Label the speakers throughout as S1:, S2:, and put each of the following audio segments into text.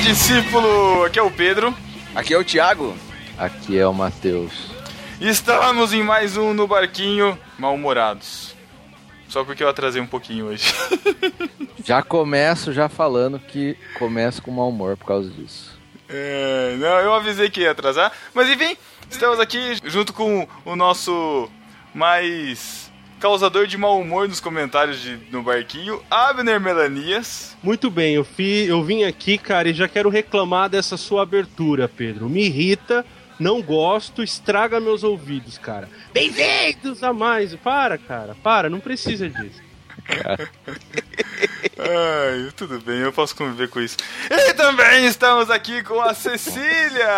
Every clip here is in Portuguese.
S1: discípulo! Aqui é o Pedro.
S2: Aqui é o Thiago.
S3: Aqui é o Matheus.
S1: Estamos em mais um No Barquinho Mal-Humorados. Só porque eu atrasei um pouquinho hoje.
S3: Já começo já falando que começo com mau humor por causa disso.
S1: É, não, eu avisei que ia atrasar. Mas enfim, estamos aqui junto com o nosso mais causador de mau humor nos comentários de, no barquinho, Abner Melanias.
S4: Muito bem, eu, fi, eu vim aqui, cara, e já quero reclamar dessa sua abertura, Pedro. Me irrita, não gosto, estraga meus ouvidos, cara. Bem-vindos a mais. Para, cara, para, não precisa disso.
S1: Ai, tudo bem, eu posso conviver com isso. E também estamos aqui com a Cecília,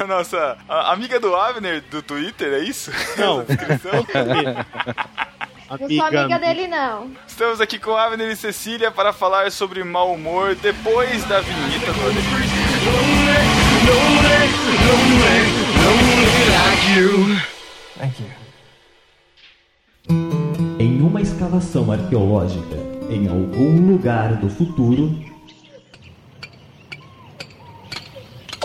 S1: a nossa a- amiga do Abner do Twitter, é isso?
S4: Não.
S1: Essa descrição?
S5: Não sou amiga dele, não.
S1: Estamos aqui com Abner e Cecília para falar sobre mau humor depois da vinheta do Abner.
S6: Em uma escavação arqueológica, em algum lugar do futuro,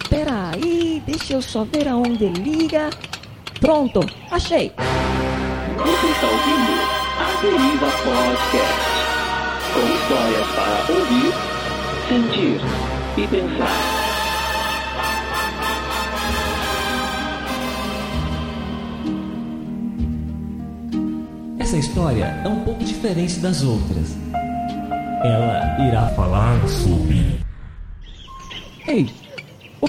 S7: Espera aí, deixa eu só ver aonde liga. Pronto, achei.
S8: Você está ouvindo a Deriva Podcast. Com histórias para ouvir, sentir e pensar.
S6: Essa história é um pouco diferente das outras. Ela irá falar sobre.
S7: Ei, o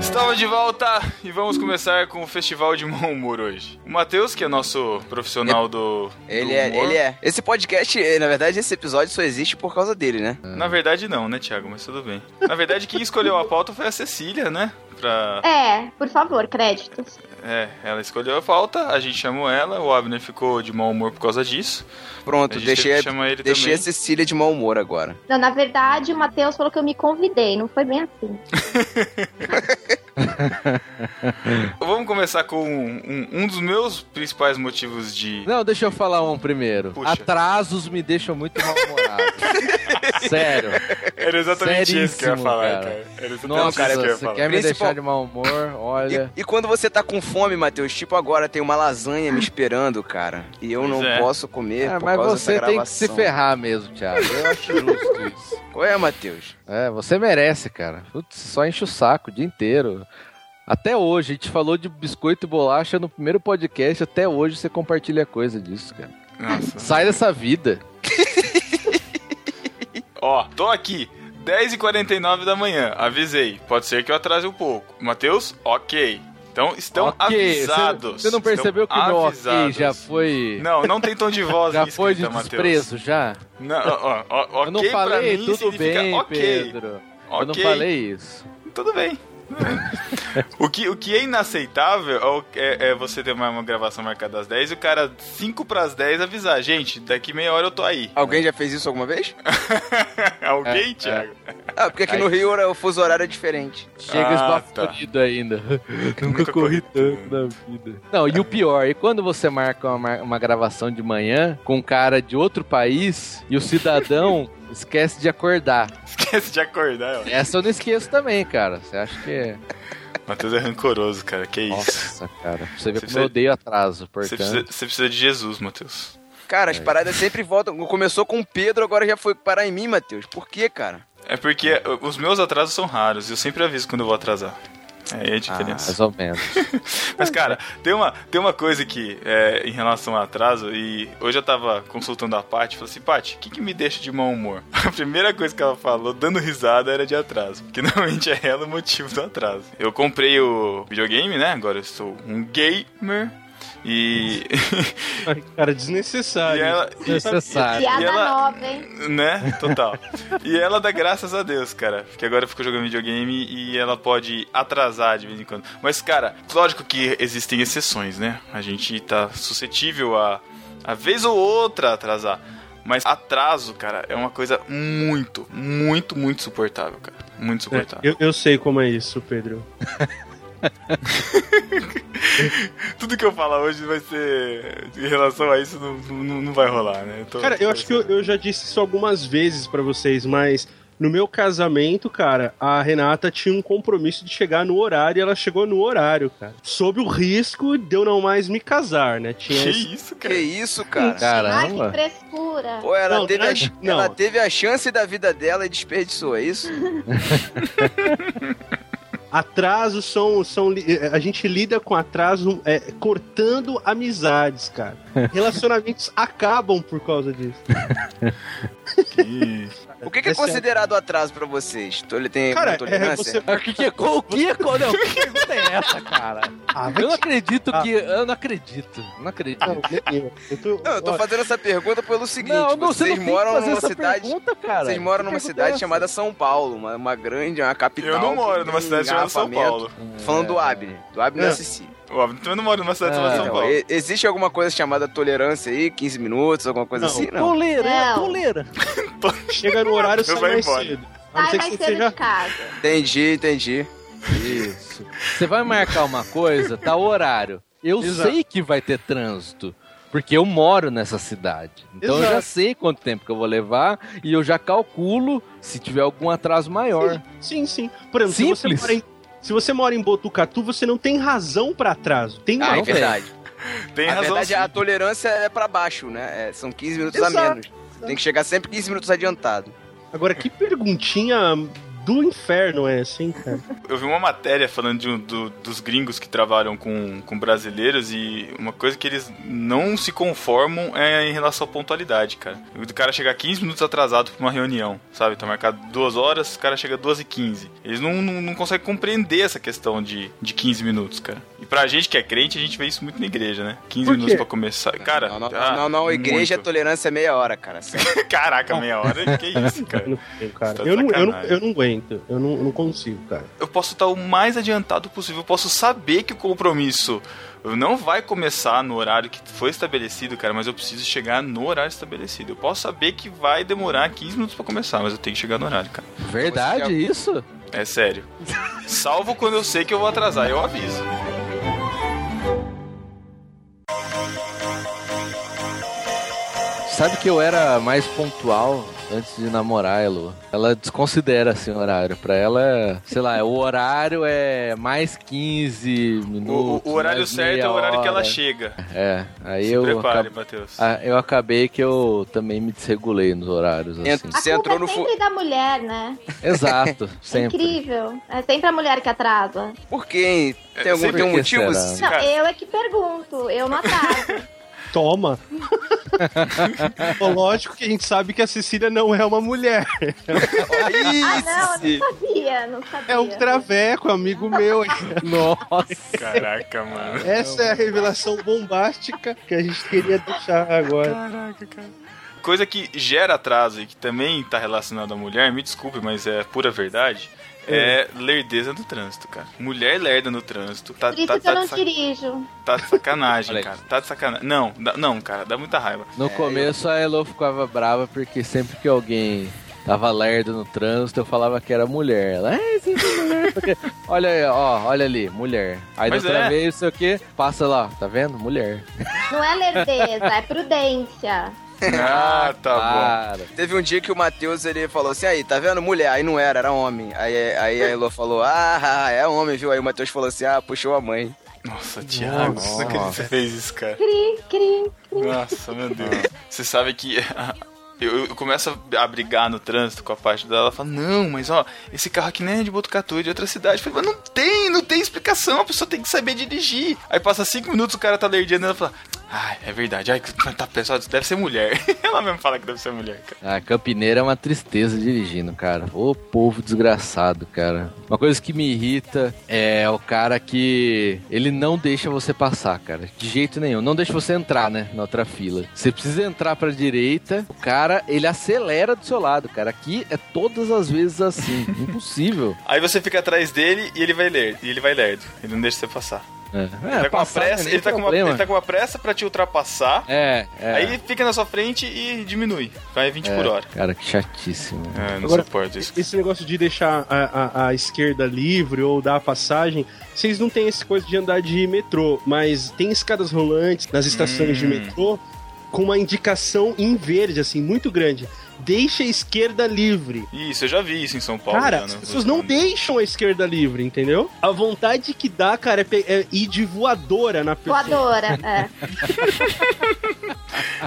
S1: Estamos de volta e vamos começar com o Festival de Mau Humor hoje. O Matheus, que é nosso profissional do.
S2: Ele
S1: do
S2: é,
S1: humor.
S2: ele é. Esse podcast, eh, na verdade, esse episódio só existe por causa dele, né?
S1: Na verdade, não, né, Thiago? Mas tudo bem. Na verdade, quem escolheu a pauta foi a Cecília, né? Pra...
S5: É, por favor, créditos.
S1: É, ela escolheu a pauta, a gente chamou ela, o Abner ficou de mau humor por causa disso. É. A
S2: Pronto,
S1: gente
S2: deixei,
S1: teve que chamar ele
S2: deixei a
S1: também.
S2: Cecília de mau humor agora.
S5: Não, na verdade, o Matheus falou que eu me convidei, não foi bem assim.
S1: Vamos começar com um, um dos meus principais motivos de.
S3: Não, deixa eu falar um primeiro.
S1: Puxa.
S3: Atrasos me deixam muito mal-humorado. Sério.
S1: Era exatamente isso que eu ia
S3: Seríssimo,
S1: falar, cara.
S3: cara.
S1: Era exatamente
S3: Nossa,
S1: isso que eu ia
S3: você
S1: falar.
S3: quer me
S2: Principal-
S3: deixar de mau humor? Olha.
S2: E, e quando você tá com fome, Matheus, tipo agora tem uma lasanha me esperando, cara, e eu
S1: Pois
S2: não
S1: é.
S2: posso comer
S3: Ah,
S2: por
S3: mas
S2: causa
S3: você
S2: dessa
S3: tem que
S2: gravação.
S3: se ferrar mesmo, Thiago. Eu acho justo isso.
S2: Qual é, Matheus?
S3: É, você merece, cara. Putz, só enche o saco o dia inteiro. Até hoje, a gente falou de biscoito e bolacha no primeiro podcast, até hoje você compartilha coisa disso, cara.
S1: Nossa.
S3: Sai dessa vida.
S1: Ó, tô aqui. 10h49 da manhã, avisei. Pode ser que eu atrase um pouco. Matheus, ok. Então estão
S3: Ok, você-
S1: avisados.
S3: Você não percebeu que
S1: Estão
S3: o meu ok
S1: avisados.
S3: já foi.
S1: Não, não tem tom de voz
S3: já
S1: em
S3: foi de
S1: escrita,
S3: desprezo, já?
S1: Matheus. Não, ó, ó, ó,
S3: eu não
S1: ok pra
S3: falei,
S1: mim
S3: tudo
S1: significa
S3: bem,
S1: ok.
S3: Pedro. Eu não
S1: ok.
S3: falei isso.
S1: Tudo bem. o, que, o que é inaceitável é o- é, é você ter uma, uma gravação marcada às 10 e o cara 5 pras 10 avisar, gente, daqui meia hora eu tô aí.
S2: Alguém já fez isso alguma vez?
S1: Alguém,
S3: É,
S1: Thiago?
S2: Ah, porque aqui
S3: Aí.
S2: no Rio o fuso horário é diferente.
S3: Chega
S1: Ah,
S3: esbaforido ainda.
S1: Nunca corri tanto
S3: na vida. Não, e o pior, e quando você marca uma, mar- uma gravação de manhã com um cara de outro país e o cidadão esquece de acordar.
S1: Esquece de acordar, ó.
S3: Essa eu não esqueço também, cara. Você acha que é.
S1: Matheus é rancoroso, cara, que isso.
S3: Nossa, cara. pra Você vê
S1: Você
S3: como eu odeio atraso,
S1: Você
S3: portanto.
S1: precisa, você precisa de Jesus, Matheus.
S3: É.
S2: Cara, as paradas sempre voltam. Começou com o Pedro, agora já foi parar em mim, Matheus. Por quê, cara?
S1: É porque os meus atrasos são raros e eu sempre aviso quando eu vou atrasar. Aí é a diferença.
S3: Mais ou menos.
S1: Mas, cara, tem uma, tem uma coisa que é, em relação a atraso, e hoje eu tava consultando a Paty, falei assim, Paty, o que, que me deixa de mau humor? A primeira coisa que ela falou, dando risada, era de atraso. Porque normalmente é ela o motivo do atraso. Eu comprei o videogame, né? Agora eu sou um gamer. E.
S4: Ai, Cara, desnecessário.
S1: E ela-
S3: Necessário.
S5: Piada
S1: E ela-
S5: nova, hein?
S1: né? Total. e ela dá graças a Deus, cara. Porque agora ficou jogando videogame e ela pode atrasar de vez em quando. Mas, cara, lógico que existem exceções, né? A gente tá suscetível a, a vez ou outra atrasar. Mas atraso, cara, é uma coisa muito, muito, muito suportável, cara. Muito
S4: É,
S5: Tá.
S1: suportável.
S4: eu, eu sei como é isso, Pedro.
S1: Tudo que eu falar hoje vai ser. Em relação a isso, não, não, não vai rolar, né? tô-
S4: Cara, eu
S1: tô-
S4: acho que eu, eu já disse isso algumas vezes pra vocês, mas no meu casamento, cara, a Renata tinha um compromisso de chegar no horário e ela chegou no horário, cara. Sob o risco de eu não mais me casar, né? Tinha
S1: Que
S4: esse-
S1: isso,
S2: Que
S1: cara?
S2: isso, cara?
S5: Ai, que
S3: Caramba.
S5: frescura.
S2: Pô, ela,
S4: Não,
S2: teve
S4: não
S2: a,
S4: é-
S2: ch-
S4: não.
S2: ela teve a chance da vida dela e desperdiçou, é isso?
S4: Atrasos são, são. li- eh, A gente lida com atraso é, cortando amizades, cara. Relacionamentos acabam por causa disso.
S1: Que-
S2: O que, que é
S4: Esse é-
S2: considerado atraso pra vocês? Tô- Ele tem
S4: Cara,
S2: alguma
S4: é,
S2: tolerância?
S4: você.
S3: O que que é? O que é? Não, que pergunta é essa, cara?
S4: Ah, vai
S3: Eu não
S4: te-
S3: acredito
S4: Ah.
S3: que. Eu não acredito. Não acredito.
S4: Não, nem eu. Eu tô-
S2: Não, eu tô
S4: ó,
S2: fazendo essa pergunta pelo Ah, é seguinte:
S3: Não, não, você
S2: vocês
S3: não tem que
S2: moram
S3: fazer
S2: numa
S3: essa
S2: cidade.
S3: pergunta, cara.
S2: Vocês moram
S3: Que
S2: numa
S3: pergunta é
S2: cidade
S3: essa?
S2: chamada São Paulo, uma, uma grande, uma capital.
S1: Eu não
S2: que
S1: moro
S2: tem
S1: numa cidade chamada São
S2: engarrafamento.
S1: Paulo.
S2: Tô falando do Abner, do Abner
S4: É.
S2: Assisi.
S1: Ó, Eu também não moro numa cidade chamada
S3: Ah,
S1: São
S2: Então,
S1: Paulo.
S2: e- existe alguma coisa chamada tolerância aí, 15 minutos, alguma coisa
S4: Não.
S2: assim? Não.
S3: Toleira, é
S5: Não.
S3: toleira.
S4: Chega no horário,
S1: Você
S4: sai
S1: vai
S4: mais
S1: embora.
S4: cedo. A não ser
S5: Sai
S4: que
S5: mais
S4: você
S5: cedo
S4: seja
S5: de casa.
S2: Entendi, entendi.
S3: Isso. Você vai marcar uma coisa, tá o horário. Eu
S4: Exato.
S3: sei que vai ter trânsito. Porque eu moro nessa cidade. Então eu já
S4: Exato.
S3: sei quanto tempo que eu vou levar e eu já calculo se tiver algum atraso maior.
S4: Sim, sim. Por exemplo, se
S3: Simples.
S4: você, mora em, se você mora em Botucatu, você não tem razão pra atraso. Tem
S2: Ah, é
S4: não.
S3: velho.
S2: verdade.
S1: Tem
S2: a
S1: razão.
S2: verdade,
S1: sim.
S2: a tolerância é pra baixo, né? É, são 15 minutos a
S4: Exato.
S2: menos. Tem que chegar sempre 15 minutos adiantado.
S4: Agora, que perguntinha do inferno é essa, hein, cara?
S1: Eu vi uma matéria falando de um- do- dos gringos que trabalham com, com brasileiros e uma coisa que eles não se conformam é em relação à pontualidade, cara. O cara chegar 15 minutos atrasado pra uma reunião, sabe? Tá marcado duas horas, o cara chega 2 e 15. Eles não, não, não conseguem compreender essa questão de, de 15 minutos, cara. E pra gente que é crente, a gente vê isso muito na igreja, né? 15
S4: Por
S1: minutos
S4: quê?
S1: pra começar. Cara,
S2: não, não,
S1: ah,
S2: não, não, igreja,
S1: muito.
S2: tolerância é meia hora, cara. Sério.
S1: Caraca, meia hora? Que isso, cara?
S4: Eu não, consigo, cara.
S1: Tá de
S4: Eu, não, eu, não,
S1: sacanagem.
S4: eu não aguento. Eu não, eu não consigo, cara.
S1: eu posso estar o mais adiantado possível. Eu posso saber que o compromisso não vai começar no horário que foi estabelecido, cara, mas eu preciso chegar no horário estabelecido. Eu posso saber que vai demorar 15 minutos pra começar, mas eu tenho que chegar no horário, cara.
S3: Verdade,
S2: Você
S3: isso?
S1: É sério. Salvo quando eu sei que eu vou atrasar, eu aviso.
S3: Sabe que eu era mais pontual antes de namorar, Elo. Ela desconsidera assim o horário. Pra ela, é, sei lá, o horário é mais 15
S1: O,
S3: minutos.
S1: o- o horário
S3: mais
S1: certo é
S3: meia
S1: o horário que ela
S3: hora.
S1: chega.
S3: É, aí
S1: Se
S3: eu.
S1: prepare,
S3: acab-
S1: Matheus.
S3: ah, eu acabei que eu também me desregulei nos horários, assim.
S2: Entra-
S5: A
S2: Você
S5: culpa
S2: entrou
S5: é
S2: no fu-
S5: sempre da mulher, né?
S3: Exato, sempre.
S5: Incrível. É sempre a mulher que atrasa.
S2: Por quê? hein? Tem algum
S1: É, sempre né?
S2: tem um
S3: que
S2: motivo?
S3: será?
S5: Não,
S1: Cara.
S5: eu é que pergunto. Eu não atraso.
S4: Toma! Pô, Lógico que a gente sabe que a Cecília não é uma mulher.
S5: ah, não, eu
S2: Isso!
S5: não sabia. Não sabia.
S4: É um traveco, amigo meu.
S3: Nossa,
S1: Caraca, mano.
S4: Essa é a revelação bombástica que a gente queria deixar agora.
S1: Coisa que gera atraso e que também tá relacionada à mulher, me desculpe, mas é pura verdade. É lerdeza no trânsito, cara. Mulher é lerda no trânsito. Tá,
S5: Por isso
S1: tá,
S5: que
S1: tá,
S5: eu não
S1: de sa-
S5: dirijo.
S1: tá de sacanagem,
S3: Olha
S1: cara. Tá de sacanagem. Não, dá- não, cara, dá muita raiva.
S3: no começo a Elo ficava brava porque sempre que alguém tava lerdo no trânsito eu falava que era mulher. Ela, é, sim, sim, mulher. Porque, olha aí, ó, olha ali, mulher. Aí da
S1: Mas
S3: outra
S1: é.
S3: vez, não sei o que, passa lá, tá vendo? Mulher.
S5: Não é lerdeza, é prudência.
S1: Ah, tá
S3: Para.
S2: Teve um dia que o Matheus ele falou assim: aí, tá vendo? Mulher, aí não era, era homem. Aí, aí a Elô falou: ah, é homem, viu? Aí o Matheus falou assim: ah, puxou a mãe.
S1: bom. Nossa, Thiago, é não acredito que você fez isso, cara.
S5: Cri, cri.
S1: Nossa, meu Deus. Você sabe que a, Eu, eu começo a brigar no trânsito com a parte dela. Ela fala: Não, mas ó, esse carro aqui nem é de Botucatu, é de outra cidade. Eu falei, mas não tem, não tem explicação. A pessoa tem que saber dirigir. Aí passa cinco minutos, o cara tá lerdendo e ela fala: Ai, é verdade. Ai, que- tá pessoal, deve ser mulher. ela mesmo fala que deve ser mulher, cara.
S3: Ah, Campineira é uma tristeza dirigindo, cara. Ô povo desgraçado, cara. Uma coisa que me irrita é o cara que ele não deixa você passar, cara. De jeito nenhum. Não deixa você entrar, né? Na outra fila. Você precisa entrar pra direita, o cara, ele acelera do seu lado, cara. Aqui é todas as vezes assim. Impossível.
S1: Aí você fica atrás dele e ele vai ler, e ele vai lerdo. Ele não deixa você passar.
S3: É,
S1: ele,
S3: é,
S1: tá com uma
S3: passar não é
S1: pressa,
S3: nem
S1: ele, tá com uma,
S3: problema.
S1: ele tá com uma pressa pra te ultrapassar.
S3: É, é.
S1: Aí fica na sua frente e diminui. Vai 20 por hora.
S3: Cara, que chatíssimo.
S1: É, não
S4: Agora-
S1: suporto isso.
S4: Esse negócio de deixar a, a- a esquerda livre ou dar a passagem, vocês não têm essa coisa de andar de metrô, mas tem escadas rolantes nas estações de
S1: Hum.
S4: metrô com uma indicação em verde, assim, muito grande. Deixa a esquerda livre.
S1: Isso, eu já vi isso em São Paulo.
S4: Cara,
S1: já,
S4: as
S1: né?
S4: pessoas não deixam a esquerda livre, entendeu? A vontade que dá, cara, é, pe- é ir de voadora na pessoa.
S5: Voadora, é.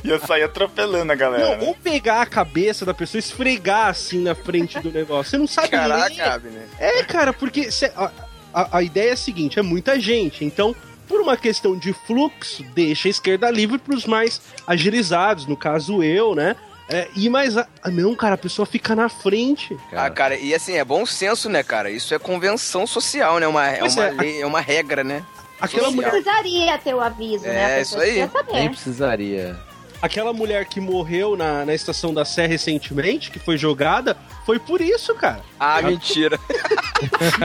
S1: Ia sair atropelando a galera.
S4: Não,
S1: né?
S4: ou pegar a cabeça da pessoa e esfregar assim na frente do negócio. Você não sabe ler.
S2: Caraca, né? Abner.
S4: É, cara, porque cê- a, a, a ideia é a seguinte: é muita gente. Então, por uma questão de fluxo, deixa a esquerda livre para os mais agilizados, no caso eu, né? É, e mais. a- ah, não, cara, a pessoa fica na frente.
S2: Ah,
S3: Cara,
S2: cara, e assim, é bom senso, né, cara? Isso é convenção social, né? Uma, é
S4: Pois
S2: uma
S4: é.
S2: lei, é uma regra, né?
S4: Aquela
S5: Nem
S4: mulher,
S5: precisaria ter o aviso, né?
S2: É,
S5: A
S2: isso
S5: pessoa
S2: aí.
S5: precisa
S3: nem
S5: saber.
S3: precisaria.
S4: aquela mulher que morreu na, na estação da Sé recentemente, que foi jogada, foi por isso, cara.
S2: Ah, mentira.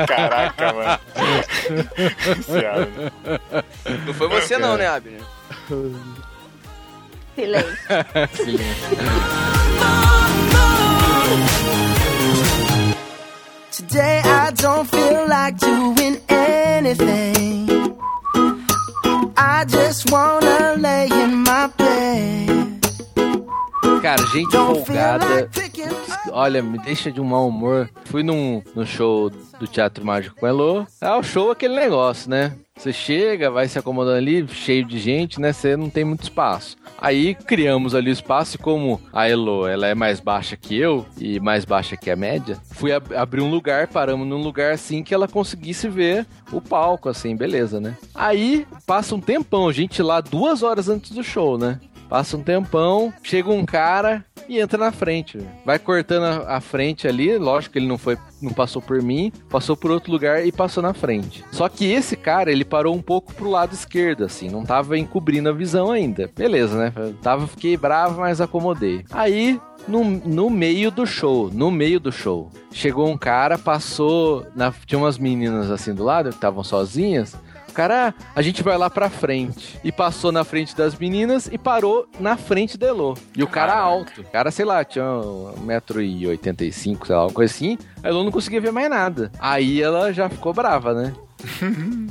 S1: Caraca, mano. Viciado, né?
S2: Não foi você, não, né, Abner?
S5: Silêncio.
S9: Today I don't feel like doing anything. I just wanna lay in my bed.
S3: Cara, gente
S9: Don't feel
S3: folgada.
S9: like picking up.
S3: Olha, me deixa de um mau humor. Fui num, num show do Teatro Mágico com a Elô. Ah, o show é aquele negócio, né? Você chega, vai se acomodando ali, cheio de gente, né? Você não tem muito espaço. Aí criamos ali o espaço e como a Elo, ela é mais baixa que eu e mais baixa que a média, fui ab- abrir um lugar, paramos num lugar assim que ela conseguisse ver o palco, assim, beleza, né? Aí passa um tempão, gente lá duas horas antes do show, né? Passa um tempão, chega um cara e entra na frente. velho. Vai cortando a, a frente ali, lógico que ele não foi, não passou por mim, passou por outro lugar e passou na frente. Só que esse cara, ele parou um pouco pro lado esquerdo, assim, não tava encobrindo a visão ainda. Beleza, né? Eu Tava, fiquei bravo, mas acomodei. Aí, no, no meio do show, no meio do show, chegou um cara, passou, na, tinha umas meninas assim do lado, que estavam sozinhas, o cara, "Ah, a gente vai lá pra frente. E passou na frente das meninas e parou na frente da Elô. E o cara alto. O cara, sei lá, tinha 1,85m, sei lá, uma coisa assim. A Elô não conseguia ver mais nada. Aí ela já ficou brava, né?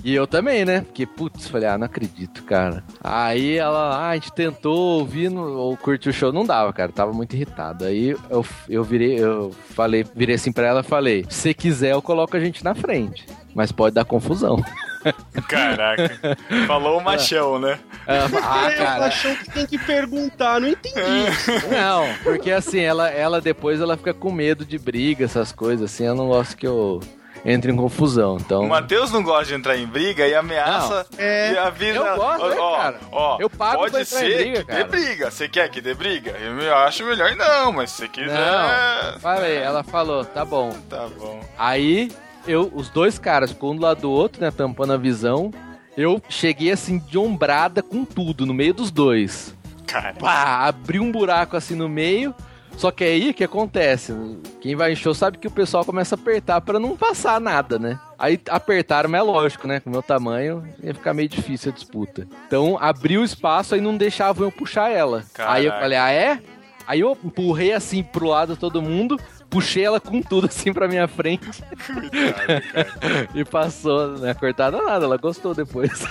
S3: E eu também, né? Porque, putz, falei, ah, não acredito, cara. Aí ela, ah, a gente tentou ouvir no- ou curtir o show, não dava, cara, tava muito irritado. Aí eu, eu virei, eu falei, virei assim pra ela e falei, se quiser eu coloco a gente na frente, mas pode dar confusão.
S1: Caraca. Falou o machão, né?
S3: Ela fala, ah,
S4: é o
S3: cara,
S4: paixão que tem que perguntar, não entendi.
S3: não, porque assim, ela, ela depois ela fica com medo de briga, essas coisas, assim, eu não gosto que eu entre em confusão, então...
S1: O Matheus não gosta de entrar em briga e ameaça
S4: É.
S1: e avisa.
S3: Eu gosto,
S1: ó,
S3: né,
S1: ó,
S3: cara?
S1: ó,
S3: Eu pago
S1: pode
S3: pra entrar em
S1: ser
S3: briga,
S1: que dê
S3: cara.
S1: briga. Você quer que dê briga? Eu me acho melhor não, mas se você quiser.
S3: Não, falei, ela falou, tá bom,
S1: Tá bom.
S3: Aí, eu, os dois caras, ficou um do lado do outro, né, tampando a visão. Eu cheguei assim de ombrada com tudo, no meio dos dois.
S1: Cara.
S3: Pá, abri um buraco assim no meio. Só que aí o que acontece? Quem vai em show sabe que o pessoal começa a apertar pra não passar nada, né? Aí apertaram, mas é lógico, né? Com o meu tamanho ia ficar meio difícil a disputa. Então abriu o espaço aí não deixavam eu puxar ela. Aí eu
S1: Caraca.
S3: falei, ah é? Aí eu empurrei assim pro lado todo mundo, puxei ela com tudo assim pra minha frente
S1: Coitado, cara.
S3: e passou, né? Cortada nada, ela gostou depois.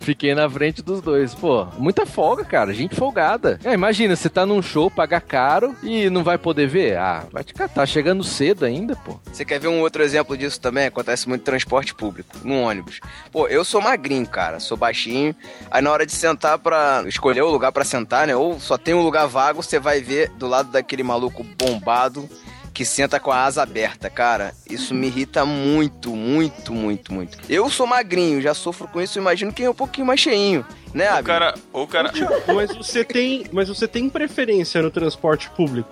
S3: Fiquei na frente dos dois. Pô, muita folga, cara. Gente folgada. É, imagina, você tá num show, pagar caro e não vai poder ver. Ah, vai te catar. Chegando cedo ainda, pô.
S2: Você quer ver um outro exemplo disso também? Acontece muito em transporte público, no ônibus. Pô, eu sou magrinho, cara, sou baixinho. Aí na hora de sentar pra escolher o lugar pra sentar, né? Ou só tem um lugar vago, você vai ver do lado daquele maluco bombado que senta com a asa aberta, cara. Isso me irrita muito, muito, muito, muito. Eu sou magrinho, já sofro com isso, imagino quem é um pouquinho mais cheinho, né,
S1: O
S2: Abner?
S1: cara, o cara,
S4: Mas você tem, mas você tem preferência no transporte público.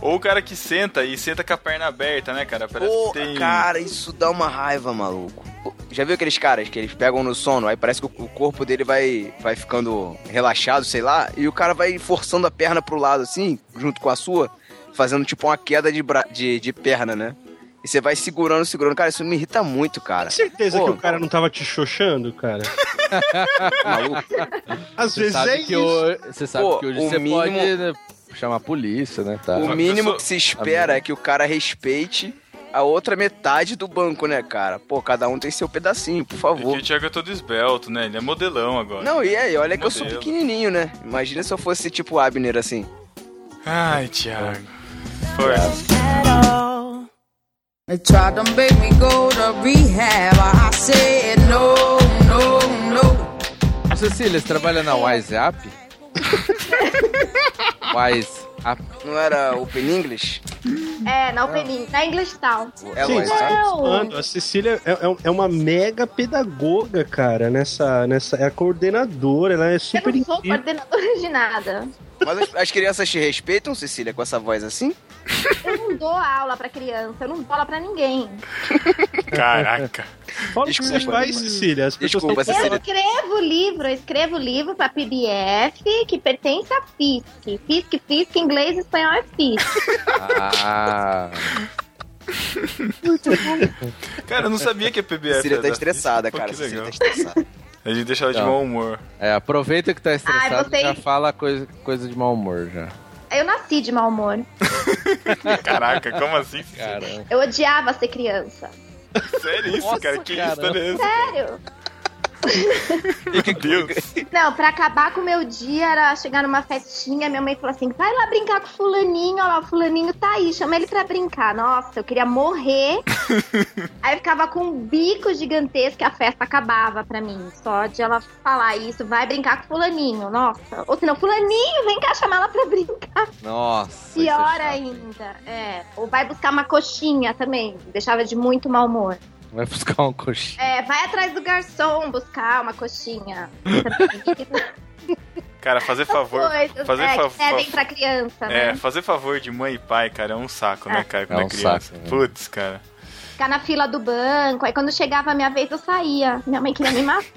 S1: ou o cara que senta e senta com a perna aberta, né, cara? Parece
S2: Pô,
S1: que tem.
S2: cara, isso dá uma raiva, maluco. Pô, Já viu aqueles caras que eles pegam no sono, aí parece que o o corpo dele vai, vai ficando relaxado, sei lá, e o cara vai forçando a perna pro lado, assim, junto com a sua, fazendo tipo uma queda de, bra- de, de perna, né? E você vai segurando, segurando. Cara, isso me irrita muito, cara.
S4: Tem certeza
S2: Pô.
S4: que o cara não tava te xoxando, cara?
S2: Maluco.
S4: Às vezes é
S3: que
S4: isso.
S3: hoje- Você sabe
S2: Pô,
S3: que hoje
S2: o
S3: você
S2: mínimo-
S3: pode né, chamar a polícia, né? Tá.
S2: O
S1: Uma
S2: mínimo
S1: pessoa-
S2: que se espera é que o cara respeite a outra metade do banco, né, cara? Pô, cada um tem seu pedacinho, por
S1: É
S2: favor.
S1: que o Thiago é todo esbelto, né? Ele é modelão agora.
S2: Não, e aí, olha que eu sou
S1: Modelo.
S2: pequenininho, né? Imagina se eu fosse tipo Abner, assim.
S1: Ai, Thiago. Força.
S9: They tried to make me go to rehab. I said no, no, no.
S3: Ô, Cecília, você trabalha na Wise App? Wise App.
S2: Não era Open English?
S5: É, na Opening, na English Town.
S2: É
S4: Sim,
S2: Lois,
S4: sim.
S2: tá?
S5: Não!
S4: Mano, a Cecília é, é- é uma mega pedagoga, cara, nessa, nessa. É a coordenadora, ela é
S5: Eu
S4: super
S5: não sou
S4: incrível.
S5: coordenadora de nada.
S2: Mas as, as crianças te respeitam, Cecília, com essa voz assim?
S5: Eu não dou aula pra criança, eu não dou aula pra ninguém.
S1: Caraca.
S4: Fala que você
S2: Desculpa,
S4: faz,
S2: mas-
S4: Cecília. As pessoas
S2: Desculpa,
S4: têm-
S5: Eu
S2: Cecília.
S5: escrevo livro, eu escrevo livro pra PBF que pertence à FISC. FISC, FISC, inglês, espanhol é FISC.
S3: Ah,
S1: Cara, eu não sabia que a PBF
S2: Cecília
S1: era
S2: tá
S1: da-
S2: estressada,
S1: Pô,
S2: cara.
S1: Que
S2: Cecília
S1: legal.
S2: tá estressada.
S1: A gente deixa ela de
S3: Não.
S1: mau humor.
S3: é, aproveita que tá estressado
S5: Ai, você-
S3: e já fala coisa, coisa de mau humor já.
S5: Eu nasci de mau humor.
S1: Caraca, como assim? Cecília?
S2: É.
S3: Caramba.
S5: Eu odiava ser criança.
S1: Sério isso,
S3: Nossa,
S1: cara? Que
S3: cara.
S1: história é essa?
S5: Sério?
S1: Meu Deus.
S5: Não, pra acabar com o meu dia era chegar numa festinha, minha mãe falou assim: vai lá brincar com o fulaninho, olha lá, o fulaninho tá aí, chama ele pra brincar. Nossa, eu queria morrer. aí eu ficava com um bico gigantesco e a festa acabava pra mim. Só de ela falar isso, vai brincar com o fulaninho, nossa. Ou senão, fulaninho, vem cá chamar ela pra brincar.
S3: Nossa. isso é
S5: Pior
S3: chato.
S5: ainda, é. Ou vai buscar uma coxinha também, deixava de muito mau humor.
S3: Vai buscar um coxinha.
S5: É, vai atrás do garçom buscar uma coxinha.
S1: Cara, fazer favor.
S5: coisas,
S1: Fazer
S5: é,
S1: fa-
S5: que pedem
S1: fa-
S5: pra criança,
S1: É,
S5: né?
S1: fazer favor de mãe e pai, cara, é um saco, né, cara? Quando é,
S3: um
S1: criança.
S3: saco, né?
S1: Putz, cara.
S5: Ficar na fila do banco, aí quando chegava a minha vez eu saía. Minha mãe queria me matar.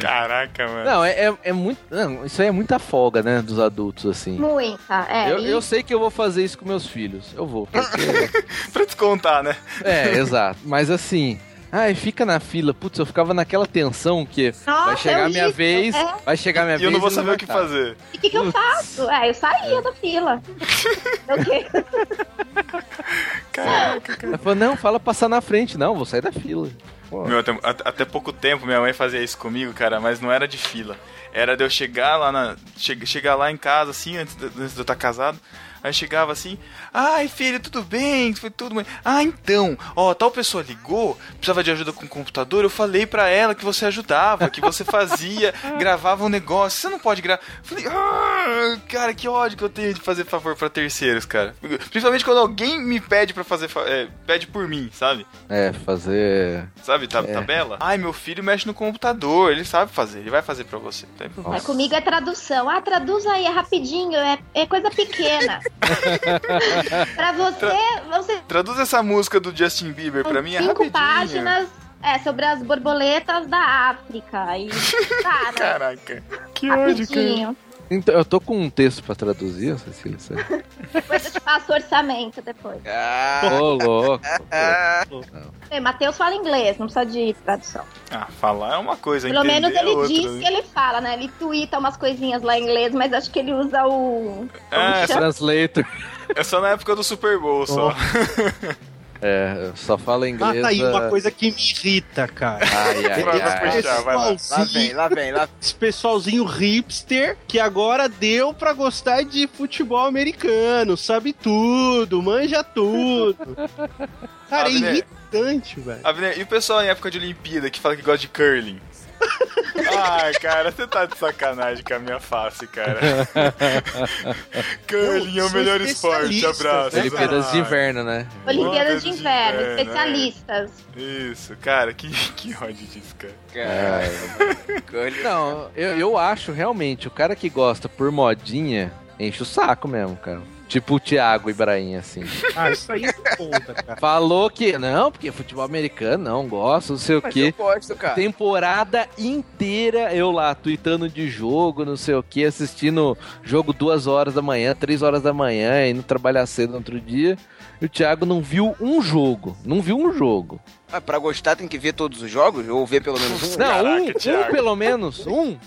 S1: Caraca, mano.
S3: Não, é, é, é muito. Não, isso aí é muita folga, né? Dos adultos, assim.
S5: Muita, é.
S3: Eu,
S5: e
S3: eu sei que eu vou fazer isso com meus filhos. Eu vou. porque-
S1: Pra descontar, né?
S3: é, exato. Mas assim. Ai, fica na fila. Putz, eu ficava naquela tensão que
S5: Nossa,
S3: vai chegar
S5: é
S3: a minha
S5: horrível,
S3: vez,
S5: é.
S3: vai chegar a minha
S1: E
S3: vez.
S1: eu não
S2: né,
S1: vou
S3: e
S1: saber
S3: vai
S1: o que
S3: tá.
S1: fazer.
S5: e o que, que eu faço? É, eu saía da fila. Eu que-
S1: Caraca.
S3: Ela falou, não, fala passar na frente. Não, vou sair da fila. Pô.
S1: Meu, até, at- até pouco tempo minha mãe fazia isso comigo, cara, mas não era de fila. Era de eu chegar lá na. che- chegar lá em casa, assim, antes de, antes de eu estar casado. Aí chegava assim, ai filho, tudo bem? Foi tudo bem. Ah, então, ó, tal pessoa ligou, precisava de ajuda com o computador, eu falei pra ela que você ajudava, que você fazia, gravava um negócio, você não pode gravar. Falei, "Ah, cara, que ódio que eu tenho de fazer favor pra terceiros, cara. Principalmente quando alguém me pede pra fazer, fa- é, pede por mim, sabe?
S3: É, fazer.
S1: Sabe, tá,
S3: É.
S1: tabela? Ai, meu filho mexe no computador, ele sabe fazer, ele vai fazer pra você. Não tem problema.
S5: Mas comigo é tradução. Ah, traduz aí, é rapidinho, é, é coisa pequena. pra você, você
S1: Traduz essa música do Justin Bieber pra
S5: são
S1: mim é
S5: cinco
S1: rapidinho.
S5: páginas é, sobre as borboletas da África. E tá, né?
S1: Caraca, que ódio, cara.
S5: Rapidinho.
S3: Então, eu tô com um texto pra traduzir, Cecília. sabe?
S5: Depois eu te passo o orçamento depois.
S2: Ah,
S3: Ô, louco.
S5: Bem, Matheus fala inglês, não precisa de tradução.
S1: Ah, falar é uma coisa,
S5: Pelo
S1: entender
S5: menos ele
S1: é outra,
S5: diz
S1: né?
S5: que ele fala, né? Ele twitta umas coisinhas lá em inglês, mas acho que ele usa o.
S1: É, só-
S3: Translator.
S1: é só na época do Super Bowl, só.
S3: Oh. É, só fala
S4: Ah,
S3: inglês.
S4: tá aí uma
S3: ah,
S4: coisa que me irrita, cara. é
S2: ai, ai,
S1: Vai, vai
S2: ai.
S1: puxar, vai lá.
S2: Lá vem,
S4: Sim,
S2: lá vem, lá vem.
S4: Esse pessoalzinho hipster que agora deu pra gostar de futebol americano, sabe tudo, manja tudo. Cara, é
S1: Abner.
S4: irritante, velho.
S1: Abner, e o pessoal em época de Olimpíada que fala que gosta de curling? Ai, cara, você tá de sacanagem com a minha face, cara. curling é
S4: Eu
S1: o
S4: sou
S1: melhor esporte,
S4: especialista,
S1: abraço.
S4: né?
S3: Olimpíadas de
S1: Ai,
S3: inverno, né?
S5: Olimpíadas de
S1: Olimpíadas de
S5: Inverno, é.
S1: Inverno,
S5: especialistas.
S1: Isso, cara, que, que ódio disso, cara.
S2: Cara,
S3: Não, eu, eu acho realmente, o cara que gosta por modinha, enche o saco mesmo, cara. Tipo o Thiago Ibrahim, assim.
S4: Ah, isso aí não conta, cara.
S3: Falou que não, porque futebol americano, não gosto, não sei o
S2: Mas
S3: quê.
S2: eu gosto, cara.
S3: Temporada inteira eu lá, tweetando de jogo, não sei o que, assistindo jogo duas horas da manhã, três horas da manhã, indo trabalhar cedo no outro dia. E o Thiago não viu um jogo. Não viu um jogo.
S2: Ah, pra gostar tem que ver todos os jogos? Ou ver pelo menos um?
S3: Não,
S1: Caraca,
S3: um, um
S1: Thiago.
S3: pelo menos. Um.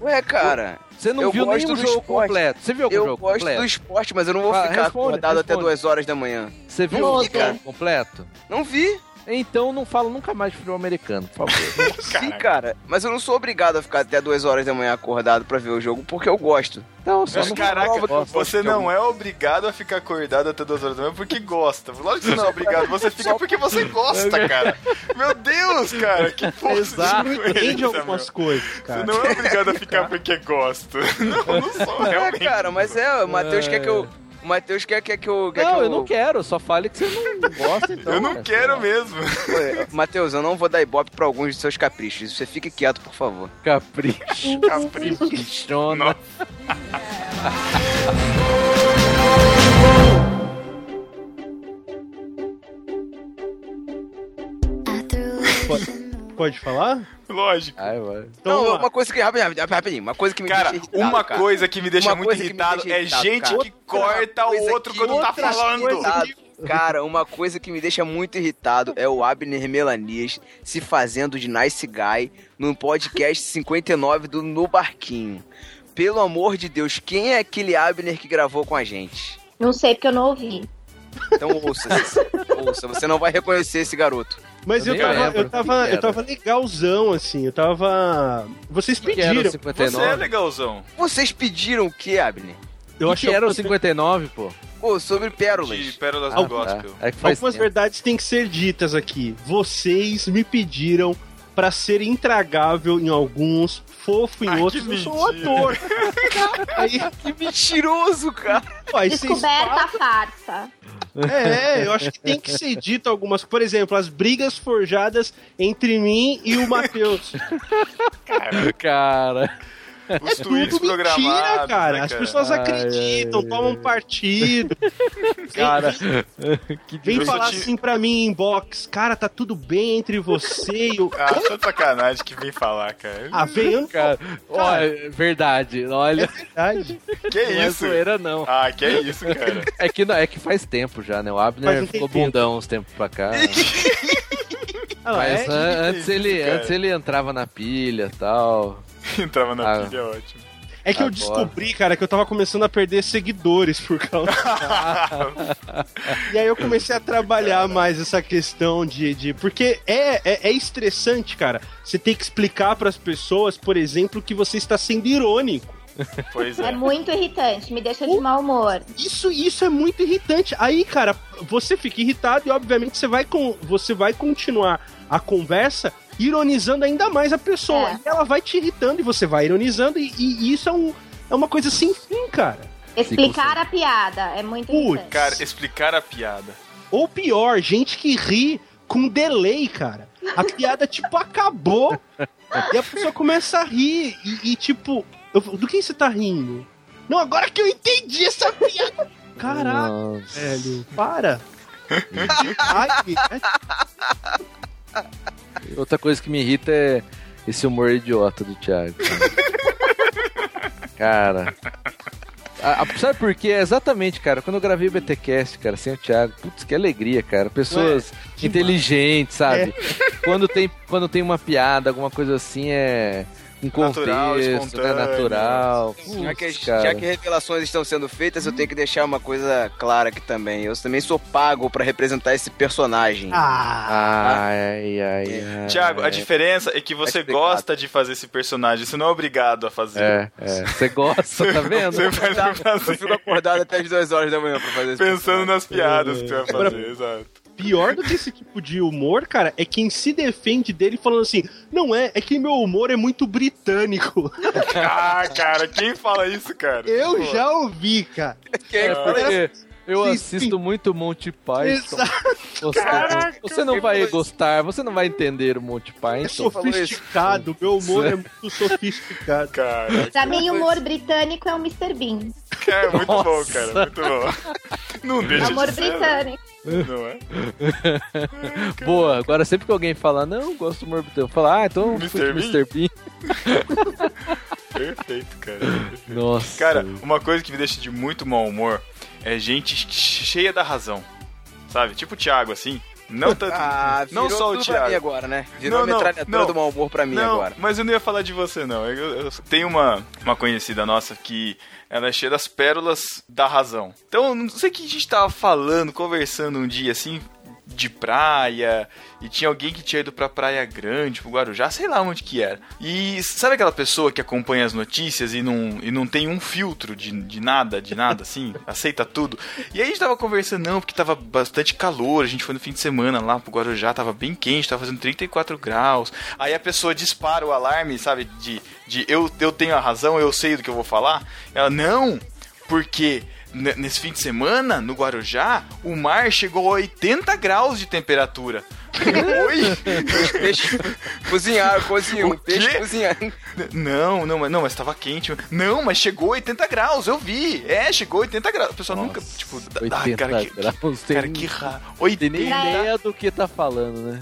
S2: Ué, cara,
S3: Você não
S2: Eu
S3: viu
S2: gosto
S3: nenhum
S2: do
S3: jogo
S2: esporte.
S3: completo. Você viu algum
S2: eu
S3: jogo
S2: gosto
S3: completo?
S2: do esporte, mas eu não vou
S3: Fala,
S2: ficar
S3: responde,
S2: acordado até
S3: responde.
S2: duas horas da manhã.
S3: Você viu
S2: Não,
S3: o
S2: cara.
S3: jogo completo?
S2: Não vi.
S3: Então não falo nunca mais de futebol americano, por favor.
S2: Sim,
S1: Caraca.
S2: cara. Mas eu não sou obrigado a ficar até duas horas da manhã acordado pra ver o jogo, porque eu gosto.
S3: Então, só
S1: Mas,
S3: não
S1: caraca,
S3: gosto.
S1: você não é obrigado a ficar acordado até duas horas da manhã porque gosta. Lógico que você não é obrigado, você fica porque você gosta, cara. Meu Deus, cara, que porra
S3: Exato.
S1: de coisa,
S4: Entende
S1: meu.
S4: é algumas coisas,
S1: Você
S4: cara.
S1: é não é obrigado a ficar porque gosta. Não, não sou,
S2: É,
S1: realmente.
S2: cara, mas é, o Matheus quer que eu. O Matheus quer, quer que eu. Quer que
S3: Não, eu não quero. Só fale que você não gosta, então.
S1: Eu não
S3: cara,
S1: quero
S3: sei lá.
S1: mesmo.
S2: Pô, Matheus, eu não vou dar ibope pra alguns de seus caprichos. Você fique quieto, por favor.
S3: Capricho. Caprichona.
S1: Nossa.
S4: Pode falar?
S1: Lógico.
S3: Ai, mano.
S4: Então,
S2: não, é
S4: vamos lá.
S2: uma coisa que. Rapidinho, rapidinho, rapidinho, uma coisa que me
S1: Cara,
S2: deixa irritado,
S1: uma
S2: cara.
S1: coisa que me deixa
S2: Uma
S1: muito
S2: coisa que me
S1: irritado
S2: deixa
S1: é
S2: irritado,
S1: gente
S2: cara.
S1: que corta o
S2: coisa
S1: outro
S2: que-
S1: quando tá
S2: outra
S1: falando.
S4: coisa-
S2: Irritado. Cara, uma coisa que me deixa muito irritado é o Abner Melanias se fazendo de nice guy no podcast 59 do No Barquinho. Pelo amor de Deus, quem é aquele Abner que gravou com a gente?
S5: Não sei porque eu não ouvi.
S2: Então ouça, Cecília, ouça, você não vai reconhecer esse garoto.
S4: Mas
S3: Eu
S4: eu,
S3: nem
S4: tava,
S3: lembro
S4: eu,
S3: quem
S4: tava,
S3: que
S4: eu tava legalzão, assim. Eu tava. Vocês
S3: Que era o
S4: pediram.
S3: 59?
S1: Você é legalzão.
S2: Vocês pediram o que, Abner?
S4: Eu
S3: que,
S4: achei
S3: que era o
S4: algumas-
S3: 59, pô?
S2: Pô, sobre
S1: De
S2: pérolas.
S1: Pérolas
S4: Ah,
S1: do Gospel.
S3: É que faz
S4: Algumas
S3: tempo.
S4: verdades têm que ser ditas aqui. Vocês me pediram pra ser intragável em alguns, fofo em
S1: Ah, que
S4: outros. Eu sou um
S1: mentira.
S4: ator. aí,
S2: Que mentiroso, cara!
S4: pô, aí vocês
S5: Descoberta a farsa.
S4: É, eu acho que tem que ser dito algumas. Por exemplo, as brigas forjadas entre mim e o Matheus.
S3: Cara,
S1: Os tweets
S4: Tudo
S1: programados.
S4: mentira, cara.
S1: né,
S4: As pessoas
S3: Ai,
S4: acreditam,
S3: ai,
S4: tomam partido.
S3: cara. que
S4: Vem
S1: Eu só
S4: falar
S1: te-
S4: assim pra mim em inbox, cara, tá tudo bem entre você e o.
S1: Ah, tá de sacanagem que vem falar, cara.
S4: Ah, vem, eu não
S3: Cara, olha, verdade. Olha,
S4: verdade.
S1: que
S3: não é
S1: isso?
S3: zoeira, não.
S1: Ah, que isso, cara.
S3: É que, não- é que faz tempo já, né? O
S4: Faz
S3: Abner
S4: um
S3: ficou
S4: tempinho.
S3: bundão uns tempos pra cá.
S4: Ah, lá,
S3: Mas
S4: é,
S3: an- antes,
S1: isso,
S3: ele,
S1: cara.
S3: antes ele entrava na pilha e tal.
S1: Entrava na
S3: Ah.
S1: pilha, ótimo.
S4: é que eu
S3: agora.
S4: descobri, cara, que eu tava começando a perder seguidores por causa. E aí eu comecei a trabalhar mais essa questão de. de porque é, é, é estressante, cara. Você tem que explicar pras pessoas, por exemplo, que você está sendo irônico.
S1: pois
S5: É
S1: é.
S5: muito irritante, me deixa de mau humor.
S4: Isso, isso é muito irritante. Aí, cara, você fica irritado e, obviamente, você vai, com, você vai continuar a conversa ironizando ainda mais a pessoa.
S5: É.
S4: E ela vai te irritando e você vai ironizando, e, e isso é, um, é uma coisa sem fim, cara.
S5: Explicar a piada é muito
S4: Putz.
S5: irritante.
S1: Cara, explicar a piada.
S4: Ou pior, gente que ri com delay, cara. A piada, tipo, acabou e a pessoa começa a rir. E, e, tipo, eu- do que você tá rindo? Não, agora que eu entendi essa piada. Caralho,
S3: Nossa.
S4: velho, para. Ai, é-
S3: Outra coisa que me irrita é esse humor idiota do Thiago. cara. Cara. A- a- sabe por quê? É Exatamente, cara. Quando eu gravei o BTcast, cara, sem o Thiago, putz, que alegria, cara. Pessoas inteligentes, sabe? Quando, tem, quando tem uma piada, alguma coisa assim, é um contexto,
S1: Natural,
S3: né?
S1: espontâneo.
S3: Natural.
S2: Já que,
S3: Putz, cara.
S2: já que revelações estão sendo feitas, eu tenho que deixar uma coisa clara aqui também. Eu também sou pago pra representar esse personagem.
S4: Ah,
S3: Ai, ai, ai.
S1: Tiago, a diferença é que você
S2: explicado.
S1: gosta de fazer esse personagem, você não é obrigado a fazer.
S3: É, é. Você gosta, tá vendo?
S1: Você faz
S2: Tá,
S1: por
S2: eu
S1: prazer,
S2: fico acordado até as 2 horas da manhã pra fazer isso.
S1: pensando nas piadas que você vai
S3: É.
S1: fazer, exato.
S4: pior do que esse tipo de humor, cara, é quem se defende dele falando assim: não é, é que meu humor é muito britânico.
S1: Ah, cara, quem fala isso, cara?
S4: Eu
S1: Pô,
S4: já ouvi, cara.
S3: É porque eu
S4: Sim,
S3: assisto muito Monty Python.
S4: Exato.
S3: Você, você não vai gostar, você não vai entender o Monty
S4: É
S3: Python.
S2: falou isso?
S4: sofisticado, meu humor é muito sofisticado.
S1: Cara,
S5: Pra mim, o humor britânico é o Mr. Bean.
S1: é muito bom,
S3: Nossa.
S1: cara, muito bom. Não deixa
S5: Amor
S1: de ser,
S5: britânico.
S1: né? não é?
S3: Boa, agora sempre que alguém falar, não, gosto do humor britânico, eu falar, ah, então
S1: Mr.
S3: escute o
S1: Bean?
S3: Mr. Bean.
S1: Perfeito, cara.
S3: Nossa.
S1: Cara, uma coisa que me deixa de muito mau humor é gente cheia da razão. Sabe? Tipo o Thiago, assim. Não tanto.
S2: Ah, virou
S1: não só o
S2: tudo pra mim
S1: Thiago.
S2: agora, né? Virou
S1: Não,
S2: a
S1: não,
S2: metralhadora
S1: não.
S2: do mau humor pra mim
S1: não,
S2: agora.
S1: mas eu não ia falar de você, não. Eu- eu- tem uma, uma conhecida nossa que ela é cheia das pérolas da razão. Então, eu não sei o que a gente tava falando, conversando um dia assim, de praia, e tinha alguém que tinha ido pra Praia Grande, pro Guarujá, sei lá onde que era. E sabe aquela pessoa que acompanha as notícias e não, e não tem um filtro de, de nada, de nada, assim, aceita tudo? E aí a gente tava conversando, não, porque tava bastante calor, a gente foi no fim de semana lá pro Guarujá, tava bem quente, tava fazendo 34 graus. Aí a pessoa dispara o alarme, sabe, de, de eu, eu tenho a razão, eu sei do que eu vou falar. Ela, não, porque ne- nesse fim de semana, no Guarujá, o mar chegou a 80 graus de temperatura. Oi?
S2: Peixe cozinhar, cozinhou.
S1: O
S2: Um peixe
S1: quê?
S2: cozinhando.
S1: Não, não, mas, não, mas tava quente. Não, mas chegou 80 graus, eu vi. É, chegou 80 graus. O pessoal nunca, tipo, dá- dá-
S3: 80
S1: cara, que,
S3: graus, tem,
S1: cara, que ra...
S3: tem nem
S1: 80
S3: ideia do que tá falando, né?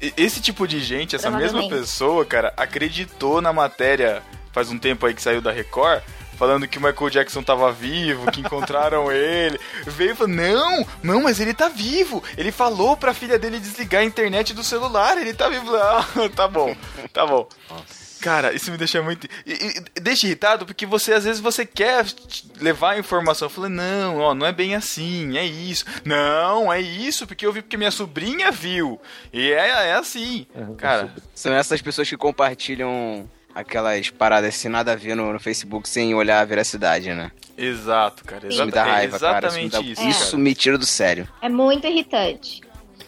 S1: E- Esse tipo de gente, essa mesma
S5: Provavelmente.
S1: pessoa, cara, acreditou na matéria faz um tempo aí que saiu da Record, falando que o Michael Jackson tava vivo, que encontraram ele. Veio e falou: Não, não, mas ele tá vivo. Ele falou pra filha dele desligar a internet do celular, ele tá vivo. Ah, tá bom, tá bom. Cara, isso me deixa muito. e- e- e deixa irritado porque você, às vezes, você quer t- levar a informação. Falei, não, ó, não é bem assim, é isso. Não, é isso, porque eu vi porque minha sobrinha viu. E é, é assim. Cara,
S2: São essas pessoas que compartilham aquelas paradas sem nada a ver no, no Facebook sem olhar a veracidade, né?
S1: exato, cara.
S2: Isso me
S1: Exata,
S2: dá
S1: é
S2: raiva, cara. Isso me,
S1: exatamente
S2: dá- um-
S1: isso.
S2: isso
S1: cara.
S2: me tira do sério.
S5: É muito irritante.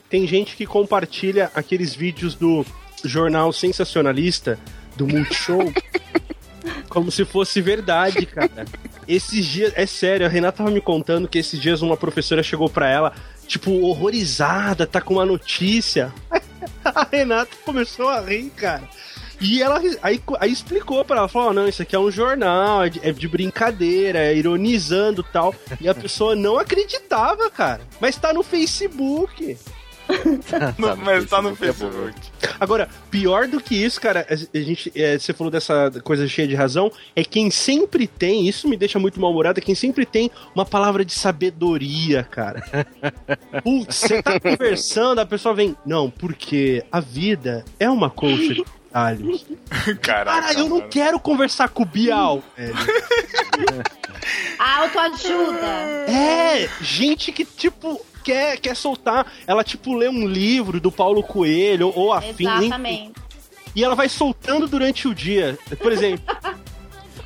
S4: Tem gente que compartilha aqueles vídeos do jornal sensacionalista, do Multishow, como se fosse verdade, cara. Esses dias, é sério, a Renata tava me contando que esses dias uma professora chegou pra ela, tipo, horrorizada, tá com uma notícia. A Renata começou a rir, cara. E ela aí, aí explicou pra ela, falou, "Ó, não, isso aqui é um jornal, é de, é de brincadeira, é ironizando e tal. E a pessoa não acreditava, cara. Mas tá no Facebook.
S1: No- mas tá no
S3: é bom.
S1: Facebook.
S4: Agora, pior do que isso, cara, a gente, é, você falou dessa coisa cheia de razão, é quem sempre tem, isso me deixa muito mal-humorado, é quem sempre tem uma palavra de sabedoria, cara. Putz, você tá conversando, a pessoa vem, não, porque a vida é uma colcha de detalhes.
S1: Caraca.
S4: Cara, eu não
S1: mano.
S4: quero conversar com o Bial, velho.
S5: A autoajuda.
S4: É, gente que, tipo, quer, quer soltar, ela, tipo, lê um livro do Paulo Coelho, ou afim, enfim.
S5: Exatamente.
S4: e ela vai soltando durante o dia. Por exemplo,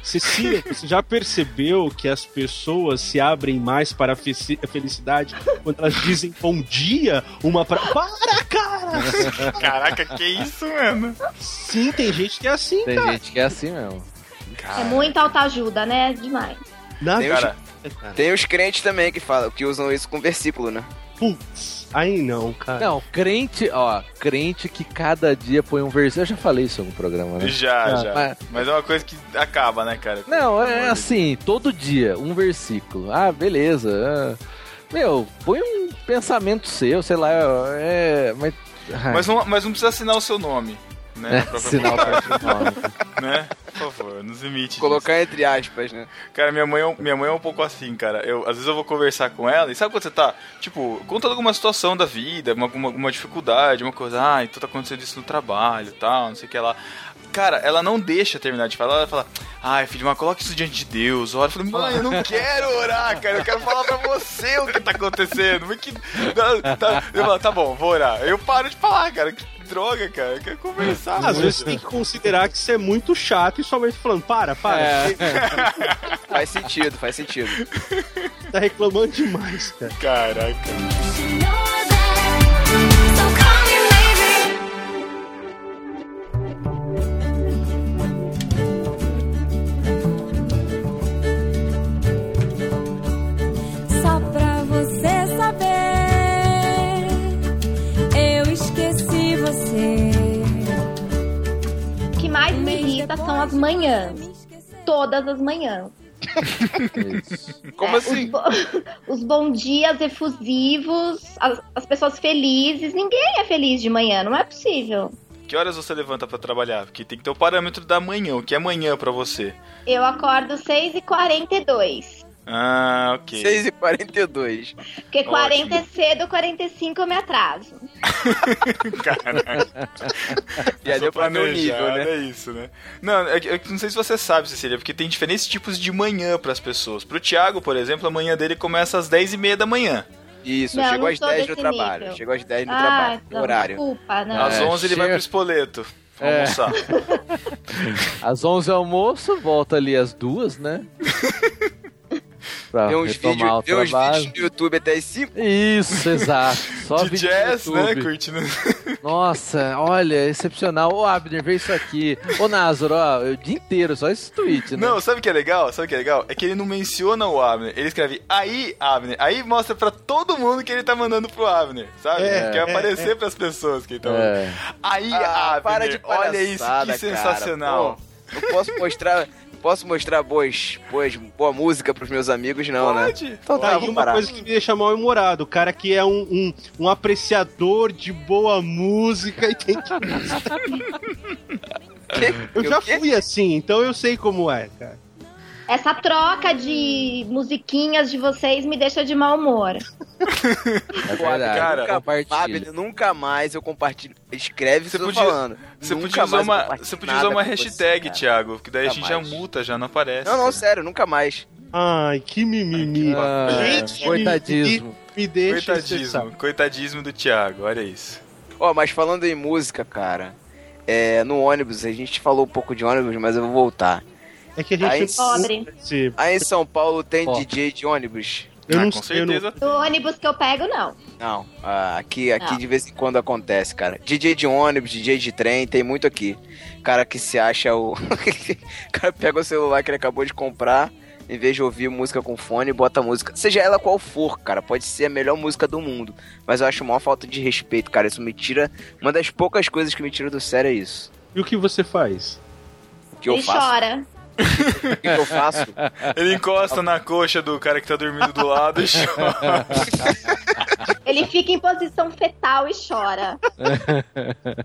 S4: Cecília, você já percebeu que as pessoas se abrem mais para a feci- a felicidade quando elas dizem bom dia? Uma pra. Para, cara!
S1: Caraca, que isso, mano?
S4: Sim, tem gente que é assim,
S3: Tem
S4: cara.
S3: gente que é assim mesmo.
S5: É muito autoajuda, né? Demais.
S4: Na
S2: Tem,
S1: Cara,
S4: vida, cara.
S2: Tem os crentes também que falam, que usam isso com versículo, né?
S4: Putz, aí não, cara.
S3: Não, crente, ó, crente que cada dia põe um versículo. Eu já falei isso no programa, né?
S1: já,
S4: Ah,
S1: já.
S3: mas-
S1: Mas é uma coisa que acaba, né, cara?
S3: Não, é assim, todo dia, um versículo. Ah, beleza. ah, meu, põe um pensamento seu, sei lá, é. Mas.
S1: Mas não, mas não precisa assinar o seu nome. Né,
S3: É,
S1: Na própria
S3: sinal
S1: vontade,
S3: pra
S1: né? favor, nos imite.
S2: Colocar entre aspas, né?
S1: disso. Cara, minha mãe, é um- minha mãe é um pouco assim, cara. Eu, às vezes eu vou conversar com ela e sabe quando você tá, tipo, contando alguma situação da vida, uma, uma, uma dificuldade, uma coisa, ah, então tá acontecendo isso no trabalho e tal, não sei o que lá. Cara, ela não deixa terminar de falar, ela fala, ai filho, mas coloca isso diante de Deus, ora. Eu falo, mãe, eu não quero orar, cara, eu quero falar pra você o que tá acontecendo. Mas que. Tá, eu falo, tá bom, vou orar. Eu paro de falar, cara, que droga, cara, eu quero conversar.
S4: Às
S1: mano.
S4: vezes
S2: é.
S4: você tem que considerar que você é muito chato e sua mãe tá falando, para, para,
S2: É. Faz sentido, faz sentido.
S4: você tá reclamando demais, cara.
S1: Caraca.
S10: Só pra você saber, eu esqueci você.
S5: O que mais me irrita são as manhãs. Todas as manhãs. É,
S2: Como
S5: Os,
S2: assim?
S5: bo- os bom dias efusivos, as, as pessoas felizes. Ninguém é feliz de manhã, não é possível.
S1: Que horas você levanta pra trabalhar? Porque tem que ter o parâmetro da manhã, o que é manhã pra você.
S5: Eu acordo 6h42.
S1: Ah, ok.
S2: 6h42.
S5: Porque
S1: Ótimo.
S5: 40 é cedo, 45 eu me atraso.
S1: Caraca. É
S2: Já é, deu pra ver o
S1: Planejado,
S2: nível, né?
S1: É isso, né? Não, é que- eu não sei se você sabe, Cecília, porque tem diferentes tipos de manhã pras pessoas. Pro Thiago, por exemplo, a manhã dele começa às 10h30 da manhã.
S2: Isso,
S5: Não, não
S2: chegou às
S5: sou
S2: 10 no
S5: desse
S2: trabalho.
S5: nível.
S2: Chegou às 10 no
S5: Ah,
S2: trabalho, no
S5: não,
S2: horário.
S5: desculpa, né? não.
S1: às 11 ele vai
S3: chega-
S1: pro espoleto. pra
S3: É.
S1: Almoçar.
S3: Às 11 é almoço, volta ali às duas, né? Pra
S2: Tem uns vídeos
S3: Ah, retomar
S2: tem
S3: o
S2: uns vídeos
S3: trabalho.
S2: no YouTube até às 5.
S3: Isso, exato. Só
S1: de
S3: vídeo no
S1: jazz, né?
S3: YouTube.
S1: Curtindo.
S3: Nossa, olha, excepcional. Ô, Abner, vê isso aqui. Ô, Názaro, ó, o dia inteiro, só esse tweet, né?
S1: Não, sabe o que é legal? Sabe o que é legal? É que ele não menciona o Abner. Ele escreve aí, Abner. Aí mostra pra todo mundo que ele tá mandando pro Abner, sabe?
S4: É,
S1: Quer
S4: é,
S1: aparecer pras pessoas que tá estão.
S3: É.
S1: Aí,
S2: Ah,
S1: Abner,
S2: para de
S1: olha isso,
S2: palhaçada,
S1: que sensacional.
S2: Cara. Pô, não posso mostrar, posso mostrar boas, boas, boa música pros meus amigos, não, né?
S1: Pode.
S2: Então
S4: Tá
S2: tá,
S4: aí
S2: vamos
S4: uma
S2: parar.
S4: coisa que me deixa mal-humorado, o cara que é um, um, um apreciador de boa música e tem que...
S2: Que-
S4: Eu
S2: que-
S4: já
S2: que-
S4: fui assim, então eu sei como é, cara.
S5: Essa troca de musiquinhas de vocês me deixa de mau humor.
S3: É verdade.
S1: Cara,
S3: compartilha.
S2: Fábio, nunca mais eu compartilho. Escreve
S1: Você
S2: isso que eu tô
S1: podia-
S2: falando.
S1: Você
S2: Nunca
S1: podia, usar
S2: mais eu
S1: uma,
S2: compartilho
S1: você podia usar
S2: nada
S1: uma
S2: com você,
S1: hashtag,
S2: cara.
S1: Thiago, que daí a
S2: Nunca
S1: gente já
S2: mais.
S1: multa, já não aparece.
S2: Não, não, sério, nunca mais.
S4: Ai, que mimimi.
S3: Ah,
S4: Gente,
S3: coitadismo.
S4: Me deixa estressado.
S1: Coitadismo, coitadismo do Thiago, olha isso.
S2: Ó, mas falando em música, cara, é, no ônibus, a gente falou um pouco de ônibus, mas eu vou voltar.
S4: É que a
S2: Aí
S4: gente...
S5: Pobre.
S4: Esse-
S2: Aí em São Paulo tem
S3: Ó.
S2: DJ de ônibus?
S4: Eu
S1: ah,
S4: não
S1: com
S4: sei, eu não-
S1: certeza.
S5: No ônibus que eu pego, não.
S2: Não, ah, aqui, aqui
S5: Não.
S2: de vez em quando acontece, cara. DJ de ônibus, DJ de trem, tem muito aqui. Cara que se acha o. o cara pega o celular que ele acabou de comprar, em vez de ouvir música com fone, bota música. Seja ela qual for, cara, pode ser a melhor música do mundo. Mas eu acho uma falta de respeito, cara. Isso me tira. Uma das poucas coisas que me tira do sério é isso.
S4: E o que você faz?
S2: O que eu
S5: e
S2: faço?
S5: chora.
S2: O que eu faço?
S1: Ele encosta na coxa do cara que tá dormindo do lado e chora.
S5: Ele fica em posição fetal e chora.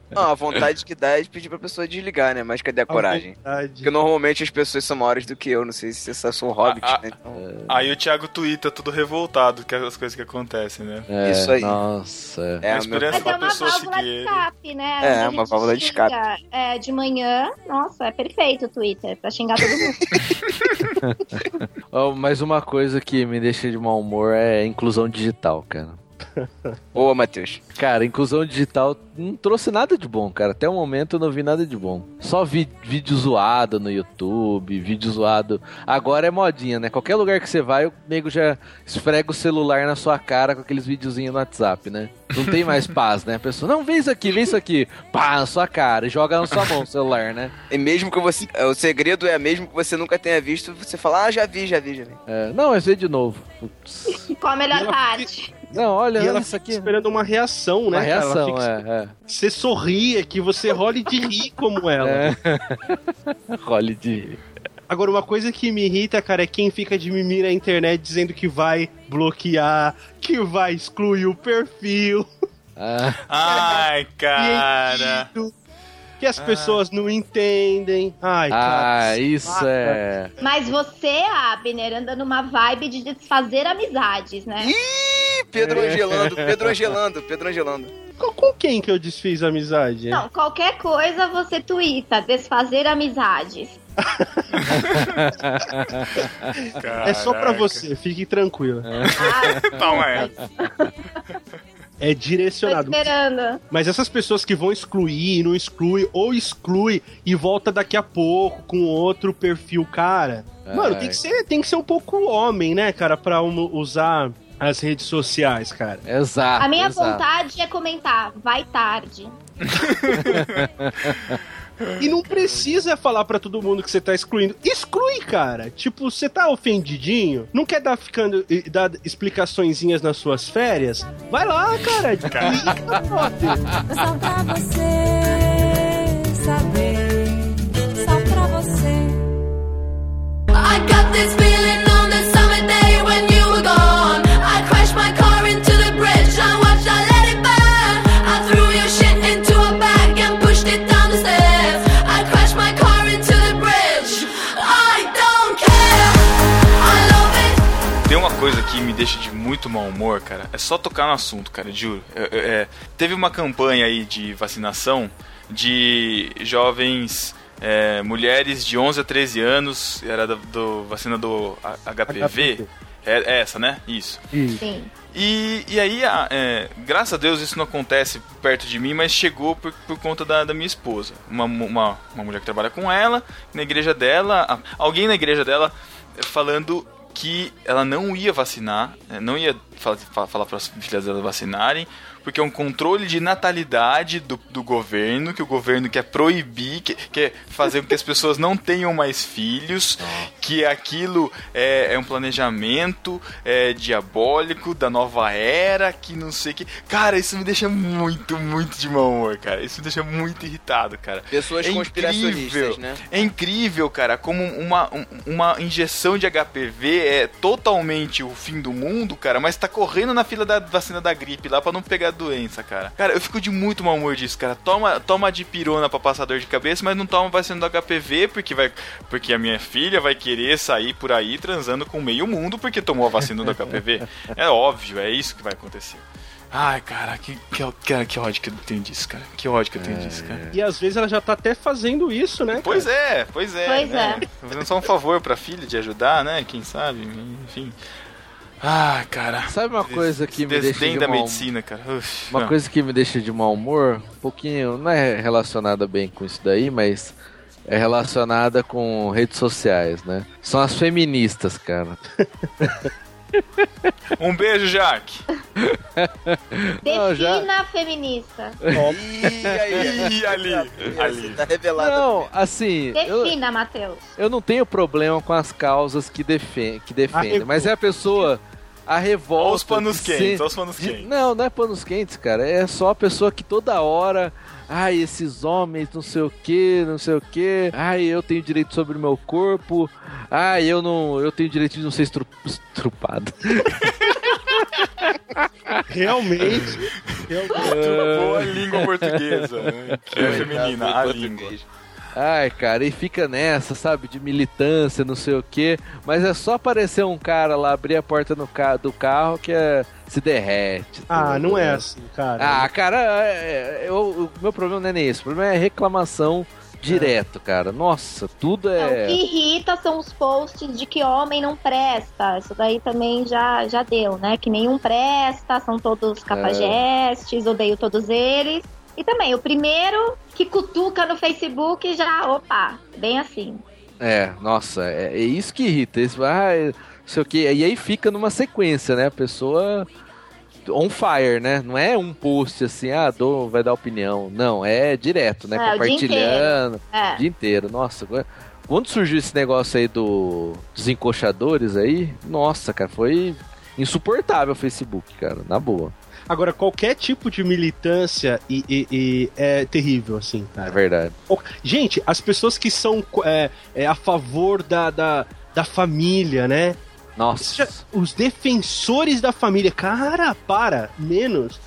S2: Não, a vontade que dá é de pedir pra pessoa desligar, né? Mas cadê a
S4: A
S2: coragem?
S4: vontade.
S2: Porque normalmente as pessoas são maiores do que eu, não sei se eu sou hobbit,
S1: Ah, ah,
S2: né? Então...
S1: Aí o Thiago tuita todo revoltado com as coisas que acontecem, né?
S3: É,
S2: Isso aí.
S3: Nossa.
S1: É,
S2: É,
S1: a
S2: o meu-
S1: esperança
S5: Mas é
S1: da
S5: uma
S1: pessoa
S5: válvula
S1: seguir
S5: de
S1: ele.
S5: escape, né?
S2: É,
S5: Quando a
S2: uma
S5: gente
S2: válvula de
S5: xinga,
S2: escape.
S5: é, de manhã, nossa, é perfeito o Twitter pra xingar todo mundo.
S3: Ó, mas uma coisa que me deixa de mau humor é a inclusão digital, cara.
S2: Boa, Matheus.
S3: Cara, inclusão digital não trouxe nada de bom, cara. Até o momento eu não vi nada de bom. Só vi vídeo zoado no YouTube, vídeo zoado. Agora é modinha, né? Qualquer lugar que você vai, o nego já esfrega o celular na sua cara com aqueles videozinhos no WhatsApp, né? Não tem mais paz, né? A pessoa, não, vê isso aqui, vê isso aqui. Pá, na sua cara. E joga na sua mão o celular, né?
S2: E mesmo que você. O segredo é mesmo que você nunca tenha visto, você fala, ah, já vi, já vi, já vi.
S3: É, não, mas vê de novo. Putz.
S5: Qual a melhor
S4: E ela
S5: parte?
S3: Não, olha,
S4: E ela
S3: isso
S4: fica
S3: aqui.
S4: esperando uma reação, né?
S3: Uma
S4: cara? Ela
S3: reação,
S4: fica
S3: é,
S4: Você sorria, que você role de rir como ela.
S3: é. é. Role de.
S4: Agora, uma coisa que me irrita, cara, é quem fica de mimir na internet dizendo que vai bloquear, que vai excluir o perfil.
S3: Ah,
S1: Ai, cara.
S4: E aí, que as pessoas não entendem. Ai, cara.
S3: ah, isso
S4: Ah,
S3: é.
S5: Mas você, Abner, anda numa vibe de desfazer amizades,
S3: É.
S5: né?
S2: Ih, Pedro
S1: É.
S2: Angelando, Pedro Angelando, Pedro Angelando.
S4: Com, com quem que eu desfiz a amizade? hein?
S5: Não, qualquer coisa você twitta, desfazer amizades.
S4: é só pra você, fique tranquila.
S5: Ah,
S1: Não é.
S4: É
S5: Tô
S4: direcionado.
S5: esperando.
S4: Mas essas pessoas que vão excluir e não exclui, ou exclui e volta daqui a pouco com outro perfil, cara. Mano, tem que, ser, tem que ser um pouco homem, né, cara, pra um- usar as redes sociais, cara.
S2: Ah,
S3: Exato.
S5: A minha
S3: exato.
S5: vontade é comentar, vai tarde.
S4: E não precisa falar pra todo mundo que você tá excluindo. Exclui, cara. Tipo, você tá ofendidinho, não quer dar ficando e dar explicaçõezinhas nas suas férias? Vai lá, cara. Clica, brother.
S10: Só pra você saber. Só pra você. I got this feeling on the summer day when you were gone. I crashed my car into the bridge. I watched, I let it burn. I threw your shit into a bag and pushed it down the stairs. I crashed my car into the bridge. I don't care. I love it.
S1: Tem uma coisa que me deixa de muito mau humor, cara. É só tocar no assunto, cara, juro. É, é, é, teve uma campanha aí de vacinação de jovens. é, mulheres de 11 a 13 anos, era da- do, vacina do H- HPV.
S4: HPV.
S1: É, é essa, né? Isso.
S5: Sim.
S1: E, e aí, a- é, graças a Deus, isso não acontece perto de mim, mas chegou por, por conta da, da minha esposa. Uma, mu- uma, uma mulher que trabalha com ela, na igreja dela, a- alguém na igreja dela eh, falando que ela não ia vacinar, eh, não ia fa- fa- falar para as filhas dela vacinarem, porque é um controle de natalidade do, do governo, que o governo quer proibir, que- quer fazer com que as pessoas não tenham mais filhos, que aquilo é, é um planejamento é, diabólico da nova era, que não sei o que. Cara, isso me deixa muito, muito de mau humor, cara. Isso me deixa muito irritado, cara.
S2: Pessoas
S1: É
S2: conspiracionistas,
S1: incrível.
S2: né?
S1: É incrível, cara, como uma, um- uma injeção de HPV é totalmente o fim do mundo, cara, mas tá correndo na fila da vacina da gripe lá pra não pegar a doença, cara. Cara, eu fico de muito mau humor disso, cara. Toma, toma de pirona pra passar dor de cabeça, mas não toma vacina do HPV porque vai porque a minha filha vai querer sair por aí transando com meio mundo porque tomou a vacina do HPV. É óbvio, é isso que vai acontecer. Ai, cara, que, que, cara, que ódio que eu tenho disso, cara. Que ódio que eu tenho disso, cara.
S4: E às vezes ela já tá até fazendo isso, né?
S1: Pois é, pois é.
S5: Pois
S1: né? Tô Fazendo só um favor pra filha de ajudar, né? Quem sabe, enfim. Ah, cara.
S3: Sabe uma coisa que me deixa
S1: Desdém
S3: de
S1: da
S3: mau
S1: medicina, cara. Uf,
S3: Uma
S1: não.
S3: coisa que me deixa de mau humor, um pouquinho, não é relacionada bem com isso daí, mas é relacionada com redes sociais, né? São as feministas, cara.
S1: Um beijo, Jaque.
S5: Defina
S3: Não, já-
S5: feminista.
S2: Ih, aí,
S1: Ih, ali.
S3: é
S2: ali.
S1: Ali.
S2: tá revelada.
S3: Não, assim, eu,
S5: Defina, Matheus.
S3: eu não tenho problema com as causas que, defen que defendem,
S4: revolta.
S3: mas é a pessoa, a revolta...
S1: Olha os panos
S3: que
S1: quentes,
S3: se-
S1: olha os panos
S3: De-
S1: quentes.
S3: Não, não é panos quentes, cara. É só a pessoa que toda hora. Ai, esses homens, não sei o que, não sei o que. Ai, eu tenho direito sobre o meu corpo. Ai, eu não. Eu tenho direito de não ser estru- estrupado.
S4: Realmente. realmente.
S1: Boa língua portuguesa. né? Ah. Que
S2: Tá,
S1: é feminina, a língua.
S3: Ai, cara, e fica nessa, sabe? De militância, não sei o que. Mas é só aparecer um cara lá, abrir a porta no ca- do carro que é, se derrete.
S4: Ah,
S3: tudo,
S4: não é
S3: né?
S4: assim, cara.
S3: Ah, cara, é- é- eu- o meu problema não é nem esse. O problema é reclamação direto, cara. Nossa, tudo
S5: Não,
S3: é.
S5: o que irrita são os posts de que homem não presta. Isso daí também já, já deu, né? Que nenhum presta, são
S3: É.
S5: todos cafajestes, odeio todos eles. E também, o primeiro que cutuca no Facebook já, opa, bem assim.
S3: É, nossa, é, é isso que irrita. Esse, ah, é- não sei o que. E aí fica numa sequência, né? A pessoa on fire, né? Não é um post assim, ah, dou, vai dar opinião. Não, é direto, né?
S5: É, o dia
S3: Compartilhando
S5: É.
S3: o dia inteiro. Nossa, agora- quando surgiu esse negócio aí do, dos encoxadores aí, nossa, cara, foi insuportável o Facebook, cara, na boa.
S4: Agora, qualquer tipo de militância e, e- e é terrível, assim,
S3: É
S4: cara.
S3: verdade.
S4: Ou- Gente, as pessoas que são é, é, a favor da, da, da família, né?
S3: Nossa.
S4: Isso já- Os defensores da família. Cara, para, menos.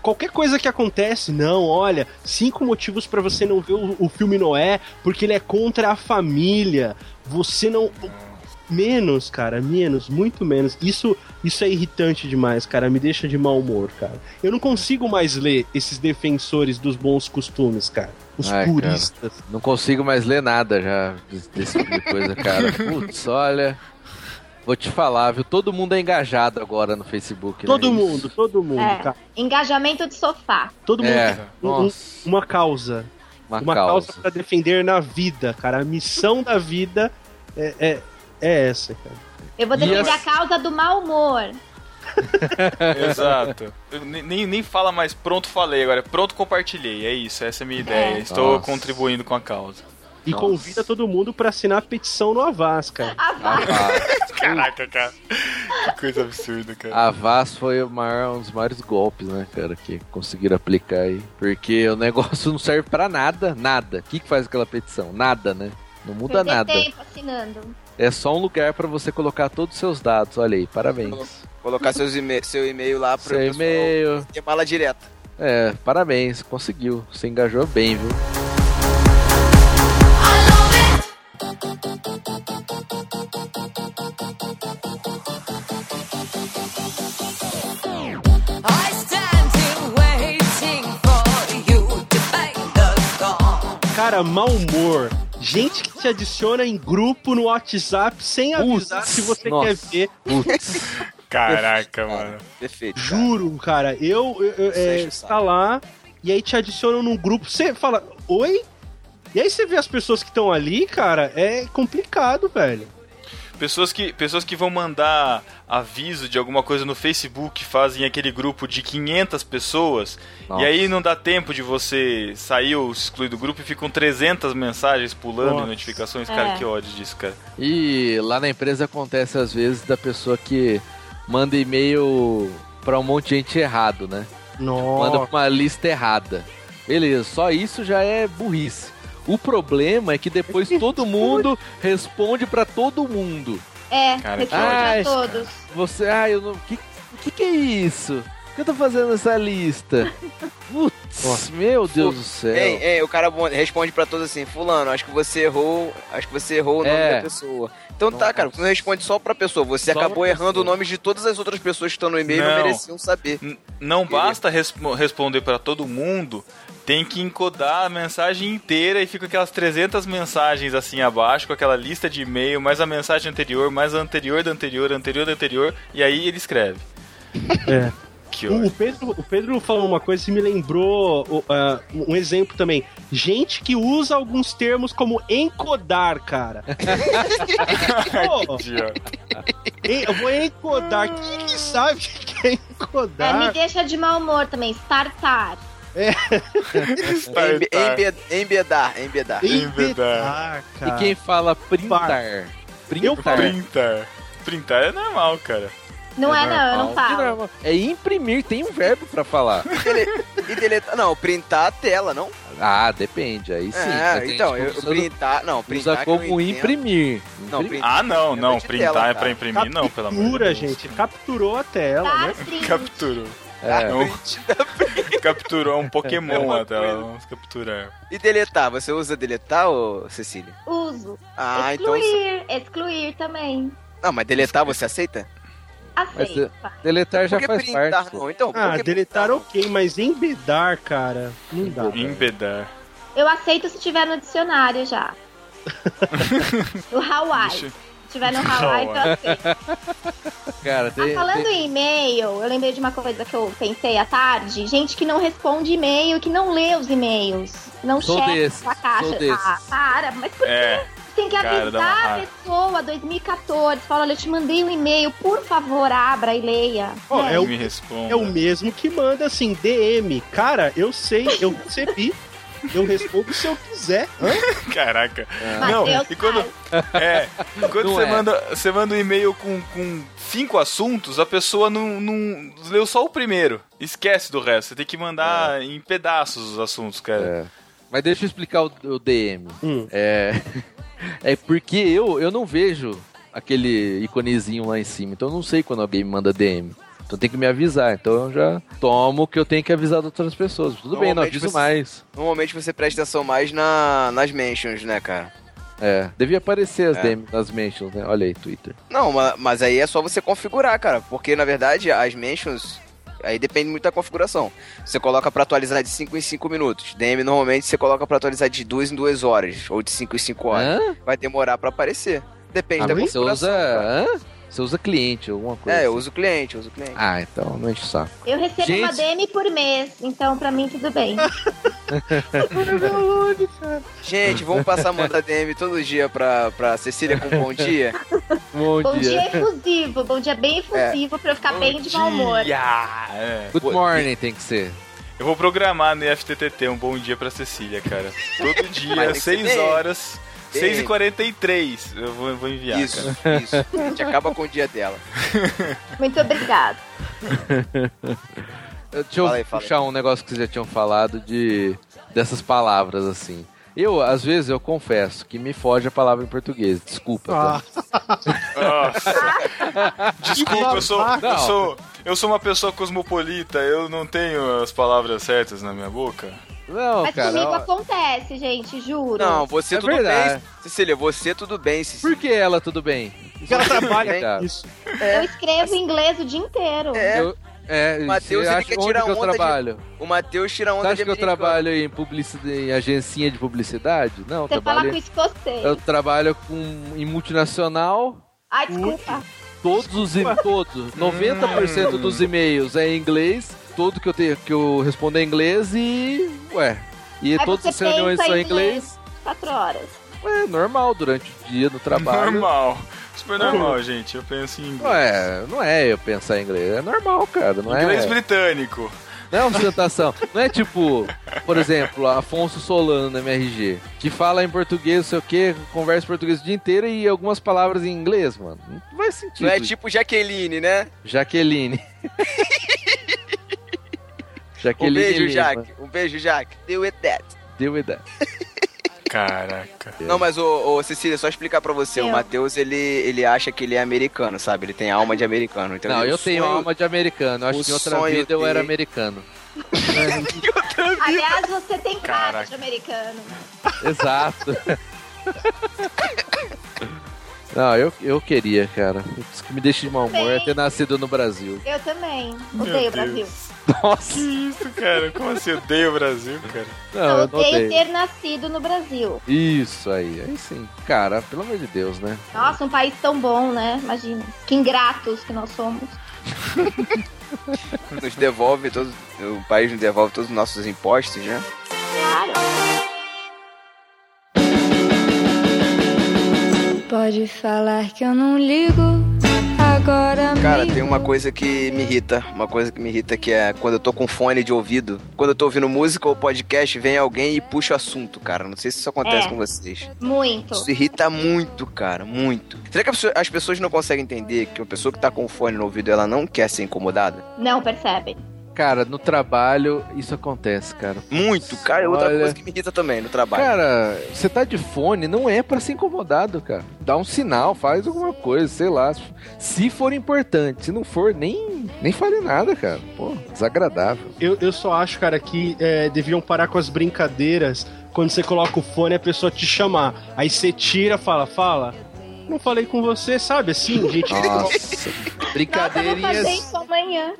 S4: Qualquer coisa que acontece, não, olha, cinco motivos pra você não ver o, o filme Noé, porque ele é contra a família. Você não. Menos, cara, menos, muito menos. Isso, isso é irritante demais, cara. Me deixa de mau humor, cara. Eu não consigo mais ler esses defensores dos bons costumes, cara. Os
S3: Ai, cara.
S4: puristas.
S3: Não consigo mais ler nada já desse desse tipo de coisa, cara. Putz, olha. Vou te falar, viu? Todo mundo é engajado agora no Facebook. né?
S4: Todo
S3: Isso.
S4: mundo, todo mundo,
S5: É.
S4: cara.
S5: Engajamento de sofá.
S4: Todo mundo
S3: É,
S4: tem um-
S3: nossa.
S4: uma causa.
S3: Uma,
S4: uma
S3: causa.
S4: causa pra defender na vida, cara. A missão da vida é, é, é essa, cara.
S5: Eu vou defender
S3: Yes.
S5: a causa do mau humor.
S1: Exato. Eu ne- nem, nem fala mais pronto falei, agora é pronto compartilhei. É isso, essa é a minha ideia. Estou
S3: Nossa.
S1: contribuindo com a causa.
S4: E
S3: Nossa.
S4: convida todo mundo pra assinar a petição no Avaz, cara.
S5: A va-
S1: Caraca, cara. Que coisa absurda, cara.
S3: A Vaz foi o maior- um dos maiores golpes, né, cara, que conseguiram aplicar aí. Porque o negócio não serve pra nada, nada. O que, que faz aquela petição? Nada, né? Não muda
S5: perder
S3: nada.
S5: tempo assinando.
S3: É só um lugar pra você colocar todos os seus dados. Olha aí, parabéns.
S2: Colocar seus e seu e-mail lá pro
S3: Seu e-mail.
S2: queimá-la direta.
S3: É, parabéns, conseguiu. Você engajou bem, viu?
S10: I stand here waiting for you to make the call.
S4: Cara, mau humor. Gente que te adiciona em grupo no WhatsApp sem avisar
S3: Putz,
S4: se você
S3: nossa.
S4: quer ver.
S3: Putz.
S1: Caraca, mano.
S2: Perfeito. cara.
S4: Juro, cara. Eu, eu, eu- é,
S2: Fecha o
S4: está
S2: saco.
S4: lá e aí te adicionam num grupo. Você fala, oi? E aí você vê as pessoas que estão ali, cara. É complicado, velho.
S1: Pessoas que, pessoas que vão mandar aviso de alguma coisa no Facebook fazem aquele grupo de 500 pessoas
S3: Nossa.
S1: e aí não dá tempo de você sair ou se excluir do grupo e ficam 300 mensagens pulando
S4: Nossa.
S1: e notificações. Cara,
S5: É.
S1: que ódio disso, cara.
S3: E lá na empresa acontece às vezes da pessoa que manda e-mail pra um monte de gente errado, né? Manda
S4: Nossa.
S3: pra uma lista errada. Beleza, só isso já é burrice. O problema é que depois todo mundo responde pra todo mundo.
S5: É,
S1: Cara,
S5: responde
S1: que
S5: a
S3: ódio.
S5: todos.
S3: Você, ah, eu não. O que, que, que é isso? Por que eu tô fazendo essa lista? Putz, meu Deus
S4: é,
S3: do céu.
S2: Ei, ei, o cara bom- responde pra todos assim, fulano, acho que você errou, acho que você errou o nome
S3: É.
S2: da pessoa. Então tá, cara, você não responde só pra pessoa, você
S3: Só
S2: acabou
S3: pra
S2: errando
S3: pessoa.
S2: o nome de todas as outras pessoas que estão no e-mail e
S1: Não.
S2: não mereciam saber.
S1: N- Não basta respo- responder pra todo mundo, tem que encodar a mensagem inteira e fica aquelas 300 mensagens assim abaixo, com aquela lista de e-mail, mais a mensagem anterior, mais a anterior da anterior, anterior da anterior, e aí ele escreve.
S4: É.
S1: Que
S4: O,
S1: ódio.
S4: o Pedro, o Pedro falou uma coisa que me lembrou o, ah, um exemplo também. Gente que usa alguns termos como encodar, cara. Pô,
S1: Que ódio.
S4: en- eu vou encodar. Quem que sabe o que é
S5: É, me
S3: Ah.
S4: encodar?
S5: deixa de mau humor também. Startar.
S3: Tá,
S2: Embe-
S1: Startar.
S2: embe- Embedar, embedar.
S1: É
S4: Embedar,
S3: É E
S4: cara.
S3: quem fala printar?
S4: Eu
S3: Printar.
S1: Printar. tá. Printar é normal, cara.
S5: Não é, não, eu não
S3: De
S5: falo.
S3: normal. É imprimir, tem um verbo pra falar.
S2: E deletar, não, printar a tela, não?
S3: Ah, depende, aí sim.
S2: é,
S3: Mas tem
S2: então,
S3: gente que
S2: eu, eu
S3: usa-
S2: printar, não, printar
S3: usa
S2: que eu
S3: como um
S2: entendo.
S3: imprimir.
S2: Não,
S3: Imprimir.
S1: Ah, não,
S2: É
S1: não.
S2: de
S1: Printar
S2: tela,
S1: é
S2: cara.
S1: pra imprimir,
S4: Captura,
S1: não, pelo amor de Deus.
S4: gente. Capturou a tela,
S5: Tá,
S4: né?
S5: sim.
S1: Capturou.
S2: Tá?
S3: É.
S1: Não.
S2: Print-
S1: Capturou um
S4: É
S1: Pokémon
S4: uma
S1: a tela. Vamos capturar.
S2: E deletar, você usa deletar, ô Cecília?
S5: Uso.
S2: Ah, então.
S5: excluir. Excluir também.
S2: Não, mas deletar você aceita?
S5: Aceita.
S3: Deletar já
S2: Por que
S3: faz
S2: printar
S3: parte. pô.
S2: não? Então, por
S4: Ah,
S2: que
S4: deletar
S2: printar,
S4: ok, mas embedar, cara, não dá.
S1: Embedar.
S5: Eu aceito se tiver no dicionário já. no Hawaii.
S1: Deixa-
S5: Se tiver no Hawaii, então eu aceito.
S3: Cara,
S5: Ah,
S3: tem,
S5: falando
S3: tem-
S5: em e-mail, eu lembrei de uma coisa que eu pensei à tarde. Gente que não responde e-mail, que não lê os e-mails. Não
S3: Sou
S5: checa
S3: desses,
S5: a caixa.
S3: sou desses.
S5: Ah, para. Mas por
S1: É.
S5: que tem que
S1: Cara, dá uma
S5: avisar a
S1: raiva.
S5: pessoa 2014? Fala, olha, eu te mandei um e-mail, por favor, abra e leia.
S4: Ó,
S5: Né?
S4: é o
S1: Me responda.
S4: É o mesmo que manda assim, DM. Cara, eu sei, eu recebi. Eu respondo se eu quiser. Hã?
S1: Caraca.
S3: É.
S5: Mas
S1: Não,
S5: Deus
S1: e quando,
S5: sabe.
S1: é, e quando
S3: Não
S1: você,
S3: é.
S1: Manda, você manda um e-mail com, com cinco assuntos, a pessoa não, não leu só o primeiro. Esquece do resto. Você tem que mandar em pedaços os assuntos, cara.
S3: É. Mas deixa eu explicar o, o DM.
S4: Hum.
S3: É... é porque eu, eu não vejo aquele iconezinho lá em cima, então eu não sei quando alguém me manda DM. Então tem que me avisar. Então eu já tomo que eu tenho que avisar as outras pessoas. Tudo bem, não
S2: Normalmente
S3: aviso
S2: você-
S3: mais.
S2: Normalmente você presta atenção mais na, nas mentions, né, cara?
S3: É, devia aparecer as
S2: É.
S3: DM nas mentions, né? Olha aí, Twitter.
S2: Não, ma- mas, aí é só você configurar, cara. Porque, na verdade, as mentions... Aí depende muito da configuração. Você coloca pra atualizar de 5 em 5 minutos. DM, normalmente, você coloca pra atualizar de 2 em 2 horas. Ou de 5 em 5 horas.
S3: Hã?
S2: Vai demorar pra aparecer. Depende
S3: Ah,
S2: da
S3: você usa.
S2: configuração. cara.
S3: Hã? Você usa cliente, alguma coisa.
S2: É, eu
S3: assim.
S2: uso o cliente, eu uso o cliente.
S3: Ah, então não enche o saco.
S5: Eu recebo uma
S3: Gente.
S5: DM por mês, então pra mim tudo bem.
S2: Gente, vamos passar a mandar DM todo dia pra, pra Cecília com um bom dia?
S3: Bom,
S5: Bom
S3: dia.
S5: dia efusivo, bom dia bem efusivo pra eu ficar bem de mau humor.
S1: Yeah, é.
S3: Good morning tem que ser.
S1: Eu vou programar no FTTT um bom dia pra Cecília, cara. Todo
S2: Mas
S1: dia,
S2: tem que
S1: 6
S2: ser.
S1: horas,
S2: Tem.
S1: 6h43. Eu vou, eu vou enviar,
S2: Isso,
S1: cara.
S2: isso. A gente acaba com o dia dela.
S5: Muito obrigada.
S3: Eu- Deixa eu
S2: Fala aí, fala
S3: puxar um negócio que vocês já tinham falado de dessas palavras assim. Eu, às vezes, eu confesso que me foge a palavra em português. Desculpa.
S4: Ah,
S3: tá?
S1: Nossa. Desculpa, eu sou, eu,
S3: Não.
S1: sou, eu sou uma pessoa cosmopolita, eu não tenho as palavras certas na minha boca.
S3: Não,
S5: Mas
S3: cara.
S5: comigo
S3: ó,
S5: acontece, gente, juro.
S2: Não, você
S3: É
S2: tudo
S3: verdade.
S2: bem. Cecília, você tudo bem, Cecília.
S3: Por que ela tudo bem?
S4: Porque ela trabalha
S3: Cara,
S4: com isso.
S5: Eu escrevo em inglês o dia inteiro.
S2: É,
S3: Eu, é,
S2: Mateus,
S3: você
S2: ele
S3: acha
S2: quer
S3: onde
S2: tirar
S3: que eu
S2: onda de-
S3: trabalho?
S2: o Matheus tira
S3: Você
S2: onda
S3: acha que eu
S2: americano.
S3: trabalho em publicidade, em agencinha de publicidade? Não, eu
S5: Você fala
S3: trabalho,
S5: com escocês.
S3: eu trabalho com, em multinacional.
S5: Ai, desculpa.
S3: Todos os e- todos, 90% dos e-mails é em inglês, todo que eu tenho que eu respondo é em inglês e ué. E
S5: Aí
S3: todas
S5: você
S3: as reuniões
S5: pensa
S3: são em
S5: em
S3: inglês.
S5: Quatro horas.
S3: É normal durante o dia no trabalho.
S1: Normal. Super normal, gente. Eu penso em inglês.
S3: Não é, não é eu pensar em inglês, é normal, cara, não
S1: Inglês
S3: é.
S1: britânico.
S3: Não é ostentação. Não é tipo, por exemplo, Afonso Solano no MRG, que fala em português, não sei o quê, conversa em português o dia inteiro e algumas palavras em inglês, mano. Não faz sentido.
S2: Não é tipo Jaqueline, né?
S3: Jaqueline.
S2: Um
S3: Jaqueline. é.
S2: beijo,
S3: Lima.
S2: Jaque. Um beijo, Jaque. Deal with that.
S3: Deal with that.
S1: Caraca.
S3: É.
S2: Não, mas, ô, ô, Cecília, só explicar pra você. O
S5: Eu.
S2: Matheus, ele, ele acha que ele é americano, sabe? Ele tem alma de americano. Então
S3: Não,
S2: ele-
S3: eu
S2: o
S3: tenho
S2: sonho-
S3: alma de americano. Eu acho
S2: o
S3: que em outra
S2: sonho
S3: vida eu era
S2: dele-
S3: americano.
S5: Aliás, você tem cara
S1: Caraca.
S5: de americano.
S3: Exato. Não, eu, eu queria, cara. Isso que me deixa de mau humor é ter nascido no Brasil.
S5: Eu também.
S1: Meu
S5: Odeio o
S1: Deus.
S5: Brasil.
S1: Que
S3: Nossa!
S1: isso, cara? Como assim? Eu odeio o Brasil, cara.
S3: Não,
S5: eu
S3: eu não
S5: odeio
S3: odeio.
S5: ter nascido no Brasil.
S3: Isso aí, aí sim. Cara, pelo amor de Deus, né?
S5: Nossa, um país tão bom, né? Imagina. Que ingratos que nós somos.
S2: Nos devolve todos... O país nos devolve todos os nossos impostos, né?
S5: Claro.
S10: Pode falar que eu não ligo agora
S2: Cara,
S10: amigo.
S2: tem uma coisa que me irrita, uma coisa que me irrita que é quando eu tô com fone de ouvido, quando eu tô ouvindo música ou podcast, vem alguém e puxa o assunto, cara. Não sei se isso acontece
S5: É.
S2: com vocês.
S5: Muito.
S2: Isso irrita muito, cara, muito. Será que a pessoa- as pessoas não conseguem entender que uma pessoa que tá com fone no ouvido, ela não quer ser incomodada?
S5: Não percebem.
S3: Cara, no trabalho isso acontece, cara.
S2: Muito, cara. É outra
S3: Olha.
S2: coisa que me irrita também no trabalho.
S3: Cara, você tá de fone, não é pra ser incomodado, cara. Dá um sinal, faz alguma coisa, sei lá. Se for importante, se não for, nem, nem fale nada, cara. Pô, desagradável.
S4: Eu, eu só acho, cara, que é, deviam parar com as brincadeiras quando você coloca o fone e a pessoa te chamar. Aí você tira, fala, fala. Não falei com você, sabe? Assim, gente.
S3: Nossa,
S5: Nossa, eu vou fazer
S3: brincadeirinhas.
S5: isso amanhã.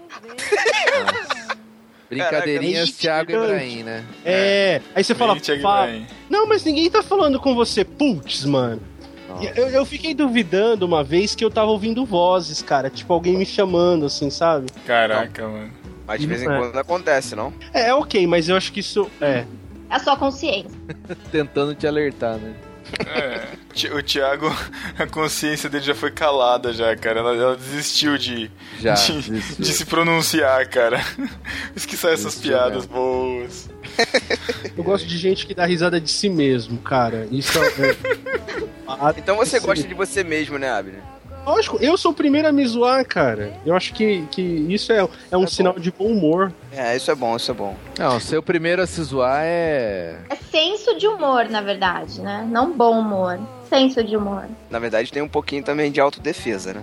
S3: Brincadeirinhas
S4: Caraca,
S3: Thiago
S4: gigante.
S3: Ibrahim, né?
S4: É. Aí você fala,
S1: Bem, Thiago
S4: fala.
S1: Ibrahim.
S4: Não, mas ninguém tá falando com você. Putz, mano.
S3: Nossa.
S4: Eu, eu fiquei duvidando uma vez que eu tava ouvindo vozes, cara. Tipo, alguém me chamando, assim, sabe?
S1: Caraca, mano.
S2: Mas de vez em
S4: É.
S2: quando acontece, não?
S4: É, é ok, mas eu acho que isso. É.
S5: É a sua consciência.
S3: Tentando te alertar, né?
S1: É, Ti- o Thiago, a consciência dele já foi calada já, cara. Ela, ela desistiu de,
S3: Já.
S1: de,
S3: desistiu.
S1: de se pronunciar, cara. Esqueça essas
S3: Desistiu
S1: piadas boas.
S4: Eu gosto de gente que dá risada de si mesmo, cara. Isso é. é-
S2: Então você
S4: Sim.
S2: gosta de você mesmo, né, Abner?
S4: Lógico, eu sou o primeiro a me zoar, cara. Eu acho que, que isso é, é um
S2: bom.
S4: sinal de bom humor.
S2: É, isso é bom, isso é bom.
S3: Não, ser o primeiro a se zoar é.
S5: É senso de humor, na verdade, né? Não bom humor. Senso de humor.
S2: Na verdade, tem um pouquinho também de autodefesa, né?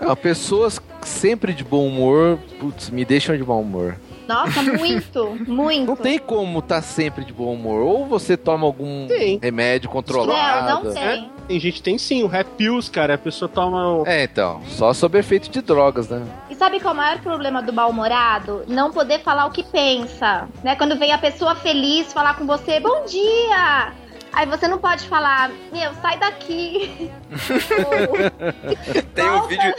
S3: Ah, pessoas sempre de bom humor, putz, me deixam de mau humor.
S5: Nossa, muito, muito.
S3: Não tem como estar sempre de bom humor. Ou você toma algum
S4: Tem.
S3: remédio controlado.
S5: Não, não tem.
S4: É, tem gente que tem sim, o Happy Pills, cara. A pessoa toma. um-
S3: É, então, só sob efeito de drogas, né?
S5: E sabe qual é o maior problema do mal-humorado? Não poder falar o que pensa. Né? Quando vem a pessoa feliz falar com você, bom dia! Aí você não pode falar, meu, sai daqui. Ou,
S2: Tem um vídeo.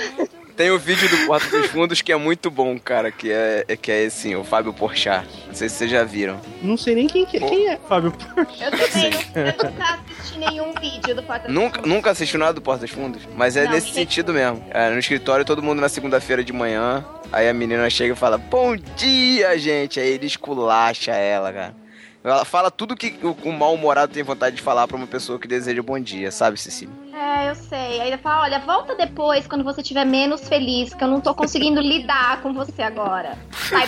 S2: Tem um vídeo do Porta dos Fundos que é muito bom, cara, que é, é- que é assim, o Fábio Porchat. Não sei se vocês já viram.
S4: Não sei nem quem que é. Quem é, Fábio?
S5: eu também não, eu nunca assisti nenhum vídeo do Porta dos
S2: Nunca,
S5: Fundos.
S2: nunca assistiu nada do Porta dos Fundos, mas é
S5: Não,
S2: nesse
S5: ninguém.
S2: sentido mesmo. É, no escritório, todo mundo na segunda-feira de manhã, aí a menina chega e fala, bom dia, gente! Aí ele esculacha ela, cara. Ela fala tudo que o, o mal-humorado tem vontade de falar pra uma pessoa que deseja bom dia, sabe, Cecília?
S5: É, eu sei. Aí ele fala, olha, volta depois quando você estiver menos feliz, que eu não tô conseguindo lidar com você agora. Sai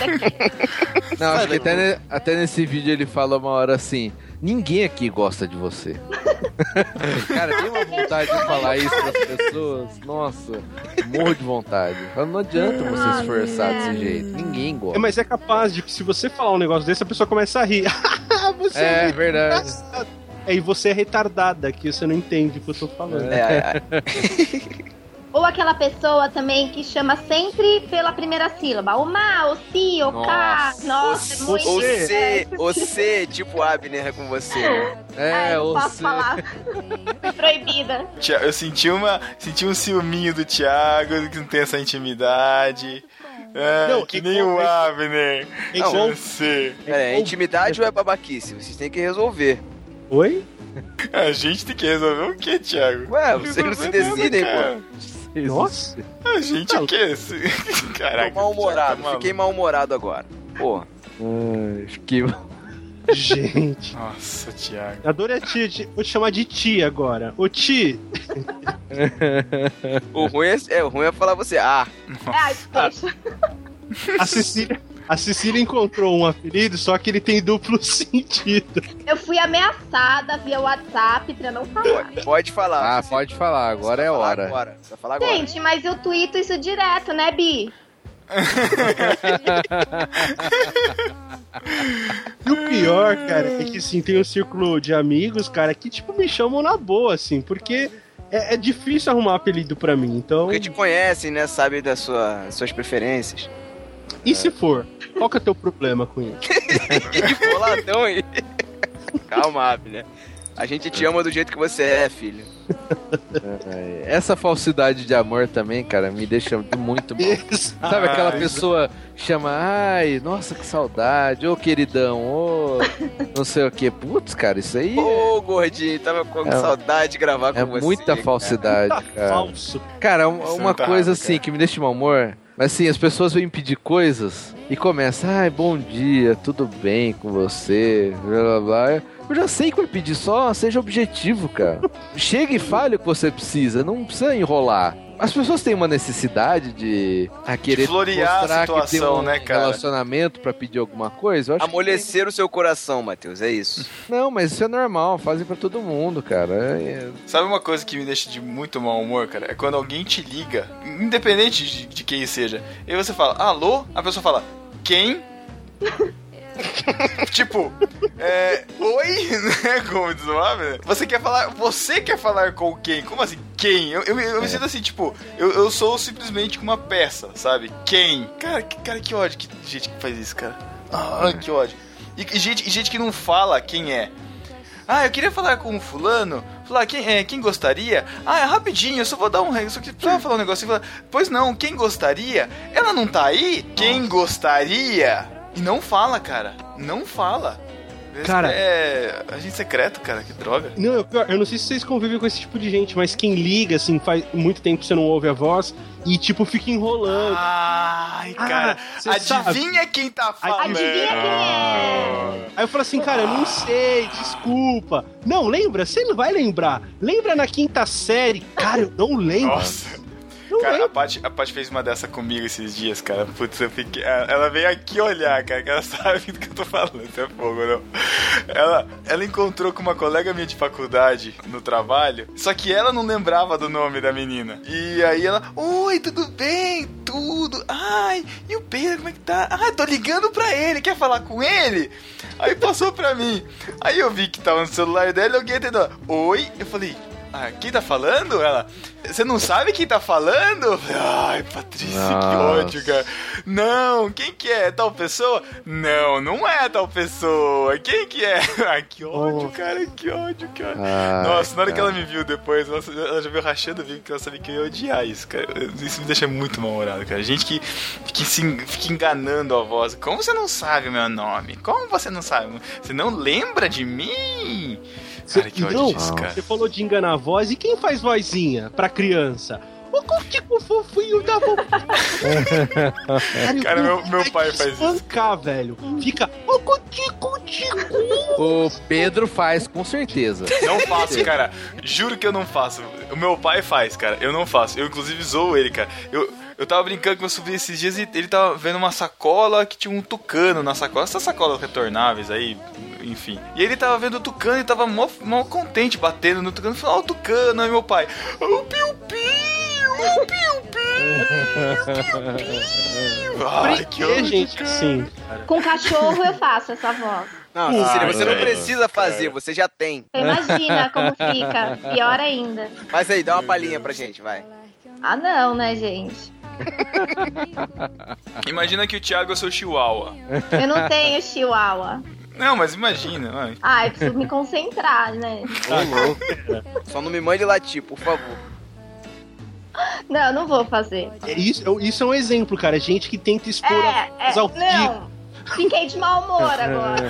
S5: daqui.
S3: Não, acho que até, ne- até nesse vídeo ele fala uma hora assim: ninguém aqui gosta de você. Cara, tem uma vontade de falar isso pras pessoas. Nossa, morro de vontade. Fala, Não adianta você se esforçar desse jeito. Ninguém
S4: É,
S3: gosta.
S4: mas é capaz de que se você falar um negócio desse, a pessoa começa a rir. você é,
S5: um
S3: É,
S4: muito
S3: verdade.
S4: engraçado. É, e você é retardada, que você não entende o que eu tô falando.
S2: É, a- a-
S5: Ou aquela pessoa também que chama sempre pela primeira sílaba. O ma, o si, o ka.
S3: Nossa.
S5: Nossa, é muito
S2: ou
S4: Você.
S2: você, você, tipo Abner com você. né?
S5: Ai,
S3: É,
S5: não
S3: ou
S5: posso
S3: se-
S5: falar. Fui proibida.
S1: Tia- Eu senti, uma, senti um ciúminho do Thiago, que não tem essa intimidade. É,
S4: Não,
S1: que
S4: e
S1: nem
S4: com-
S1: o Abner.
S4: É
S1: Não,
S4: igual-
S1: você.
S2: Pera, é intimidade ou é babaquice? Vocês têm que resolver.
S4: Oi?
S1: A gente tem que resolver o que, Thiago?
S2: Ué, vocês não se
S1: Resolver nada,
S2: decidem, pô.
S1: cara.
S4: Nossa.
S1: A gente o quê? Se- Caraca.
S2: Tô mal-humorado,
S1: Thiago tá
S2: fiquei
S1: maluco.
S2: mal-humorado agora. Pô,
S3: Ai, que...
S4: Gente.
S1: Nossa, Thiago.
S4: Adoro a tia. tia. Vou te chamar de tia agora. Ô, tia.
S2: o ruim é, é, o ruim é falar você. Ah,
S5: Ai, deixa.
S4: A Cecília. A Cecília encontrou um apelido, só que ele tem duplo sentido.
S5: Eu fui ameaçada via WhatsApp pra não falar.
S2: pode, pode falar.
S3: Ah, pode falar, agora é a
S2: Falar
S3: hora.
S2: Agora. Você vai falar agora.
S5: Gente, mas eu tuito isso direto, né, Bi?
S4: E o pior, cara, é que assim, tem um círculo de amigos, cara, que tipo me chamam na boa, assim, porque é, é difícil arrumar apelido pra mim. Então.
S2: Porque te conhecem, né? Sabe das sua- das suas preferências.
S4: E se for? Qual que é o teu problema com isso?
S2: Que boladão aí. Calma, Abner. A gente te ama do jeito que você é, filho.
S3: Ai, Essa falsidade de amor também, cara, me deixa muito mal.
S4: Isso.
S3: Sabe aquela
S1: Ai,
S3: pessoa que chama, ai, nossa, que saudade, ô queridão, ô não sei o que. Putz, cara, isso aí é-
S2: Ô, gordinho, tava com
S3: É-
S2: saudade de gravar com
S3: é,
S2: você.
S3: muita
S2: cara.
S3: falsidade, cara.
S4: Tá Falso.
S3: Cara, um-
S1: Isso
S3: uma
S1: não tá
S3: coisa
S1: errado,
S3: assim
S1: cara.
S3: que me deixa de mau humor, mas assim, as pessoas vêm pedir coisas e começa, ai, bom dia, tudo bem com você, blá blá blá. Eu já sei que vai pedir, só seja objetivo, cara. Chega e fale o que você precisa, não precisa enrolar. As pessoas têm uma necessidade de a querer
S1: florear a
S3: mostrar que tem
S1: situação,
S3: um
S1: né, cara?
S3: relacionamento pra pedir alguma coisa. Eu acho que-
S2: Amolecer o seu coração, Matheus, é isso.
S3: Não, mas isso é normal, fazem pra todo mundo, cara. É-
S1: Sabe uma coisa que me deixa de muito mau humor, cara? É quando alguém te liga, independente de, de quem seja. E você fala, alô? A pessoa fala, quem? tipo, é. Oi? Né? Como diz o nome? né? Você quer falar. Você quer falar com quem? Como assim? Quem? Eu, eu, eu me sinto assim, tipo, eu, eu sou simplesmente uma peça, sabe? Quem? Cara, que, cara, que ódio que gente que faz isso, cara. Ah, que ódio. E, e gente, e gente que não fala quem é. Ah, eu queria falar com o fulano. Falar, quem, é, quem gostaria? Ah, é rapidinho, eu só vou dar um... re- Só que precisava falar um negócio. e falar, pois não, quem gostaria? Ela não tá aí? Quem gostaria? E não fala, cara. Não fala. Esse
S4: Cara-
S1: É agente secreto, cara. Que droga.
S4: Não, eu, eu não sei se vocês convivem com esse tipo de gente, mas quem liga, assim, faz muito tempo que você não ouve a voz e, tipo, fica enrolando.
S1: Ai,
S4: Ah,
S1: cara.
S4: cê
S1: adivinha quem tá falando.
S5: Adivinha quem é?
S4: Aí eu falo assim, cara, eu não sei, desculpa. Não, lembra? Você não vai lembrar. Lembra na quinta série? Cara, eu não lembro.
S1: Nossa.
S4: Não
S1: Cara, a Paty, a Paty fez uma dessa comigo esses dias, cara. Putz, eu fiquei. ah, Ela veio aqui olhar, cara, que ela sabe do que eu tô falando. Isso é fogo, não. Ela, ela encontrou com uma colega minha de faculdade no trabalho, só que ela não lembrava do nome da menina. E aí ela, oi, tudo bem? Tudo. Ai, e o Pedro, como é que tá? Ah, tô ligando pra ele, quer falar com ele? Aí passou pra mim. Aí eu vi que tava no celular dela e alguém atendeu. Oi? Eu falei. Ah, quem tá falando? Ela. Você não sabe quem tá falando? Eu falei, Ai, Patrícia, que
S3: Nossa.
S1: ódio, cara. Não, quem que é? É Tal pessoa? Não, não é tal pessoa. Quem que é? Ah, que ódio, cara, que ódio, cara.
S3: Oh. Ai,
S1: nossa, na hora que ela me viu depois, nossa, ela já veio rachando o bico que ela sabia que eu ia odiar isso, cara. Isso me deixa muito mal-humorado, cara. Gente que, que se en- fica enganando a voz. Como você não sabe o meu nome? Como você não sabe? Você não lembra de mim?
S4: Cê-
S1: Cara, que ódio
S4: não,
S1: disso, cara.
S4: você falou de enganar a voz. E quem faz vozinha pra criança? O Curtico fofinho da vovó.
S1: Cara, meu- meu
S4: Vai
S1: pai
S4: te
S1: faz isso.
S4: Espancar, velho. Fica. O Curtico, Tico.
S3: O Pedro faz, com certeza.
S1: Não faço, cara. Juro que eu não faço. O meu pai faz, cara. Eu não faço. Eu, inclusive, zoo ele, cara. Eu, eu tava brincando com meu sobrinho esses dias e ele tava vendo uma sacola que tinha um tucano na sacola. Essas sacolas retornáveis aí, enfim. E ele tava vendo o tucano e tava mó, mó contente batendo no tucano. Falando, ó, o tucano. Aí meu pai, "Ó, o piu-piu, o piu-piu, o piu-piu. Ai, que
S4: Que
S1: ódio.
S4: gente assim.
S3: Ah.
S4: cara.
S5: Com cachorro eu faço essa voz.
S2: Não, Cecília, você não precisa fazer, você já tem.
S5: Você imagina como fica. Pior ainda.
S2: Mas aí, dá uma palhinha pra gente, vai.
S5: Ah, não, né, gente?
S1: Imagina que o Thiago é seu chihuahua.
S5: Eu não tenho chihuahua.
S1: Não, mas imagina. vai.
S5: Ah, eu preciso me concentrar, né?
S2: Só não me mande latir, por favor.
S5: Não, eu não vou fazer.
S4: É Isso, é- isso é um exemplo, cara. Gente que tenta expor
S5: É,
S4: a
S5: é,
S4: voz ao vivo.
S5: não. Fiquei de mau humor agora.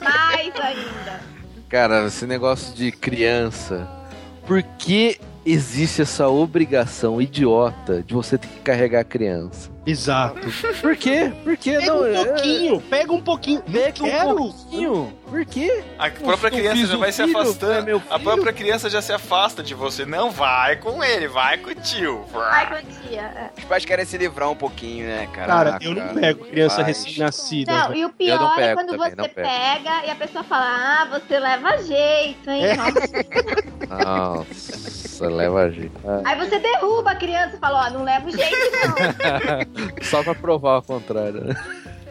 S5: Mais ainda.
S3: Cara, esse negócio de criança. Por que existe essa obrigação idiota de você ter que carregar a criança?
S4: Exato.
S3: Por quê? Por quê?
S4: Pega
S3: não,
S4: um
S3: é-
S4: pouquinho, pega um pouquinho. Não
S3: Pega
S4: quero.
S3: um pouquinho. Por quê?
S1: A própria
S3: Eu
S1: criança
S3: fiz
S1: já
S3: um
S1: vai se
S3: filho,
S1: afastando.
S3: é meu
S1: a
S3: filho.
S1: própria criança já se afasta de você. Não vai com ele, vai com o tio.
S5: Ai, coitinha. é.
S2: Os pais querem se livrar um pouquinho, né, cara?
S4: Cara,
S2: Ah,
S4: eu não
S2: cara,
S4: pego criança
S2: faz.
S4: recém-nascida.
S5: Não,
S4: velho.
S5: e
S3: Eu
S5: o
S3: não
S5: pior é
S3: pego
S5: quando
S3: também, não
S5: você
S3: pego.
S5: pega e a pessoa fala, ah, você leva jeito,
S3: É.
S5: hein? Nossa.
S3: Nossa, leva a jeito.
S5: Aí você derruba a criança e fala, ó, não leva jeito não.
S3: Só pra provar o contrário. né?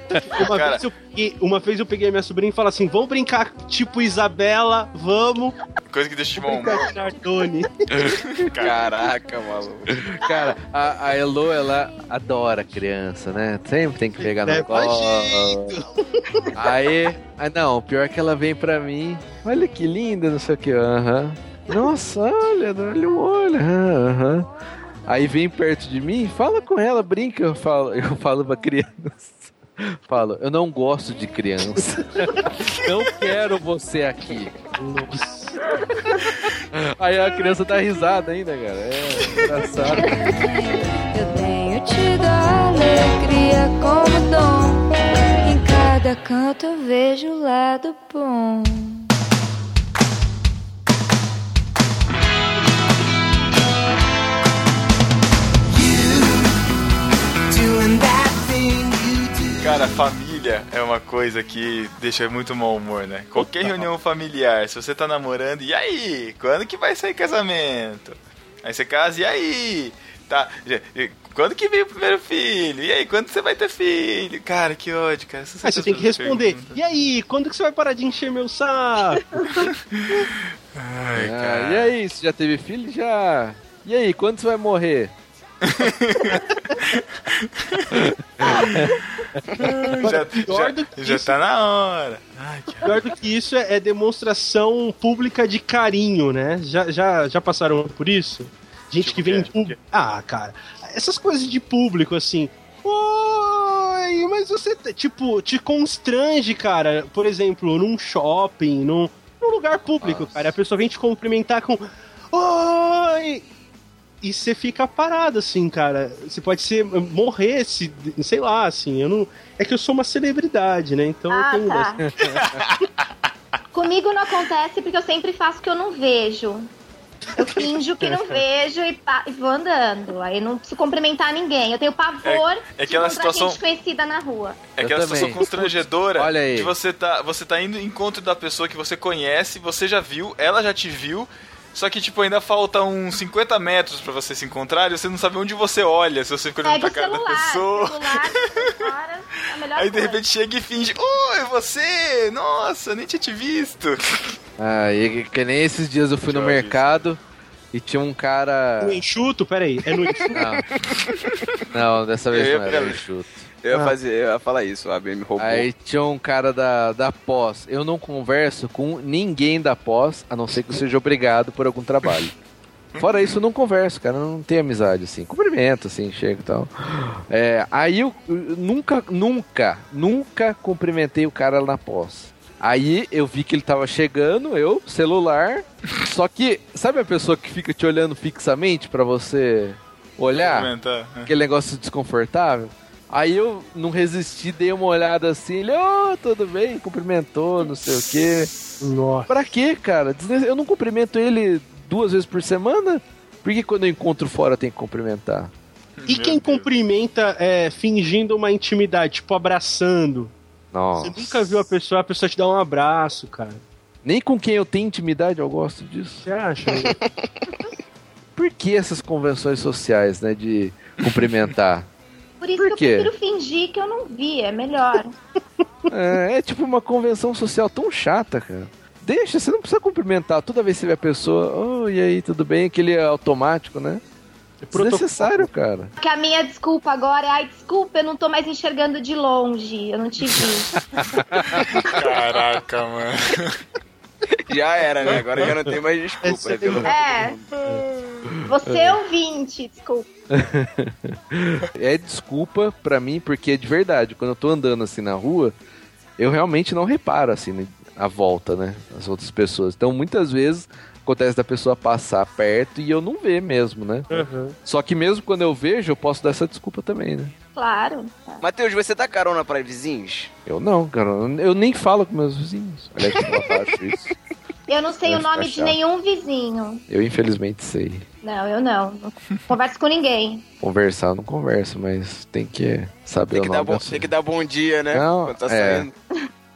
S4: Tipo, Uma,
S1: Cara.
S4: vez eu peguei, uma vez eu peguei a minha sobrinha e falei assim: vamos brincar tipo Isabela, vamos
S1: Coisa que deixa de bom humor.
S4: brincar de Nardone.
S2: Caraca, maluco.
S3: Cara, a, a Elo, ela adora criança, né? Sempre tem que pegar no
S4: Leva
S3: colo.
S4: jeito.
S3: Aí, ah, não, pior que ela vem pra mim. Olha que linda, não sei o que. Aham. Nossa, olha, olha o olho. aham, aham. Aí vem perto de mim, fala com ela, brinca. Eu falo, eu falo pra criança. Falo, eu não gosto de criança. não quero você aqui.
S4: Nossa.
S3: Aí a criança dá risada ainda, cara. É engraçado.
S10: Eu tenho tido a alegria como dom. Em cada canto eu vejo o lado bom.
S9: Doing that thing you do.
S1: Cara, família é uma coisa que deixa muito mau humor, né? Qualquer reunião familiar, se você tá namorando, e aí? Quando que vai sair casamento? Aí você casa, e aí? Tá, já- e quando que vem o primeiro filho? E aí, quando você vai ter filho? Cara, que ódio, cara. Essas-
S4: Aí você tem que
S1: essas
S4: responder.
S1: perguntas.
S4: E aí, quando que você vai parar de encher meu saco?
S1: Ai,
S3: Ah,
S1: cara.
S3: e aí, você já teve filho? Já. E aí, quando você vai morrer?
S1: Já,
S4: pior do que
S1: já, já
S4: isso.
S1: tá na hora. Ai, que
S4: Pior do que isso é, é demonstração pública de carinho, né? Já, já, já passaram por isso? Gente
S1: Tipo
S4: que vem
S1: que é,
S4: em
S1: tipo
S4: público. Ah, cara, essas coisas de público, assim. Oi, mas você, tá-" tipo, te constrange, cara. Por exemplo, num shopping, num, num lugar público,
S3: Nossa.
S4: cara. A pessoa vem te cumprimentar com. Oi! E você fica parado, assim, cara. Você pode ser, morrer, se, sei lá, assim. Eu não, é que eu sou uma celebridade, né? Então
S5: Ah,
S4: eu tenho.
S5: tá. Comigo não acontece porque eu sempre faço o que eu não vejo. Eu finjo que
S4: É.
S5: não vejo e, pa- e vou andando. Aí não preciso cumprimentar ninguém. Eu tenho pavor
S1: É- é
S5: de
S1: aquela
S5: encontrar
S1: situação-
S5: gente conhecida na rua.
S1: É
S3: Eu
S1: aquela
S3: também.
S1: situação constrangedora
S3: Olha aí.
S1: de você tá, você tá indo em encontro da pessoa que você conhece, você já viu, ela já te viu, só que tipo, ainda falta uns 50 metros pra vocês se encontrarem, você não sabe onde você olha, se você fica olhando
S5: Pega
S1: pra
S5: o
S1: cara da
S5: celular.
S1: pessoa.
S5: celular, agora, é a melhor
S1: Aí de
S5: coisa.
S1: repente chega e finge, oi, você! Nossa, nem tinha te visto.
S3: Ah, e que nem esses dias eu fui no
S1: Já disse.
S3: mercado e tinha um cara.
S4: No enxuto? Peraí, é no enxuto?
S3: Não, dessa vez
S1: Eu ia
S3: não era
S1: pra-
S3: o chute.
S2: Eu
S5: Ah.
S2: ia, fazer, eu ia falar isso, o AB me roubou.
S3: Aí tinha um cara da, da pós. Eu não converso com ninguém da pós, a não ser que eu seja obrigado por algum trabalho. Fora isso, eu não converso, cara. eu Não tenho amizade, assim. Cumprimento, assim, chego e tal. É, aí eu, eu nunca, nunca, nunca cumprimentei o cara na pós. Aí eu vi que ele tava chegando, eu, celular. Só que, sabe a pessoa que fica te olhando fixamente pra você olhar?
S1: Comentar.
S3: aquele negócio desconfortável. Aí eu não resisti, dei uma olhada assim, ele, ô, tudo bem? Cumprimentou, não sei o quê.
S4: Nossa.
S3: Pra quê, cara? Desne- Eu não cumprimento ele duas vezes por semana? Por que quando eu encontro fora eu tenho que cumprimentar?
S4: E
S1: Meu
S4: quem
S1: Deus.
S4: cumprimenta é, fingindo uma intimidade, tipo abraçando?
S3: Nossa.
S4: Você nunca viu a pessoa, a pessoa te dá um abraço, cara.
S3: Nem com quem eu tenho intimidade eu gosto disso.
S4: Você acha?
S3: Por que essas convenções sociais, né, de cumprimentar?
S5: Por isso
S3: Por
S5: que
S3: quê?
S5: eu prefiro fingir que eu não vi, é melhor.
S3: É, é tipo uma convenção social tão chata, cara. Deixa, você não precisa cumprimentar toda vez que você vê a pessoa. Oh, e aí, tudo bem? Aquele automático, né?
S4: É
S3: Desnecessário, cara.
S5: Porque a minha desculpa agora é, ai, desculpa, eu não tô mais enxergando de longe, eu não te vi.
S1: Caraca, mano.
S2: Já era, né? Agora já não tem mais desculpa.
S4: Essa
S2: né?
S4: é
S2: Porque eu não-
S5: é. Você é ouvinte, desculpa.
S3: É desculpa pra mim, porque é de verdade, quando eu tô andando assim na rua, eu realmente não reparo assim né, a volta, né? As outras pessoas. Então muitas vezes acontece da pessoa passar perto e eu não ver mesmo, né?
S2: Uhum.
S4: Aham.
S3: Só que mesmo quando eu vejo, eu posso dar essa desculpa também, né?
S5: Claro.
S2: Matheus, você dá carona pra vizinhos?
S3: Eu não, cara. Eu nem falo com meus vizinhos. Aliás, eu acho isso.
S5: Eu não sei
S3: Vai
S5: o nome
S3: ficar
S5: de
S3: chato.
S5: nenhum vizinho.
S3: Eu infelizmente sei.
S5: Não, eu não. Não converso com ninguém.
S3: Conversar eu não converso, mas tem que saber
S2: Tem que,
S3: o
S2: dar
S3: nome.
S2: bom,
S3: da
S2: tem que dar bom dia, né?
S3: Não,
S2: Quando tá
S3: é.
S2: saindo.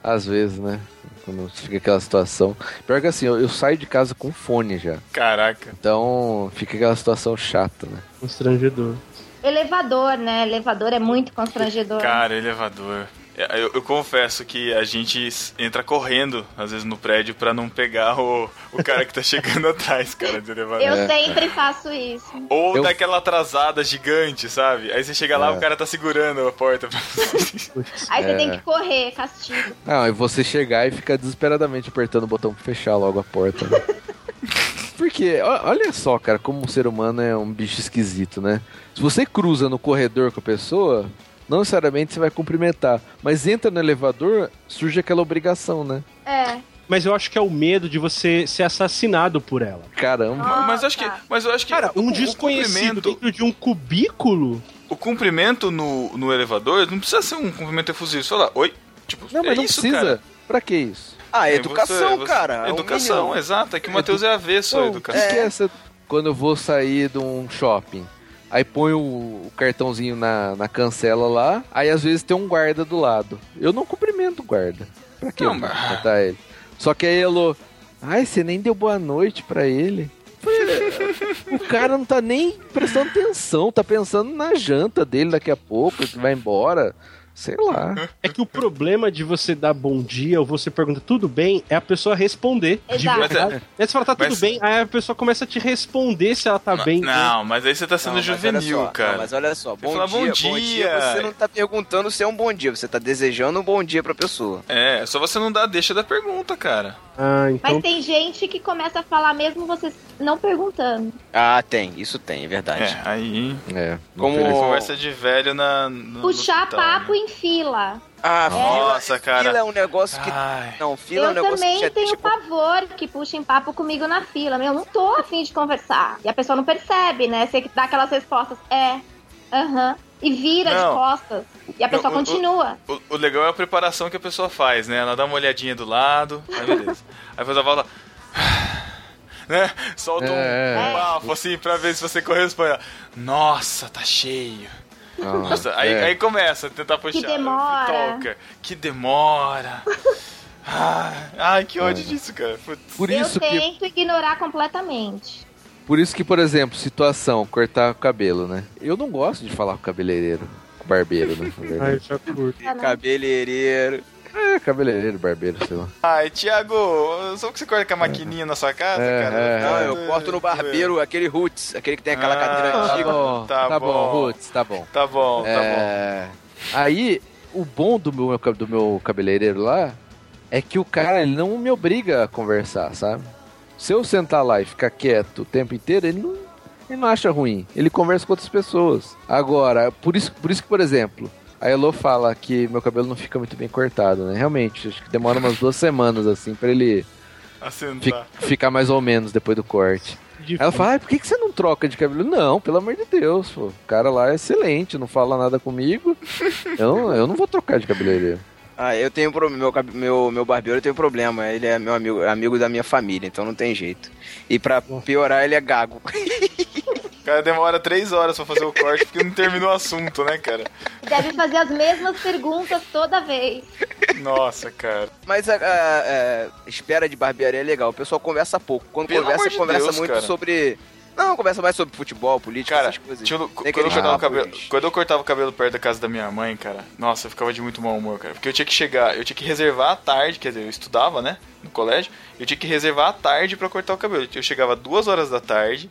S3: Às vezes, né? Quando fica aquela situação. Pior que assim, eu, eu saio de casa com fone já.
S1: Caraca.
S3: Então fica aquela situação chata, né?
S4: Constrangedor.
S5: Elevador, né? Elevador é muito constrangedor.
S1: Cara, elevador. É, Eu, eu confesso que a gente s- entra correndo, às vezes, no prédio pra não pegar o, o cara que tá chegando atrás, cara, do elevador.
S3: é.
S5: Eu sempre faço isso.
S1: Ou
S3: Eu-
S1: daquela atrasada gigante, sabe? Aí você chega lá,
S3: É.
S1: o cara tá segurando a porta pra você.
S5: Aí você
S3: É.
S5: tem que correr, castigo.
S3: Não, e você chegar e ficar desesperadamente apertando o botão pra fechar logo a porta. Né? Porque, ó, olha só, cara, como um ser humano é um bicho esquisito, né? Se você cruza no corredor com a pessoa, não necessariamente você vai cumprimentar. Mas entra no elevador, surge aquela obrigação, né?
S5: É.
S4: Mas eu acho que é o medo de você ser assassinado por ela.
S3: Caramba.
S5: Nossa.
S1: Mas eu acho que. Mas eu acho que
S4: Cara,
S1: o-
S4: um
S1: o
S4: desconhecido
S1: cumprimento-
S4: dentro de um cubículo?
S1: O cumprimento no, no elevador não precisa ser um cumprimento efusivo. Só lá, oi. Tipo,
S3: Não, mas
S1: é
S3: não
S1: isso,
S3: precisa.
S1: Cara.
S3: Pra que isso?
S2: Ah,
S1: É,
S2: educação,
S1: você- você-
S2: cara.
S1: Educação,
S2: é. um
S1: exato. É que o Matheus é avesso à
S3: Não,
S1: educação.
S3: Esqueça quando eu vou sair de um shopping. Aí põe o, o cartãozinho na, na cancela lá, aí às vezes tem um guarda do lado. Eu não cumprimento o guarda. Pra que
S1: Não,
S3: eu
S1: mas-
S3: cumprimentar ele? Só que aí ele... Ai, você nem deu boa noite pra ele. O cara não tá nem prestando atenção, tá pensando na janta dele daqui a pouco, que vai embora. Sei lá.
S4: É que o problema de você dar bom dia ou você pergunta tudo bem é a pessoa responder. De
S5: Exato.
S4: verdade. Aí você fala, tá tudo
S1: Mas-
S4: bem, aí a pessoa começa a te responder se ela tá
S1: Ma-
S4: bem.
S1: Não, mas aí você tá sendo juvenil, cara.
S2: mas olha só, bom
S1: fala,
S2: dia,
S1: "Bom
S2: bom dia.
S1: dia."
S2: Você não tá perguntando se é um bom dia, você tá desejando um bom dia pra pessoa.
S1: É, só você não dá a deixa da pergunta, cara.
S4: Ah,
S5: Mas
S4: então.
S5: tem gente que começa a falar mesmo vocês não perguntando.
S2: Ah, tem, isso tem, é verdade.
S1: É, aí.
S3: É.
S2: Como-
S1: Ele
S2: Pô.
S1: conversa de velho na. no- no
S5: Puxar
S1: hospital,
S5: papo
S1: né?
S5: em fila.
S2: Ah,
S1: Nossa,
S2: fila,
S1: cara.
S2: fila é um negócio que
S1: Ai.
S2: não, fila é um
S5: eu
S2: negócio
S5: também
S2: que te-
S5: tenho
S2: tipo,
S5: pavor que puxem papo comigo na fila. Meu, eu não tô afim de conversar. E a pessoa não percebe, né? Você dá aquelas respostas, é, aham, e vira
S1: Não.
S5: de costas. E a
S1: Não,
S5: pessoa
S1: o- o-
S5: continua.
S1: O, o legal é a preparação que a pessoa faz, né? Ela dá uma olhadinha do lado, aí beleza. aí faz a volta. né? Solta um,
S3: É, é.
S1: um bafo, assim, pra ver se você corresponde. Nossa, tá cheio. Nossa, aí,
S3: é.
S1: aí começa a tentar puxar.
S5: demora.
S1: Toca. Que demora. Ah, Ai, que ódio disso, cara. Putz.
S3: É. Por isso
S5: eu
S3: que
S5: tento ignorar completamente.
S3: Por isso que, por exemplo, situação, cortar o cabelo, né? Eu não gosto de falar com cabeleireiro, com barbeiro, né? na
S4: Ah, eu
S3: verdade.
S4: já curto.
S2: Cabeleireiro.
S3: É, cabeleireiro, barbeiro, sei lá.
S1: Ai, Thiago, só que você corta com a maquininha na sua casa,
S3: É,
S1: cara? Tá
S3: é.
S2: Não, eu corto no barbeiro aquele Roots, aquele que tem aquela
S1: É. Ah,
S2: cadeira
S1: tá
S2: antiga.
S1: bom, tá
S3: tá
S1: bom.
S3: bom, Ruth, tá bom.
S1: Tá bom, tá bom.
S3: É, Aí, o bom do meu, do meu cabeleireiro lá é que o cara ele não me obriga a conversar, sabe? Se eu sentar lá e ficar quieto o tempo inteiro, ele não, ele não acha ruim. Ele conversa com outras pessoas. Agora, por isso, por isso que, por exemplo, a Elo fala que meu cabelo não fica muito bem cortado, né? Realmente, acho que demora umas duas semanas, assim, pra ele fi-
S1: Assentar.
S3: ficar mais ou menos depois do corte.
S4: De-
S3: Ela fala, ah, por que, que você não troca de cabelo? Não, pelo amor de Deus, pô. O cara lá é excelente, não fala nada comigo. Eu, eu não vou trocar de cabeleireiro.
S2: Ah, eu tenho problema. Meu, cab- meu, meu barbeiro tem problema. Ele é meu amigo, amigo da minha família, então não tem jeito. E pra piorar, ele é gago.
S1: O cara demora três horas pra fazer o corte porque não terminou o assunto, né, cara?
S5: Deve fazer as mesmas perguntas toda vez.
S1: Nossa, cara.
S2: Mas a, a- a espera de barbearia é legal. O pessoal conversa pouco. Quando
S1: Pelo
S2: conversa,
S1: amor de
S2: conversa
S1: Deus,
S2: muito
S1: cara.
S2: sobre. Não, conversa mais sobre futebol, política,
S1: Cara,
S2: essas coisas.
S1: deixa eu-
S2: Tem
S1: quando, eu
S2: aquele
S1: cortava o
S2: papo,
S1: cabelo,
S2: gente.
S1: quando eu cortava o cabelo perto da casa da minha mãe, cara, nossa, eu ficava de muito mau humor, cara. Porque eu tinha que chegar, eu tinha que reservar à tarde, quer dizer, eu estudava, né, no colégio, eu tinha que reservar à tarde pra cortar o cabelo. Eu chegava duas horas da tarde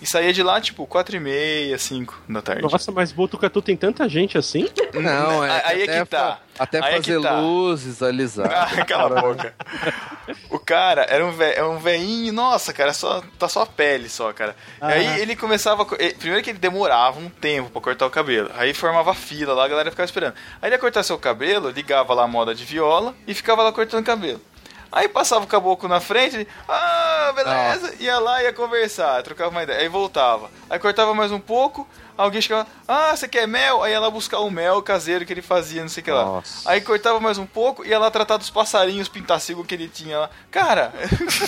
S1: e saía de lá, tipo, quatro e meia, cinco da tarde.
S4: Nossa, mas Botucatu tem tanta gente assim?
S3: Não, é.
S1: aí é
S3: até
S1: que tá.
S3: fa- Até
S1: Aí é que
S3: fazer
S1: tá.
S3: luzes, alisar.
S1: Ah, cala a boca. O cara era um, ve- é um veinho, nossa, cara, só, tá só a pele só, cara. E aí ele começava. a co- eh, Primeiro que ele demorava um tempo pra cortar o cabelo. Aí formava fila lá, a galera ficava esperando. Aí ele ia cortar seu cabelo, ligava lá a moda de viola e ficava lá cortando o cabelo. Aí passava o caboclo na frente, ele, ah, beleza, ia lá, ia conversar, trocava uma ideia, aí voltava. Aí cortava mais um pouco, alguém chegava, ah, você quer mel? Aí ia lá buscar o mel caseiro que ele fazia, não sei o que lá.
S3: Nossa.
S1: Aí cortava mais um pouco, ia lá tratar dos passarinhos pintacigos que ele tinha lá. Cara,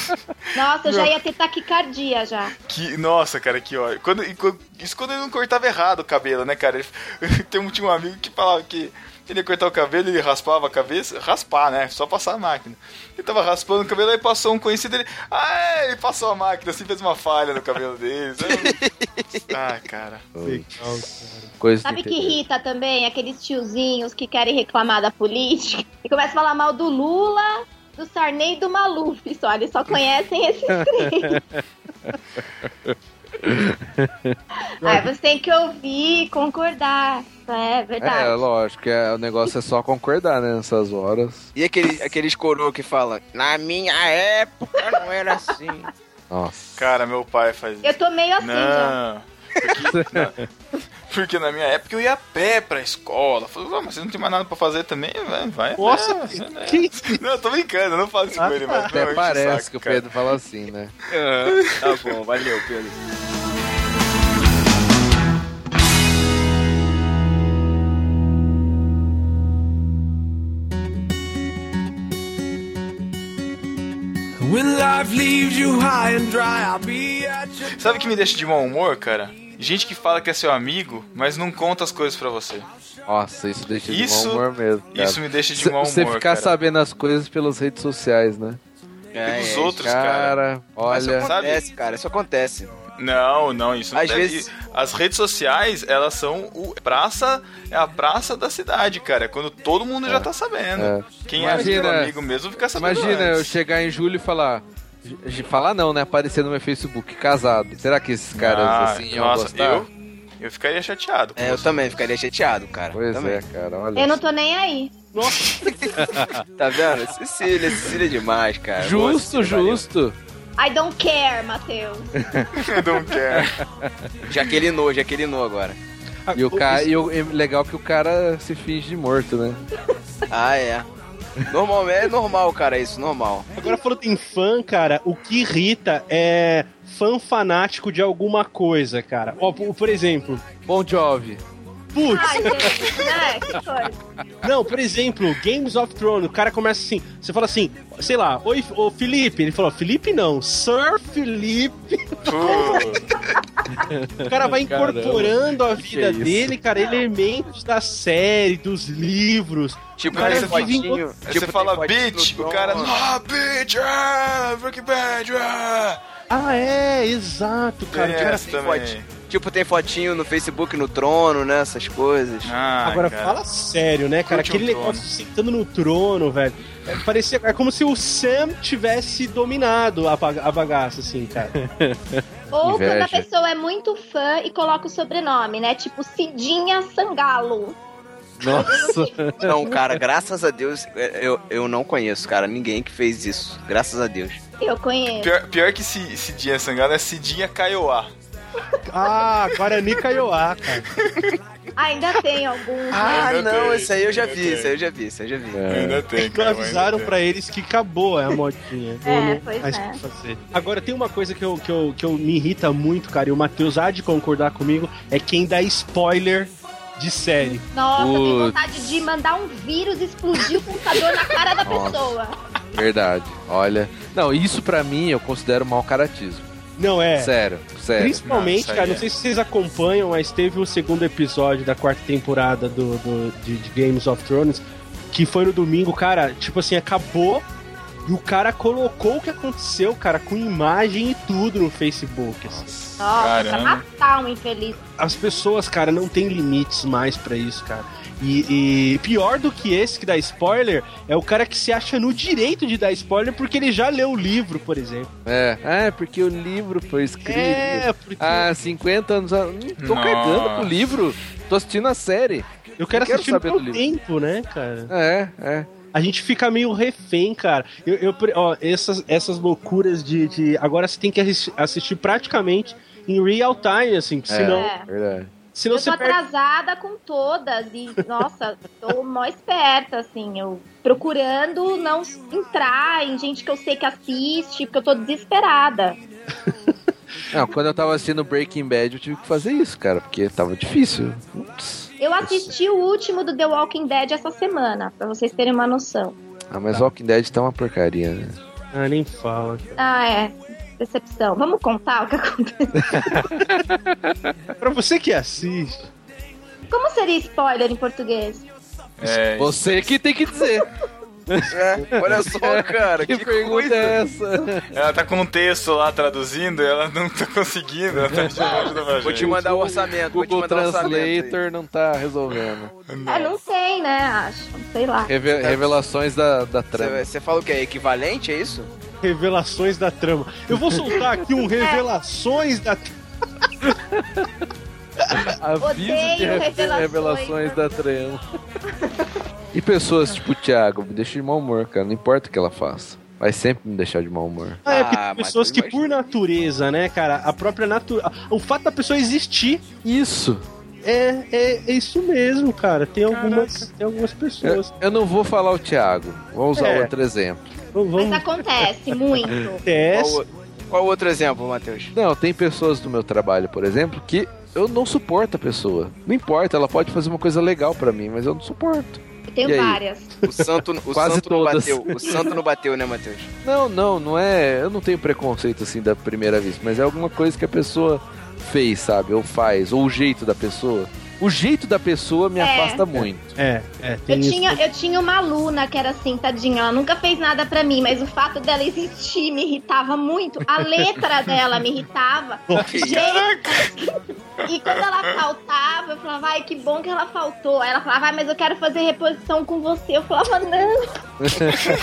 S5: Nossa, eu já ia ter taquicardia já.
S1: que. Nossa, cara, que ódio. Quando, e quando- isso quando ele não cortava errado o cabelo, né, cara? Ele, tem um, tinha um amigo que falava que ele ia cortar o cabelo, ele raspava a cabeça. Raspar, né? Só passar a máquina. Ele tava raspando o cabelo, aí passou um conhecido ele. Ah, ele passou a máquina, assim fez uma falha no cabelo dele. sabe? ah, cara. Ah.
S3: Coisa
S5: Sabe
S3: do
S5: que
S3: interior.
S5: irrita também? Aqueles tiozinhos que querem reclamar da política e começam a falar mal do Lula, do Sarney e do Maluf. Só, eles só conhecem esses três. Aí você tem que ouvir, concordar. É verdade.
S3: É, lógico, é, o negócio é só concordar, né, nessas
S1: um
S3: horas.
S2: E aquele, aqueles coroa que fala, na minha época não era assim.
S3: Nossa.
S1: Cara, meu pai faz isso.
S5: Eu tô meio assim já.
S1: Não. Porque, não. Porque na minha época eu ia a pé pra escola. Falei, "Ah, mas você não tem mais nada pra fazer também? Vai, vai.
S4: Nossa,
S3: É.
S1: né?
S4: que-
S1: Não, eu tô brincando, eu não faço isso com ele, mas.
S3: Ah, tá. Até
S1: não,
S3: parece
S1: saco,
S3: que o
S1: cara.
S3: Pedro fala assim, né?
S2: tá bom, valeu, Pedro.
S6: When life leaves you high and dry, I'll be at your
S1: Sabe o que me deixa de mau humor, cara? Gente que fala que é seu amigo, mas não conta as coisas pra você.
S3: Nossa, isso deixa de
S1: Isso-
S3: mau humor mesmo. Cara.
S1: Isso me deixa de
S3: Se-
S1: mau humor.
S3: Você ficar
S1: cara.
S3: sabendo as coisas pelas redes sociais, né?
S2: É,
S1: Os
S2: é,
S1: outros, cara.
S3: Cara,
S2: Isso
S3: olha.
S2: acontece, cara, isso acontece.
S1: Não, não, isso não
S2: Às
S1: deve-
S2: vezes-
S1: As redes sociais, elas são o praça, é a praça da cidade, cara. É quando todo mundo já tá sabendo.
S3: É.
S1: Quem é
S3: Imagina-
S1: meu amigo mesmo fica sabendo.
S3: Imagina eu
S1: antes.
S3: chegar em julho e falar. de Falar não, né? Aparecer no meu Facebook, casado. Será que esses caras
S1: Ah,
S3: assim iam
S1: nossa,
S3: gostar?
S1: eu, eu ficaria chateado.
S2: É, eu também ficaria chateado, cara.
S3: Pois
S2: também.
S3: é, cara, olha.
S5: Eu não tô nem aí.
S2: Tá vendo? Cecília, Cecília é demais, cara.
S3: Justo,
S2: Nossa,
S3: justo.
S5: I don't care, Matheus.
S1: Eu não quero.
S2: valeu. Jaquelinou, Jaquelinou agora.
S3: E o cara, e o e legal é que o cara se finge de morto, né?
S2: Ah, é. Normal, é normal, cara, isso, normal.
S4: Agora falando em fã, cara, o que irrita é fã fanático de alguma coisa, cara. Ó, por, por exemplo,
S3: Bom Jove.
S4: Putz.
S5: Ai, gente, né? Que coisa.
S4: Não, por exemplo, Games of Thrones, o cara começa assim, você fala assim, sei lá, oi, ô Felipe, ele fala, Felipe não, Sir Felipe.
S1: Pô,
S4: O cara vai
S3: Caramba,
S4: incorporando a
S3: que
S4: vida
S3: é isso?
S4: dele, cara, elementos da série, dos livros.
S2: Tipo,
S1: Cara,
S2: tem
S1: você
S2: fotinho.
S1: aí
S2: tipo,
S1: você
S2: tem
S1: fala
S2: fotinho
S1: bitch,
S2: do
S1: o cara.
S2: Tron.
S1: Ah, bitch! Ah, Breaking Bad! Ah!
S4: Ah, é, exato, cara.
S1: É,
S4: O cara-
S1: essa
S2: tem
S1: também.
S2: Tipo, tem fotinho no Facebook no trono, né? Essas coisas.
S1: Ah,
S4: Agora,
S1: cara.
S4: fala sério, né, cara?
S1: Curte
S4: Aquele
S1: um trono.
S4: negócio sentando no trono, velho. É, parecia, é como se o Sam tivesse dominado a, ba- a bagaça, assim, cara.
S5: Ou quando
S3: Inveja.
S5: a pessoa é muito fã e coloca o sobrenome, né? Tipo Cidinha Sangalo.
S3: Nossa.
S2: Não, Então, cara, graças a Deus, é, eu, eu não conheço, cara, ninguém que fez isso. Graças a Deus.
S5: Eu conheço.
S1: Pior, pior que Ci- Cidinha Sangalo é Cidinha Kaiowá.
S4: Ah, Guarani Kaiowá, cara.
S5: Ainda tem alguns. né?
S2: Ah,
S1: Ainda
S2: não,
S1: tem,
S2: esse aí eu já
S1: ainda
S2: vi,
S1: tem.
S2: esse aí eu já vi, esse aí eu já vi.
S3: É.
S1: Ainda tem,
S4: Não
S1: cara. mas
S4: avisaram
S1: ainda
S4: pra eles que acabou é, a modinha.
S5: É,
S4: Não-
S5: pois
S4: mas
S5: é.
S4: que fazer. Agora, tem uma coisa que eu, que, eu, que eu me irrita muito, cara, e o Matheus há de concordar comigo, é quem dá spoiler de série.
S5: Nossa, eu tenho
S3: Putz.
S5: vontade de mandar um vírus explodir o computador na cara da
S3: Nossa.
S5: pessoa.
S3: Verdade. Olha. Não, isso pra mim eu considero mau caratismo.
S4: Não é.
S3: Sério, sério.
S4: Principalmente,
S1: Não, isso aí
S4: cara,
S1: é.
S4: não sei se vocês acompanham, mas teve o segundo episódio da quarta temporada do, do- de, de Games of Thrones, que foi no domingo, cara, tipo assim, acabou e o cara colocou o que aconteceu, cara, com imagem e tudo no Facebook. assim.
S5: Nossa, pra
S1: Caramba.
S5: matar um infeliz.
S4: As pessoas, cara, não tem limites mais pra isso, cara. E, e pior do que esse que dá spoiler é o cara que se acha no direito de dar spoiler porque ele já leu o livro, por exemplo.
S3: É. Ah, é porque o livro foi escrito.
S4: É, porque
S3: Há 50 anos. a- Hum, Tô
S1: Nossa.
S3: cagando pro livro. Tô assistindo a série.
S4: eu quero
S3: eu quero
S4: assistir no
S3: saber
S4: meu
S3: do livro.
S4: tempo, né, cara?
S3: É, é.
S4: A gente fica meio refém, cara. Eu, eu- ó, essas, essas loucuras de, de- Agora você tem que assi- assistir praticamente em real time, assim, que senão,
S5: É.
S3: Verdade.
S4: senão
S5: eu tô
S4: você perde.
S5: atrasada com todas e, nossa, tô mó esperta, assim, eu procurando não entrar em gente que eu sei que assiste, porque eu tô desesperada.
S3: Não, quando eu tava assistindo Breaking Bad, eu tive que fazer isso, cara, porque tava difícil. Ups.
S5: Eu assisti o último do The Walking Dead essa semana, pra vocês terem uma noção.
S3: Ah, mas Walking Dead tá uma porcaria, né?
S4: Ah, nem fala. cara.
S5: Ah, é. Decepção. Vamos contar o que aconteceu.
S4: Pra você que assiste.
S5: Como seria spoiler em português?
S1: É,
S3: Você que tem que dizer.
S2: É, olha só, cara, que,
S3: que pergunta
S2: coisa.
S3: é essa?
S1: Ela tá com um texto lá traduzindo, ela não tá conseguindo, ela tá pedindo ajuda pra
S2: Vou te
S1: gente.
S2: mandar o orçamento, vou te
S3: Google
S2: mandar o orçamento. aí.
S3: Translator não tá resolvendo.
S5: É, não sei, né? Acho. Sei lá.
S3: Reve- revelações da, da
S2: Você,
S3: trama.
S2: você fala o que? É equivalente, é isso?
S4: Revelações da trama. Eu vou soltar aqui
S5: É.
S4: um revelações da trama.
S3: Aviso de
S5: Odeio
S3: revelações.
S5: revelações
S3: da trama. e pessoas tipo o Thiago, me deixa de mau humor, cara. Não importa o que ela faça. Vai sempre me deixar de mau humor.
S4: Ah, é porque
S2: Ah,
S4: tem
S2: mas
S4: pessoas
S2: eu
S4: que,
S2: imagino.
S4: por natureza, né, cara, a própria natureza. O fato da pessoa existir
S3: Isso!
S4: é, é, é isso mesmo, cara. Tem algumas, tem algumas
S3: Eu,
S2: É.
S4: pessoas.
S3: eu não vou falar o Thiago. Vou usar
S4: É.
S3: outro exemplo.
S4: Vamos,
S5: Mas
S4: vamos
S5: acontece muito.
S2: Qual,
S4: teste.
S2: o- qual outro exemplo, Matheus?
S3: Não, tem pessoas do meu trabalho, por exemplo, que eu não suporto a pessoa. Não importa, ela pode fazer uma coisa legal pra mim, mas eu não suporto.
S5: Eu
S3: E
S5: tenho
S3: aí?
S5: várias.
S2: O santo, o
S3: Quase
S2: santo não
S3: todas.
S2: bateu. O santo não bateu, né, Matheus?
S3: Não, não, não é. Eu não tenho preconceito assim da primeira vez, mas é alguma coisa que a pessoa fez, sabe? Ou faz, ou o jeito da pessoa. O jeito da pessoa me
S5: É.
S3: afasta muito.
S4: É, é, tem
S5: Eu
S4: isso.
S5: tinha, eu tinha uma aluna que era assim, tadinha, ela nunca fez nada pra mim, mas o fato dela existir me irritava muito. A letra dela me irritava. Gente! E quando ela faltava, eu falava, ai, que bom que ela faltou. Aí ela falava, ai, mas eu quero fazer reposição com você. Eu falava, não.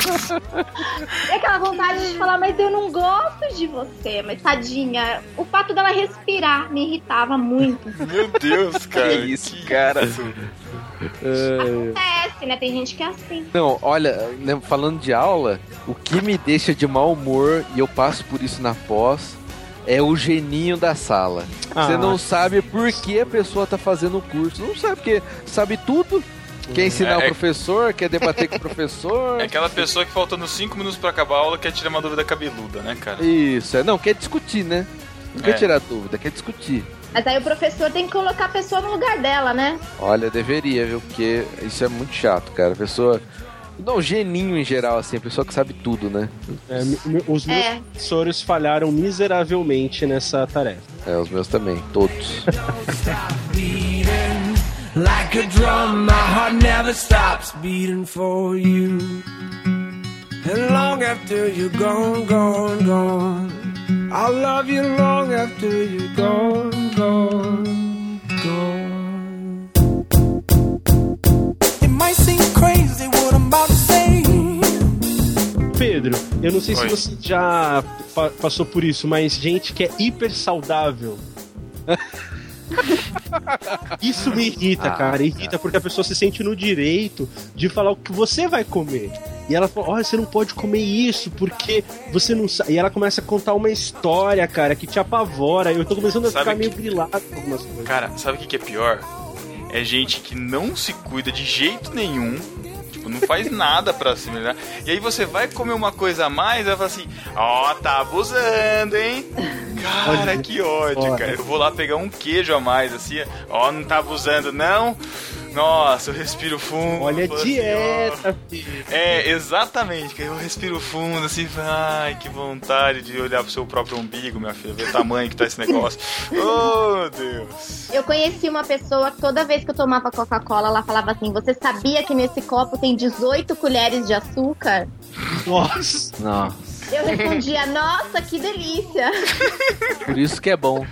S5: e aquela vontade de falar, mas eu não gosto de você. Mas tadinha, o fato dela respirar me irritava muito.
S1: Meu Deus, cara.
S2: Que isso, cara.
S3: É.
S5: Acontece, né? Tem gente que é assim.
S3: Não, olha, lem- falando de aula, o que me deixa de mau humor, e eu passo por isso na pós, é o geninho da sala. Você
S4: Ah,
S3: não sabe por que a pessoa tá fazendo o curso. Não sabe, porque sabe tudo. Quer ensinar
S1: É,
S3: o
S1: é-
S3: professor, quer debater com o professor.
S1: É aquela pessoa que faltando 5 minutos pra acabar a aula quer tirar uma dúvida cabeluda, né, cara?
S3: Isso, é. Não, quer discutir, né? Não quer
S1: É.
S3: tirar dúvida, quer discutir.
S5: Mas aí o professor tem que colocar a pessoa no lugar dela, né?
S3: Olha, deveria, viu? Porque isso é muito chato, cara. A pessoa. Não, geninho em geral, assim, a pessoa que sabe tudo, né?
S4: É, mi- mi- os meus
S5: É.
S4: professores falharam miseravelmente nessa tarefa.
S3: É, os meus também, todos.
S6: beating like a drum. My heart never stops beating for you. And long after you're gone, gone, gone, I'll love you long after you're gone, gone, gone. It might seem crazy what I'm about to say.
S4: Pedro, eu não sei se
S1: Oi.
S4: você já pa- passou por isso, mas gente que é hiper saudável. Isso me
S1: Ah,
S4: irrita, cara. Irrita porque a pessoa se sente no direito de falar o que você vai comer. E ela fala: Olha, você não pode comer isso porque você não sabe. E ela começa a contar uma história, cara, que te apavora. Eu tô começando a
S1: Sabe
S4: ficar
S1: que-
S4: meio grilado com algumas coisas.
S1: Cara, sabe o que, que é pior? É gente que não se cuida de jeito nenhum. Tipo, não faz nada pra se melhorar. E aí você vai comer uma coisa a mais, ela fala assim: Ó, tá abusando, hein? Cara, que ódio,
S4: Olha.
S1: cara. Eu vou lá pegar um queijo a mais, assim, ó, não tá abusando, não? Nossa, eu respiro fundo.
S4: Olha
S1: falo
S4: a
S1: assim, ó.
S4: dieta, filho.
S1: É, exatamente, que eu respiro fundo, assim, falo, ai, que vontade de olhar pro seu próprio umbigo, minha filha, ver o tamanho que tá esse negócio. Oh, meu Deus.
S5: Eu conheci uma pessoa que toda vez que eu tomava Coca-Cola, ela falava assim: Você sabia que nesse copo tem 18 colheres de açúcar?
S4: Nossa.
S3: Não.
S5: Eu respondia: Nossa, que delícia!
S3: Por isso que é bom.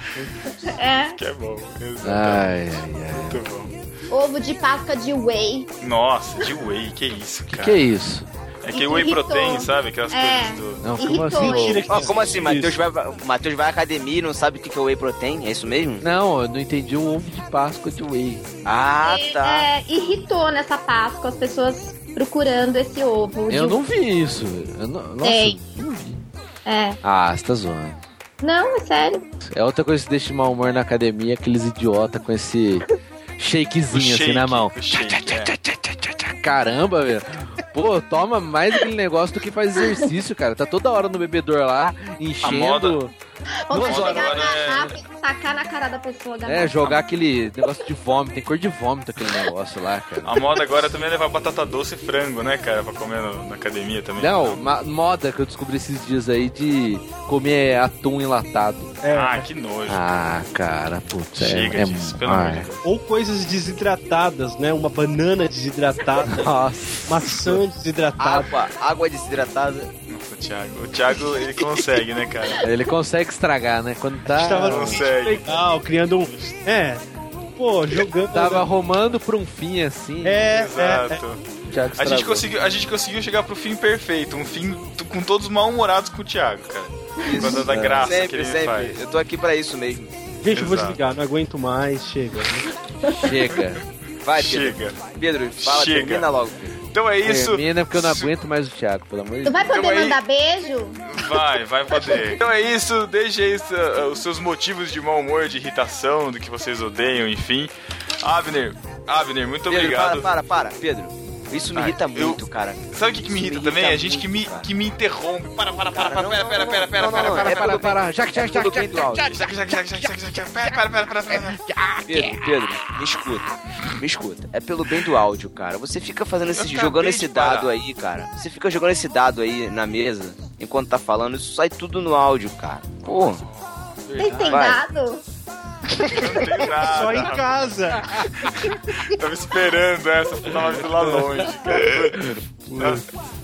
S5: É.
S1: Que é bom, exatamente.
S3: Ai, ai, ai.
S1: Muito bom.
S5: Ovo de Páscoa de whey.
S1: Nossa, de whey, que isso,
S3: Que
S1: cara.
S3: que é isso?
S1: é que whey
S5: Irritou.
S1: protein, sabe? Aquelas
S5: É.
S1: coisas do.
S3: Não, como
S5: Irritou.
S3: assim?
S4: Mentira que
S2: Ó, como assim?
S4: isso.
S2: Matheus vai, Matheus vai à academia e não sabe o que que é whey protein? É isso mesmo?
S3: Não, eu não entendi o ovo de Páscoa de whey.
S2: Ah,
S5: E,
S2: tá.
S5: é, irritou nessa Páscoa as pessoas procurando esse ovo.
S3: Eu
S5: de- um-
S3: não vi isso. Eu não, nossa,
S5: Tem.
S3: eu não vi.
S5: É.
S3: Ah, você tá zoando.
S5: Não, é sério.
S3: É outra coisa que deixa de mau humor na academia, aqueles idiota com esse
S1: do
S3: shakezinho assim
S1: shake,
S3: na mão.
S1: do shake, é.
S3: Caramba, velho. Pô, toma mais aquele negócio do que faz exercício, cara. Tá toda hora no bebedor lá, enchendo.
S1: moda-
S5: Ou
S3: Duas
S5: você
S1: horas
S5: pegar a
S1: agora é-
S5: garrafa e tacar na cara da pessoa. garrafa.
S3: É, jogar aquele negócio de vômito. Tem cor de vômito aquele negócio lá, cara.
S1: A moda agora também é levar batata doce e frango, né, cara? Pra comer no- na academia também.
S3: Não, ma- moda que eu descobri esses dias aí de comer atum enlatado.
S1: Ah, que nojo.
S3: Ah, cara, putz, é,
S1: Chega
S3: é,
S1: disso,
S3: é-
S1: pelo amor de Deus.
S4: Ou coisas desidratadas, né? Uma banana desidratada.
S3: Nossa.
S4: Maçã desidratada.
S2: Água, água desidratada.
S1: Nossa, o Thiago. O Thiago, ele consegue, né, cara?
S3: Ele consegue estragar, né? Quando
S4: A
S3: tá.
S4: gente tava
S1: não
S4: num ritmo
S1: consegue.
S4: legal, criando um. É. Pô, jogando.
S3: Tava arrumando pra um fim assim.
S4: É, é, é.
S1: Exato.
S3: Thiago
S1: A gente,
S3: estragou.
S1: conseguiu, a gente conseguiu chegar pro fim perfeito, um fim t- com todos mal-humorados com o Thiago, cara. Por causa da graça que
S2: sempre,
S1: ele
S2: sempre.
S1: faz.
S2: Eu tô aqui pra isso mesmo.
S4: Gente, eu vou
S1: Exato.
S4: desligar, não aguento mais, chega.
S3: Chega.
S2: Vai, Pedro.
S1: Chega.
S2: Pedro, fala,
S1: Chega.
S2: termina logo.
S1: Então é isso.
S3: Termina porque eu não aguento mais o Thiago, pelo amor de
S5: Tu
S3: Deus.
S5: vai poder
S1: Então aí-
S5: mandar beijo?
S1: Vai, vai poder. Então é isso, deixe aí s- uh, os seus motivos de mau humor, de irritação, do que vocês odeiam, enfim. Abner, Abner, muito
S2: Pedro,
S1: obrigado.
S2: para, para, para, Pedro. Isso me
S1: Ah,
S2: irrita
S1: eu-
S2: muito, cara.
S1: Sabe o que, que me
S2: Isso me
S1: irrita
S2: irrita
S1: também? É gente que me,
S2: muito, cara.
S1: que me interrompe. Para, para, para, para,
S2: não,
S1: pera,
S2: não,
S1: pera,
S2: não,
S1: pera, pera,
S2: não, não,
S1: pera,
S2: não,
S1: pera,
S2: é
S1: pera.
S2: tudo-
S3: para. Jaque, jaque,
S2: tudo bem do áudio.
S1: Jaque, jaque, jaque, jaque, jaque, jaque, pera, pera, pera, pera, pera.
S2: Pedro, Pedro, me escuta. Me escuta. É pelo bem do áudio, cara. Você fica fazendo esse,
S1: acabei
S2: jogando
S1: de
S2: esse dado
S1: parar.
S2: aí, cara. Você fica jogando esse dado aí na mesa enquanto tá falando. Isso sai tudo no áudio, cara. Pô,
S5: Vocês têm
S2: Vai.
S5: dado?
S1: Não tem
S4: Só em
S1: nada.
S4: casa.
S1: Tava esperando essa, porque tava vindo lá longe, cara.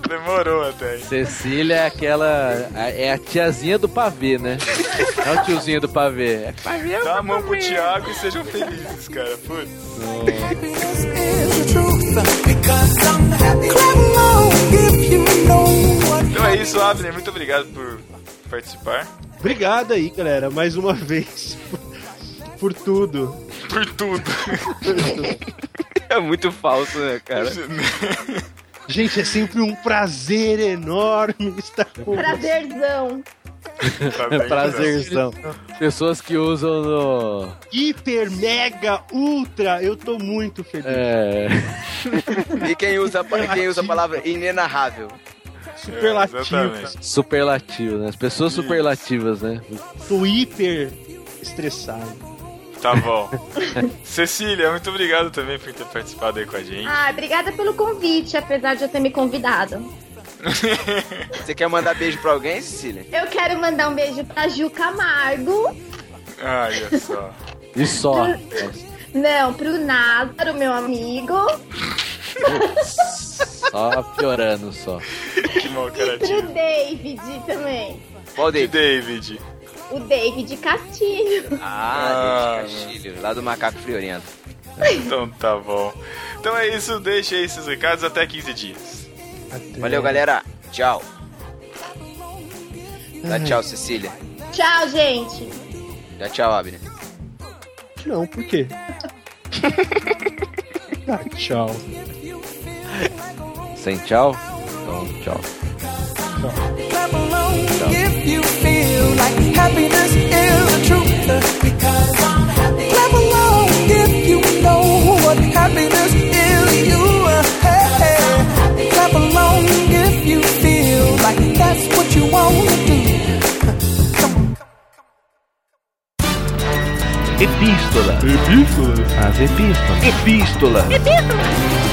S1: Demorou até.
S3: Cecília é aquela. a- É a tiazinha do pavê, né? É o tiozinho do pavê. É pavê.
S1: Dá a mão pro Thiago e sejam felizes, cara. Putz.
S6: Happiness is the truth because I'm happy. Clap along if you know what.
S1: Então é isso, Abner. Muito obrigado por participar.
S4: Obrigado aí, galera, mais uma vez. Por tudo.
S1: Por tudo.
S2: é muito falso, né, cara?
S4: Gente, é sempre um prazer enorme estar com
S5: Prazerzão.
S1: Tá
S3: É
S1: bem,
S3: prazerzão. Pessoas que usam no.
S4: hiper, mega, ultra. Eu tô muito feliz.
S3: É.
S2: E quem usa, a pa- quem usa a palavra inenarrável?
S4: Superlativo.
S1: exatamente.
S3: Superlativo, né? As pessoas
S1: Isso.
S3: superlativas, né?
S4: Tô hiper estressado.
S1: Tá bom. Cecília, muito obrigado também por ter participado aí com a gente.
S5: Ah, obrigada pelo convite, apesar de eu ter me convidado.
S11: Você quer mandar beijo pra alguém, Cecília?
S5: Eu quero mandar um beijo pra Ju Camargo.
S1: Ah, olha só.
S3: E só.
S5: Não, pro Názaro, meu amigo.
S3: Só piorando só.
S1: Que mal
S5: E pro
S1: carativo.
S5: David também.
S11: Qual
S1: De
S11: dele?
S1: David.
S5: O David Castilho.
S11: Ah, David Castilho, lá do Macaco Friorento.
S1: Então tá bom. Então é isso, deixa aí esses recados até 15 dias.
S11: Valeu, galera. Tchau. Dá tchau, Cecília.
S5: Tchau, gente.
S11: Dá tchau, Abner.
S4: Não, por quê? ah, tchau.
S3: Sem tchau? Então, tchau.
S2: clap along if you feel like happiness is the truth. Because I'm happy. Clap along if you know what happiness is to you. Hey, hey. Clap along if you feel like that's what you want to do. Come on.
S12: Epístola. Epístola. As epístolas. Epístola.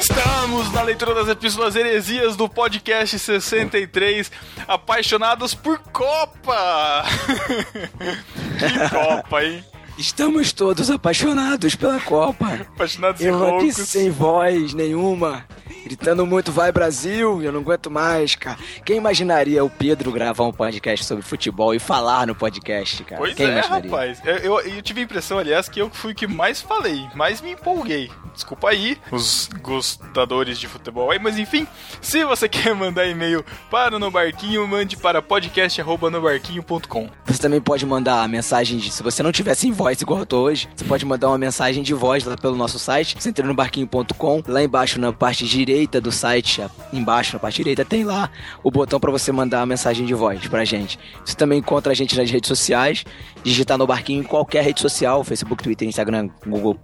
S1: Estamos na leitura das epístolas heresias do podcast 63, apaixonados por Copa! que Copa, hein?
S2: Estamos todos apaixonados pela Copa.
S1: Apaixonados e
S2: Eu aqui
S1: loucos.
S2: sem voz nenhuma, gritando muito vai Brasil, eu não aguento mais, cara. Quem imaginaria o Pedro gravar um podcast sobre futebol e falar no podcast, cara?
S1: Pois
S2: Quem
S1: é,
S2: imaginaria?
S1: rapaz. Eu, eu- eu tive a impressão, aliás, que eu fui o que mais falei, mais me empolguei. Desculpa aí, os gostadores de futebol aí, mas enfim, se você quer mandar e-mail para o No Barquinho, mande para podcast.nobarquinho.com.
S2: Você também pode mandar mensagem de, se você não tiver sem voz igual eu tô hoje, você pode mandar uma mensagem de voz lá pelo nosso site, você entra no barquinho.com, lá embaixo na parte direita do site, a- embaixo na parte direita tem lá o botão pra você mandar a mensagem de voz pra gente. Você também encontra a gente nas redes sociais, digitar no barquinho em qualquer rede social, Facebook, Twitter, Instagram, Google+.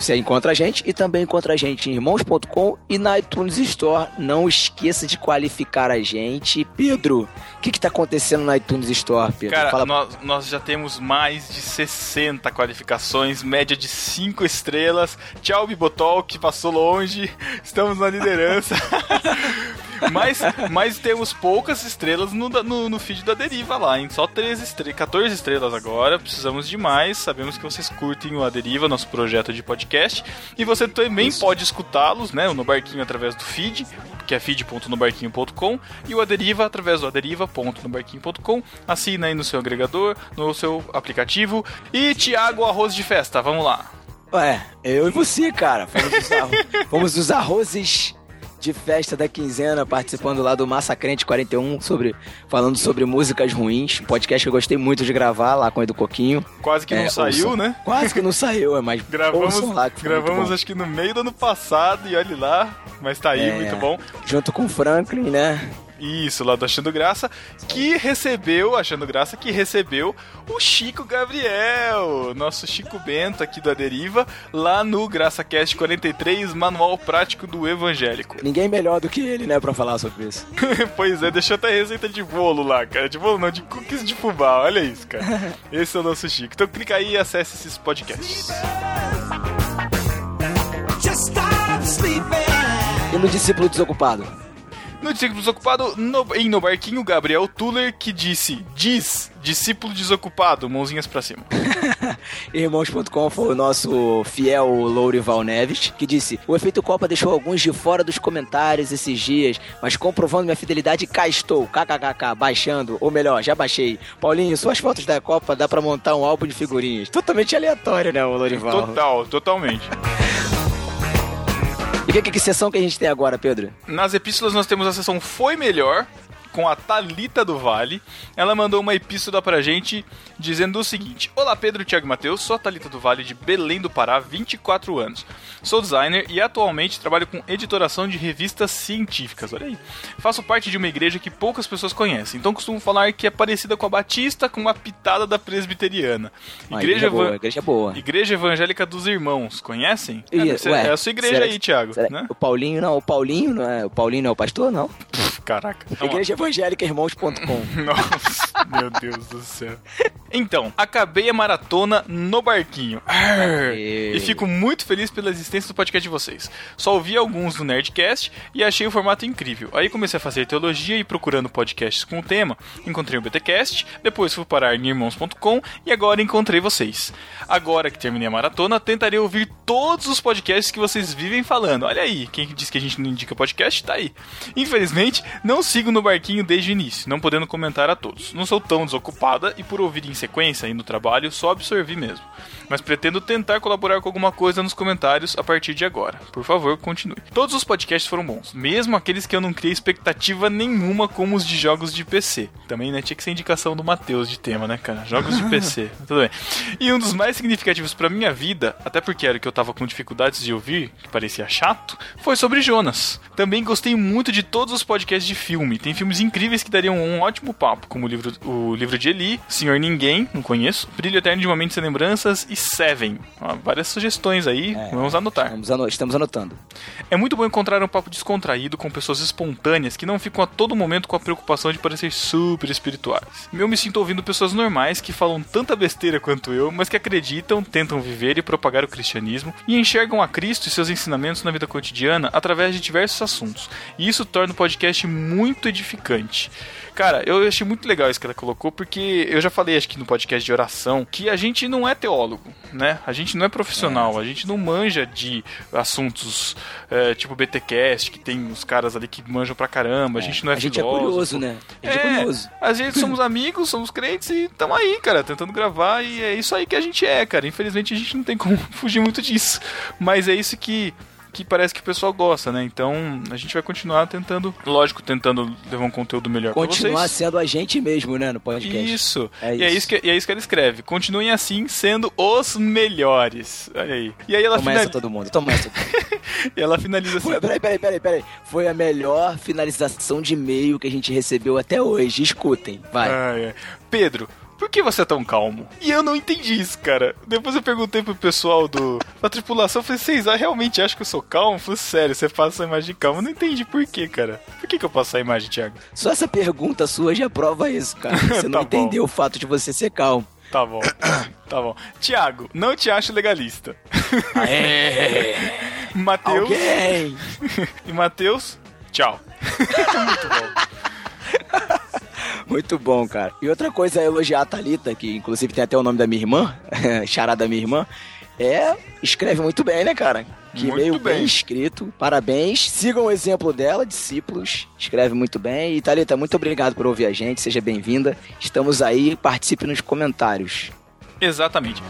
S2: Você encontra a gente e também encontra a gente em irmãos.com e na iTunes Store. Não esqueça de qualificar a gente. Pedro, o que, que tá acontecendo na iTunes Store, Pedro?
S1: Cara,
S2: Fala
S1: nós, nós já temos mais de 60 qualificações, média de 5 estrelas. Tchau, Bibotol, que passou longe. Estamos na liderança. mas, mas temos poucas estrelas no, da- no, no feed da deriva lá, hein? Só 13 estrelas, 14 estrelas agora. Precisamos de mais. Sabemos que vocês curtem o A Deriva, nosso projeto de podcast. E você também pode escutá-los, né? o No Barquinho através do feed, que é feed.nobarquinho.com e o Aderiva através do aderiva.nobarquinho.com. Assina aí no seu agregador, no seu aplicativo. E Thiago Arroz de Festa, vamos lá.
S2: Ué, eu e você, cara. Fomos os, arro- fomos os arrozes de festa da quinzena, participando lá do Massacrente 41, sobre, falando sobre músicas ruins. Um podcast que eu gostei muito de gravar lá com o Edu Coquinho.
S1: Quase que
S2: É,
S1: não saiu,
S2: ouçam.
S1: né?
S2: Quase que não saiu, é, mas
S1: Gravamos,
S2: ouçam lá, que foi muito
S1: gravamos
S2: bom.
S1: acho que no meio do ano passado e olhe lá, mas tá aí,
S2: É.
S1: muito bom.
S2: junto com o Franklin, né?
S1: Isso, lá do Achando Graça, que recebeu, Achando Graça, que recebeu o Chico Gabriel, nosso Chico Bento aqui da Deriva, lá no GraçaCast 43, Manual Prático do Evangélico.
S2: Ninguém melhor do que ele, né, pra falar sobre isso.
S1: Pois é, deixou até receita de bolo lá, cara. De bolo não, de cookies de fubá. Olha isso, cara. Esse é o nosso Chico. Então clica aí e acesse esses podcasts.
S13: Just stop sleeping.
S2: E no discípulo desocupado.
S1: No Discípulo Desocupado, no- em No Barquinho, Gabriel Tuller que disse: Diz, discípulo desocupado, mãozinhas pra cima.
S2: Irmãos.com foi o nosso fiel Lourival Neves, que disse: O efeito Copa deixou alguns de fora dos comentários esses dias, mas comprovando minha fidelidade, cá estou, kkkk, baixando, ou melhor, já baixei. Paulinho, suas fotos da Copa dá pra montar um álbum de figurinhas. Totalmente aleatório, né, o Lourival?
S1: Total, totalmente.
S2: E que, que, que sessão que a gente tem agora, Pedro?
S1: Nas epístolas nós temos a sessão Foi Melhor, com a Talita do Vale. Ela mandou uma epístola pra gente dizendo o seguinte: Olá, Pedro, Thiago e Matheus, sou a Talita do Vale de Belém do Pará, 24 anos. Sou designer e atualmente trabalho com editoração de revistas científicas. Olha aí. Faço parte de uma igreja que poucas pessoas conhecem, então costumo falar que é parecida com a Batista com uma pitada da presbiteriana.
S2: Uma igreja
S1: evan-
S2: boa, igreja boa.
S1: Igreja Evangélica dos Irmãos, conhecem?
S2: Ih,
S1: É, deve ser-
S2: ué,
S1: é a sua igreja
S2: será
S1: aí,
S2: que-
S1: Thiago.
S2: será-
S1: Né?
S2: O Paulinho não, o Paulinho não é, o Paulinho não é o pastor, não?
S1: Caraca.
S2: Igreja Evangélica Irmãos.com.
S1: Nossa, meu Deus do céu. Então, acabei a maratona no barquinho. Arr!
S2: Aê.
S1: e fico muito feliz pela existência do podcast de vocês. Só ouvi alguns do Nerdcast e achei o formato incrível. Aí comecei a fazer teologia e procurando podcasts com o tema. Encontrei o BTcast, depois fui parar em irmãos.com e agora encontrei vocês. Agora que terminei a maratona, tentarei ouvir todos os podcasts que vocês vivem falando. Olha aí, quem diz que a gente não indica podcast, tá aí. Infelizmente, não sigo no barquinho desde o início, não podendo comentar a todos. Não sou tão desocupada e por ouvir em sequência e no trabalho, só absorvi mesmo. Mas pretendo tentar colaborar com alguma coisa nos comentários a partir de agora. Por favor, continue. Todos os podcasts foram bons, mesmo aqueles que eu não criei expectativa nenhuma, como os de jogos de PC. Também, né? Tinha que ser indicação do Matheus de tema, né, cara? Jogos de PC. Tudo bem. E um dos mais significativos pra minha vida, até porque era o que eu tava com dificuldades de ouvir, que parecia chato, foi sobre Jonas. Também gostei muito de todos os podcasts de filme. Tem filmes incríveis que dariam um ótimo papo, como o livro, o livro de Eli, Senhor Ninguém, não conheço, Brilho Eterno de Uma Mente Sem Lembranças e Seven. Ó, várias sugestões aí, vamos
S3: é
S1: anotar.
S2: Estamos, ano- estamos anotando.
S1: É muito bom encontrar um papo descontraído com pessoas espontâneas que não ficam a todo momento com a preocupação de parecer super espirituais. Eu me sinto ouvindo pessoas normais que falam tanta besteira quanto eu, mas que acreditam, tentam viver e propagar o cristianismo e enxergam a Cristo e seus ensinamentos na vida cotidiana através de diversos assuntos. E isso torna o podcast muito edificante. Cara, eu achei muito legal isso que ela colocou, porque eu já falei, acho que no podcast de oração, que a gente não é teólogo, né? A gente não é profissional, a gente não manja de assuntos é, tipo BTcast, que tem uns caras ali que manjam pra caramba, a gente não é
S2: A gente é
S1: filósofo.
S2: curioso, né? A gente é,
S1: É,
S2: curioso.
S1: a gente somos amigos, somos crentes e estamos aí, cara, tentando gravar e é isso aí que a gente é, cara. Infelizmente a gente não tem como fugir muito disso, mas é isso que que parece que o pessoal gosta, né? Então a gente vai continuar tentando, lógico, tentando levar um conteúdo melhor pra vocês.
S2: Continuar sendo a gente mesmo, né, no podcast.
S1: Isso.
S2: É
S1: E, é isso que, e é isso que ela escreve. Continuem assim, sendo os melhores. Olha aí. E aí ela,
S2: Toma essa
S1: finali-
S2: todo mundo, toma essa.
S1: e ela finaliza assim.
S2: Foi, peraí, peraí, peraí, peraí. Foi a melhor finalização de e-mail que a gente recebeu até hoje. Escutem, vai.
S1: Ah, é. Pedro, por que você é tão calmo? E eu não entendi isso, cara. Depois eu perguntei pro pessoal do, da tripulação, eu falei, vocês ah, realmente acham que eu sou calmo? Eu falei, sério, você passa a imagem de calmo. Eu não entendi por quê, cara. Por que, que eu passo a imagem, Thiago?
S2: Só essa pergunta sua já prova isso, cara. Você não
S1: Tá bom.
S2: entendeu o fato de você ser calmo.
S1: Tá bom, tá bom. Thiago, não te acho legalista.
S2: Aê!
S1: Matheus.
S2: Alguém!
S1: E Matheus, tchau.
S2: Muito bom, cara. E outra coisa é elogiar a Thalita, que inclusive tem até o nome da minha irmã, chará da minha irmã, é escreve muito bem, né, cara? Que
S1: Muito
S2: meio bem.
S1: bem.
S2: escrito. Parabéns. Sigam o exemplo dela, discípulos. Escreve muito bem. E Thalita, muito obrigado por ouvir a gente. Seja bem-vinda. Estamos aí. Participe nos comentários.
S1: Exatamente.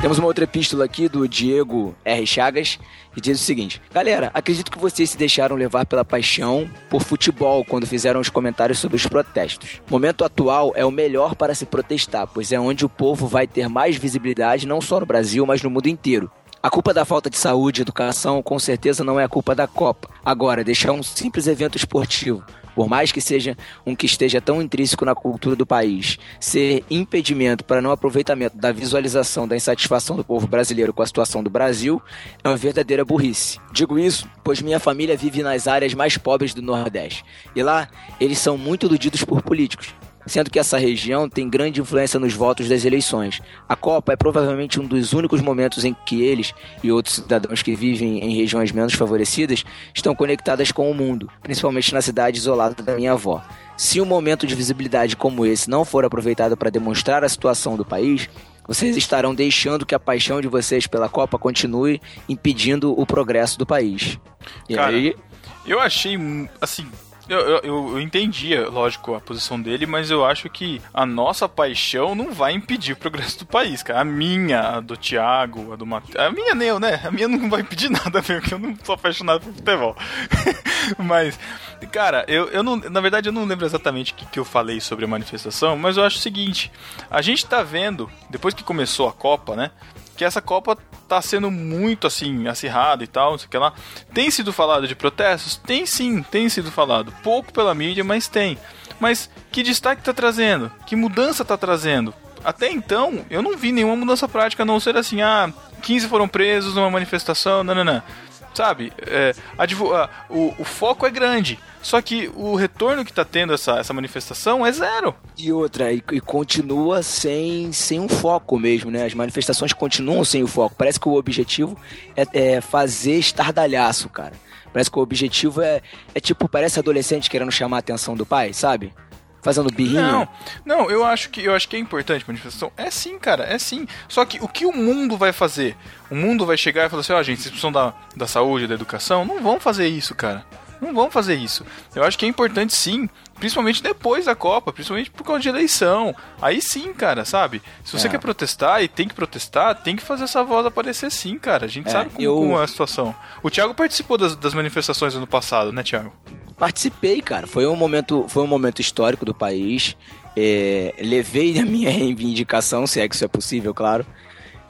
S2: Temos uma outra epístola aqui do Diego R. Chagas, que diz o seguinte: Galera, acredito que vocês se deixaram levar pela paixão por futebol quando fizeram os comentários sobre os protestos. O momento atual é o melhor para se protestar, pois é onde o povo vai ter mais visibilidade, não só no Brasil, mas no mundo inteiro. A culpa da falta de saúde e educação com certeza não é a culpa da Copa. Agora, deixar um simples evento esportivo, por mais que seja um que esteja tão intrínseco na cultura do país, ser impedimento para não aproveitamento da visualização da insatisfação do povo brasileiro com a situação do Brasil é uma verdadeira burrice. Digo isso, pois minha família vive nas áreas mais pobres do Nordeste. E lá, eles são muito iludidos por políticos sendo que essa região tem grande influência nos votos das eleições. A Copa é provavelmente um dos únicos momentos em que eles e outros cidadãos que vivem em regiões menos favorecidas estão conectadas com o mundo, principalmente na cidade isolada da minha avó. Se um momento de visibilidade como esse não for aproveitado para demonstrar a situação do país, vocês estarão deixando que a paixão de vocês pela Copa continue impedindo o progresso do país. E
S1: Cara,
S2: aí,
S1: Eu achei, hum, assim, Eu, eu, eu- eu entendi, é, lógico, a posição dele, mas eu acho que a nossa paixão não vai impedir o progresso do país, cara. A minha, a do Thiago, a do Matheus. A minha nem eu, né? A minha não vai impedir nada mesmo, porque eu não sou apaixonado por futebol. mas, cara, eu, eu não. Na verdade, eu não lembro exatamente o que, que eu falei sobre a manifestação, mas eu acho o seguinte: a gente tá vendo, depois que começou a Copa, né? que essa Copa tá sendo muito assim, acirrada e tal, não sei o que lá. Tem sido falado de protestos? Tem sim, tem sido falado. Pouco pela mídia, mas tem. Mas que destaque tá trazendo? Que mudança tá trazendo? Até então, eu não vi nenhuma mudança prática, a não ser assim, ah, 15 foram presos numa manifestação, nananã. Sabe, é, a divu- a- o, o foco é grande, só que o retorno que tá tendo essa, essa manifestação é zero.
S2: E outra, e, e continua sem, sem um foco mesmo, né? As manifestações continuam sem o foco. Parece que o objetivo é, é fazer estardalhaço, cara. Parece que o objetivo é, é tipo, parece adolescente querendo chamar a atenção do pai, sabe? Fazendo birrinha. É
S1: Não, não, eu acho que eu acho que é importante manifestação. É sim, cara, é sim. Só que o que o mundo vai fazer? O mundo vai chegar e falar assim, ó, gente, vocês precisam da, da saúde, da educação, não vão fazer isso, cara. Não vão fazer isso. Eu acho que é importante sim, principalmente depois da Copa, principalmente por causa de eleição. Aí sim, cara, sabe? Se você
S2: É.
S1: quer protestar e tem que protestar, tem que fazer essa voz aparecer sim, cara. A gente
S2: É,
S1: sabe como,
S2: eu-
S1: como é a situação. O Thiago participou das, das manifestações ano passado, né, Thiago?
S2: Participei, cara. Foi um momento, foi um momento histórico do país. É, levei a minha reivindicação, se é que isso é possível, claro.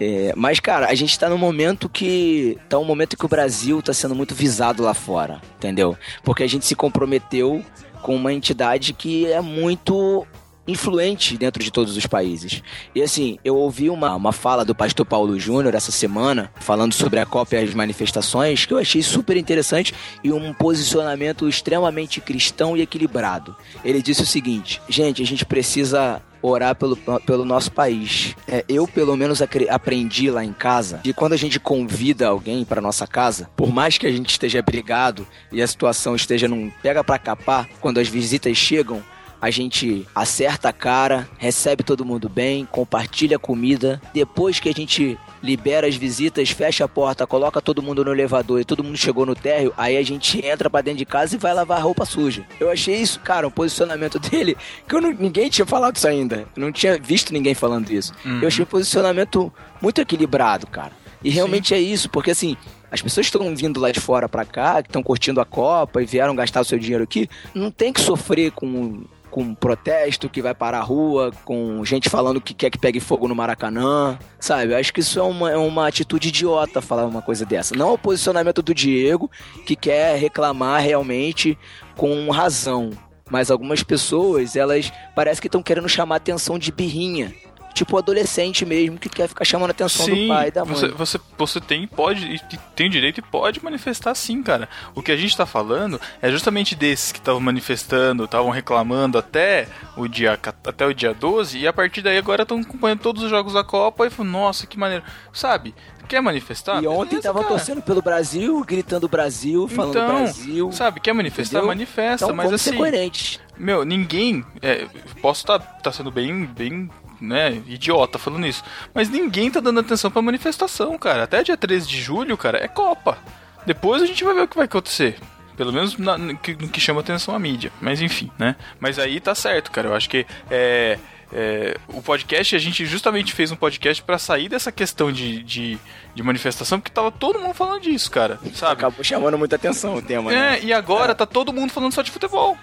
S2: É, mas, cara, a gente tá num momento que. Tá um momento que o Brasil tá sendo muito visado lá fora, entendeu? Porque a gente se comprometeu com uma entidade que é muito influente dentro de todos os países. E assim, eu ouvi uma, uma fala do pastor Paulo Júnior essa semana, falando sobre a Copa e as manifestações, que eu achei super interessante e um posicionamento extremamente cristão e equilibrado. Ele disse o seguinte: gente, a gente precisa orar pelo, pelo nosso país. É, eu, pelo menos, acre- aprendi lá em casa que quando a gente convida alguém para nossa casa, por mais que a gente esteja brigado e a situação esteja num pega pra capar, quando as visitas chegam, a gente acerta a cara, recebe todo mundo bem, compartilha a comida. Depois que a gente libera as visitas, fecha a porta, coloca todo mundo no elevador e todo mundo chegou no térreo, aí a gente entra pra dentro de casa e vai lavar a roupa suja. Eu achei isso, cara, um posicionamento dele que eu não- ninguém tinha falado isso ainda. Eu não tinha visto ninguém falando isso.
S1: Uhum.
S2: Eu achei um posicionamento muito equilibrado, cara. E realmente é isso, porque assim, as pessoas que estão vindo lá de fora pra cá, que estão curtindo a Copa e vieram gastar o seu dinheiro aqui, não tem que sofrer com com protesto que vai para a rua, com gente falando que quer que pegue fogo no Maracanã, sabe? Eu acho que isso é uma, é uma atitude idiota falar uma coisa dessa. Não é o posicionamento do Diego, que quer reclamar realmente com razão. Mas algumas pessoas, elas parece que estão querendo chamar atenção de birrinha. Tipo o adolescente mesmo, que quer ficar chamando atenção do pai e da mãe.
S1: Você, você, você tem, pode, e tem o direito e pode manifestar sim, cara. O que a gente tá falando é justamente desses que estavam manifestando, estavam reclamando até o dia ca- até o dia 12 e a partir daí agora estão acompanhando todos os jogos da Copa e falam, nossa, que maneiro. Sabe? Quer manifestar?
S2: E ontem
S1: Beleza,
S2: estavam
S1: cara.
S2: torcendo pelo Brasil, gritando Brasil, falando
S1: Então,
S2: Brasil.
S1: sabe, quer manifestar?
S2: entendeu?
S1: Manifesta,
S2: Então,
S1: mas
S2: vamos
S1: assim.
S2: ser coerentes.
S1: Meu, ninguém. é, posso estar sendo bem, bem, né, idiota falando isso. Mas ninguém tá dando atenção pra manifestação, cara. Até dia 13 de julho, cara, é Copa. Depois a gente vai ver o que vai acontecer. Pelo menos na- no, que, no que chama atenção a mídia. Mas enfim, né? Mas aí tá certo, cara. Eu acho que é. é, o podcast, a gente justamente fez um podcast pra sair dessa questão de, de, de manifestação, porque tava todo mundo falando disso, cara, sabe?
S2: Acabou chamando muita atenção o tema, né?
S1: É, e agora tá todo mundo falando só de futebol.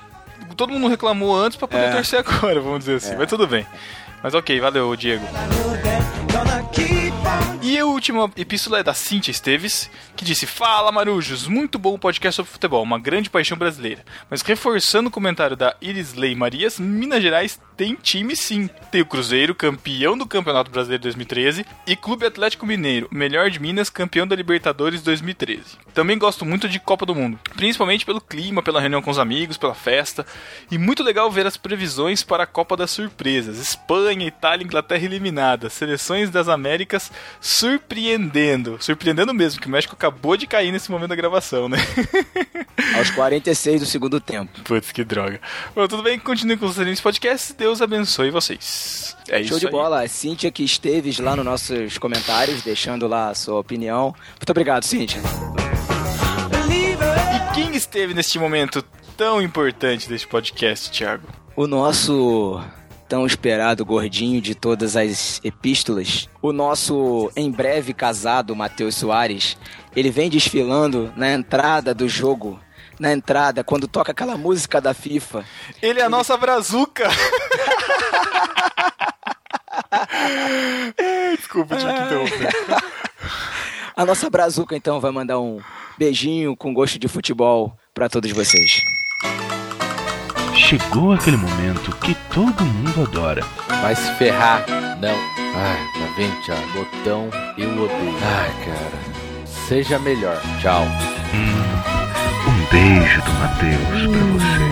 S1: Todo mundo reclamou antes pra poder
S2: É.
S1: torcer agora, vamos dizer assim. Mas tudo bem. Mas ok, valeu, Diego. E a última epístola é da Cintia Esteves, que disse: Fala Marujos, muito bom podcast sobre futebol, uma grande paixão brasileira. Mas reforçando o comentário da Iris Lei Marias, Minas Gerais tem time sim. Tem o Cruzeiro, campeão do Campeonato Brasileiro 2013, e Clube Atlético Mineiro, melhor de Minas, campeão da Libertadores 2013. Também gosto muito de Copa do Mundo, principalmente pelo clima, pela reunião com os amigos, pela festa. E muito legal ver as previsões para a Copa das Surpresas. Espanha, Itália, Inglaterra eliminadas. Seleções das Américas surpreendendo. Surpreendendo mesmo, que o México acabou de cair nesse momento da gravação, né?
S2: Aos 46 do segundo tempo.
S1: Putz, que droga. Bom, tudo bem? Continue com os excelentes podcasts. Deus abençoe vocês. É isso
S2: Show de
S1: aí.
S2: bola. Cíntia que esteve lá nos nossos comentários, deixando lá a sua opinião. Muito obrigado, Cíntia.
S1: E Quem esteve neste momento tão importante deste podcast, Thiago?
S2: O nosso tão esperado gordinho de todas as epístolas, o nosso em breve casado Matheus Soares, ele vem desfilando na entrada do jogo, na entrada, quando toca aquela música da FIFA.
S1: Ele é a nossa brazuca! Desculpa, tinha que
S2: então.
S1: interromper.
S2: A nossa brazuca então vai mandar um beijinho com gosto de futebol pra todos vocês.
S6: Chegou aquele momento que todo mundo adora.
S3: Vai se ferrar. Não. Ai, tá vendo, Thiago? Botão, eu odeio. Ai, cara. Seja melhor. Tchau.
S6: Um beijo do Matheus pra você.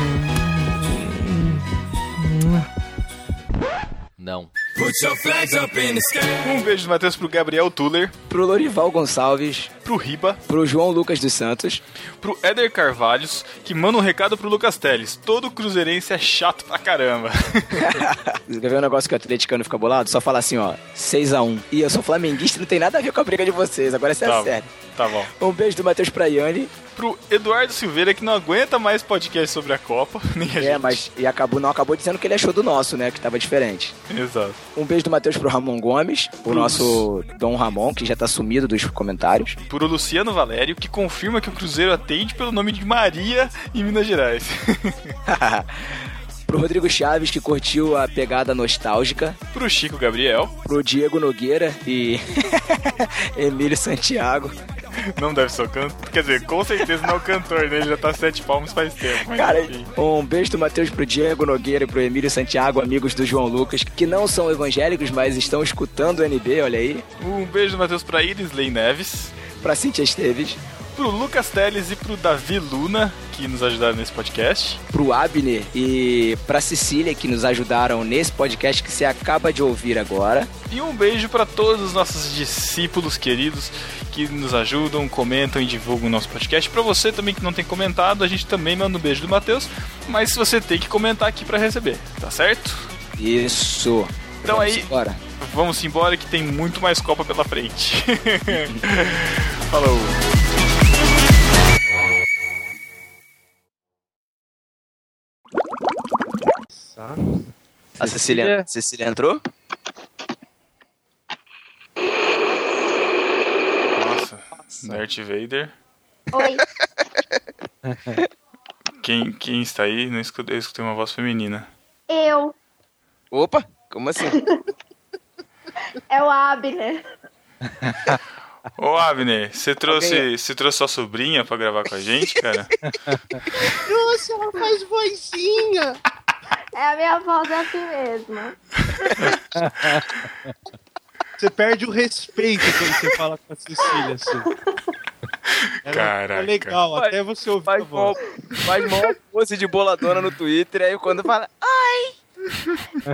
S3: Não.
S14: Put your flags up in the sky.
S1: Um beijo do Matheus pro Gabriel Tuller,
S2: Pro Lorival Gonçalves,
S1: pro Riba,
S2: pro João Lucas dos Santos,
S1: pro Éder Carvalhos, que manda um recado pro Lucas Teles. Todo cruzeirense é chato pra caramba.
S2: Quer ver um negócio que o atleticano fica bolado? Só fala assim, ó, 6x1. E eu sou flamenguista, não tem nada a ver com a briga de vocês, agora isso é
S1: Tá.
S2: sério.
S1: tá bom.
S2: Um beijo do Matheus Praiani.
S1: Pro Eduardo Silveira, que não aguenta mais podcast sobre a Copa, nem a
S2: É,
S1: gente.
S2: mas e acabou, não acabou dizendo que ele achou do nosso, né? Que tava diferente.
S1: Exato.
S2: Um beijo do Matheus pro Ramon Gomes, o nosso Dom Ramon, que já tá sumido dos comentários.
S1: Pro Luciano Valério, que confirma que o Cruzeiro atende pelo nome de Maria em Minas Gerais.
S2: pro Rodrigo Chaves, que curtiu a pegada nostálgica.
S1: pro Chico Gabriel,
S2: Pro Diego Nogueira e Emílio Santiago.
S1: não deve ser o cantor. Quer dizer, com certeza não é o cantor, né? Ele já tá sete palmos faz tempo. Mas,
S2: Cara,
S1: enfim.
S2: um beijo do Matheus pro Diego Nogueira e pro Emílio Santiago, amigos do João Lucas, que não são evangélicos, mas estão escutando o NB, olha aí.
S1: Um beijo do Matheus pra Iris Lei Neves.
S2: Pra Cintia Esteves,
S1: Pro Lucas Teles e pro Davi Luna, que nos ajudaram nesse podcast.
S2: pro Abner e pra Cecília, que nos ajudaram nesse podcast que você acaba de ouvir agora.
S1: E um beijo pra todos os nossos discípulos queridos que nos ajudam, comentam e divulgam o nosso podcast. Pra você também que não tem comentado, a gente também manda um beijo do Matheus, mas você tem que comentar aqui pra receber, tá certo?
S2: Isso.
S1: Então aí,
S2: Bora.
S1: vamos embora que tem muito mais Copa pela frente. Falou.
S2: A Cecília, Cecília entrou?
S1: Nossa, Darth Vader.
S5: Oi.
S1: Quem, quem está aí? Não escutei, eu escutei uma voz feminina.
S5: Eu.
S15: Opa, como assim?
S5: É o Abner.
S1: Ô Abner, você trouxe, você trouxe sua sobrinha pra gravar com a gente, cara?
S4: Nossa, ela faz vozinha.
S5: É a minha voz é assim mesmo.
S4: Você perde o respeito quando você fala com a Cecília, assim. Ela
S1: Caraca.
S4: É legal, até você ouvir a
S15: Faz mó,
S4: voz.
S15: faz mó pose de boladona no Twitter, aí quando fala,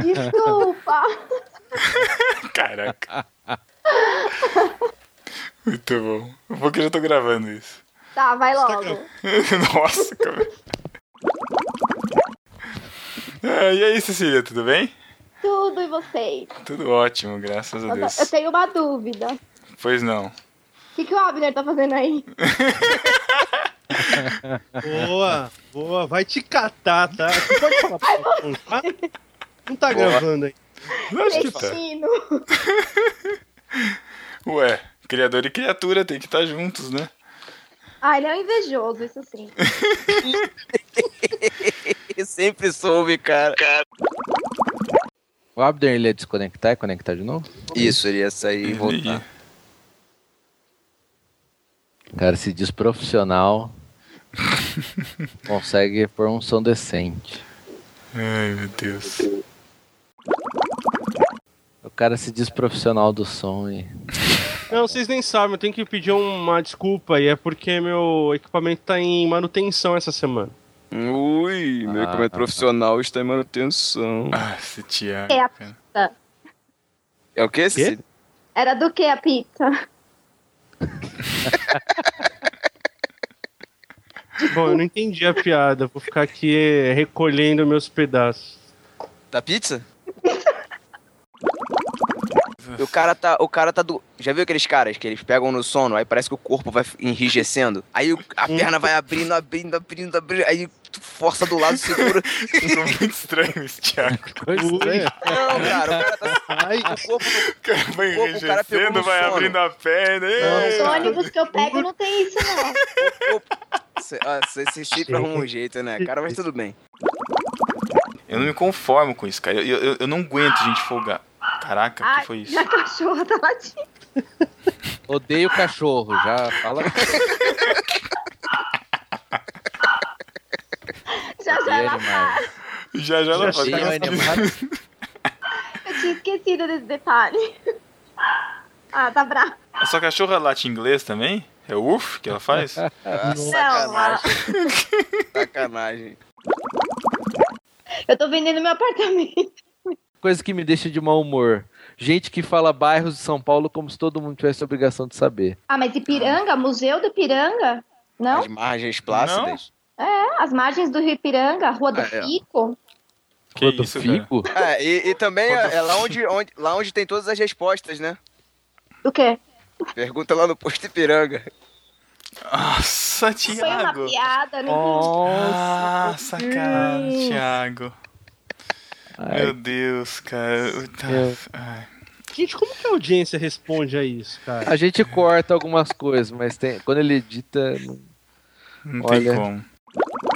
S5: Desculpa.
S1: Caraca. Muito bom. Eu vou que eu já tô gravando isso.
S5: Tá, vai logo.
S1: Nossa, cara. Ah, e aí, Cecília, tudo bem?
S5: Tudo e vocês?
S1: Tudo ótimo, graças a
S5: Eu,
S1: Deus.
S5: tô- eu tenho uma dúvida. O
S1: Pois não.
S5: que, que o Abner tá fazendo aí?
S4: Boa, boa. Vai te catar, tá? Você pode falar pra ela, tá? Não tá gravando aí.
S1: Acho que tá.
S5: Destino.
S1: Ué, criador e criatura tem que estar juntos, né?
S5: Ah, ele é um invejoso, isso sim.
S15: eu sempre soube, cara.
S3: O Abner ele ia desconectar e conectar de novo?
S15: Isso, ele ia sair e voltar.
S1: tá.
S3: Cara, se diz profissional, consegue pôr um som decente.
S1: Ai, meu Deus.
S3: O cara se diz profissional do som e.
S4: Não, vocês nem sabem, eu tenho que pedir uma desculpa e é porque meu equipamento tá em manutenção essa semana.
S15: Ui, meu equipamento profissional está em manutenção.
S1: Ah, esse Thiago.
S5: É.
S1: cara.
S15: É o que, Cecília?
S5: Era do que a pizza?
S4: Bom, eu não entendi a piada, vou ficar aqui eh, recolhendo meus pedaços.
S15: Da pizza?
S2: E o cara tá. O cara tá do. Já viu aqueles caras que eles pegam no sono, aí parece que o corpo vai enrijecendo. Aí o- a perna vai abrindo, abrindo, abrindo, abrindo. Aí tu força do lado, segura.
S1: Ficou muito estranho esse Thiago.
S2: Não, cara, o cara tá. o corpo do-
S1: cara vai
S2: o corpo, o cara
S1: enrijecendo,
S2: pegou no
S1: vai
S2: sono.
S1: abrindo a perna.
S5: Os
S1: Ei,
S5: ônibus que eu pego não tem isso, não.
S2: Cê- ah, Você se sempre arruma um jeito, né, cara? Mas tudo bem.
S1: Eu não me conformo com isso, cara. Eu, eu, eu não aguento gente folgar. Caraca, o
S5: Ai,
S1: Tá, que foi isso?
S5: minha cachorra tá latindo.
S3: Odeio cachorro, já fala.
S5: Já já
S3: Odeio
S5: ela tá.
S3: animais.
S1: Já já não
S4: Sim,
S3: Odeio
S1: vai.
S3: animais.
S5: Eu tinha esquecido desse detalhe. Ah, tá brava.
S1: A sua cachorra late em inglês também? É o UF que ela faz?
S2: Ah,
S5: ela-
S2: sacanagem. Sacanagem.
S5: Eu tô vendendo meu apartamento.
S3: Coisa que me deixa de mau humor. Gente que fala bairros de São Paulo como se todo mundo tivesse a obrigação de saber.
S5: Ah, mas Ipiranga? Museu do Ipiranga? Não?
S2: As margens plácidas.
S5: É, as margens do Rio Ipiranga, Rua do
S2: Ah, é.
S5: Pico.
S1: Que
S3: Quanto
S1: isso, cara?
S3: fico?
S2: Ah, e, e também é, é lá, onde, onde- lá onde tem todas as respostas, né?
S5: O quê?
S2: Pergunta lá no posto Ipiranga.
S1: Nossa,
S5: Foi uma
S1: Thiago.
S5: piada, não
S3: Nossa.
S1: Nossa, cara, Thiago. Meu Deus, cara. eu tá-
S3: Eu-
S1: Ai.
S4: Gente, como que a audiência responde a isso, cara?
S3: A gente corta algumas coisas, mas tem, quando ele edita. não-
S1: Não tem
S3: Olha.
S1: como.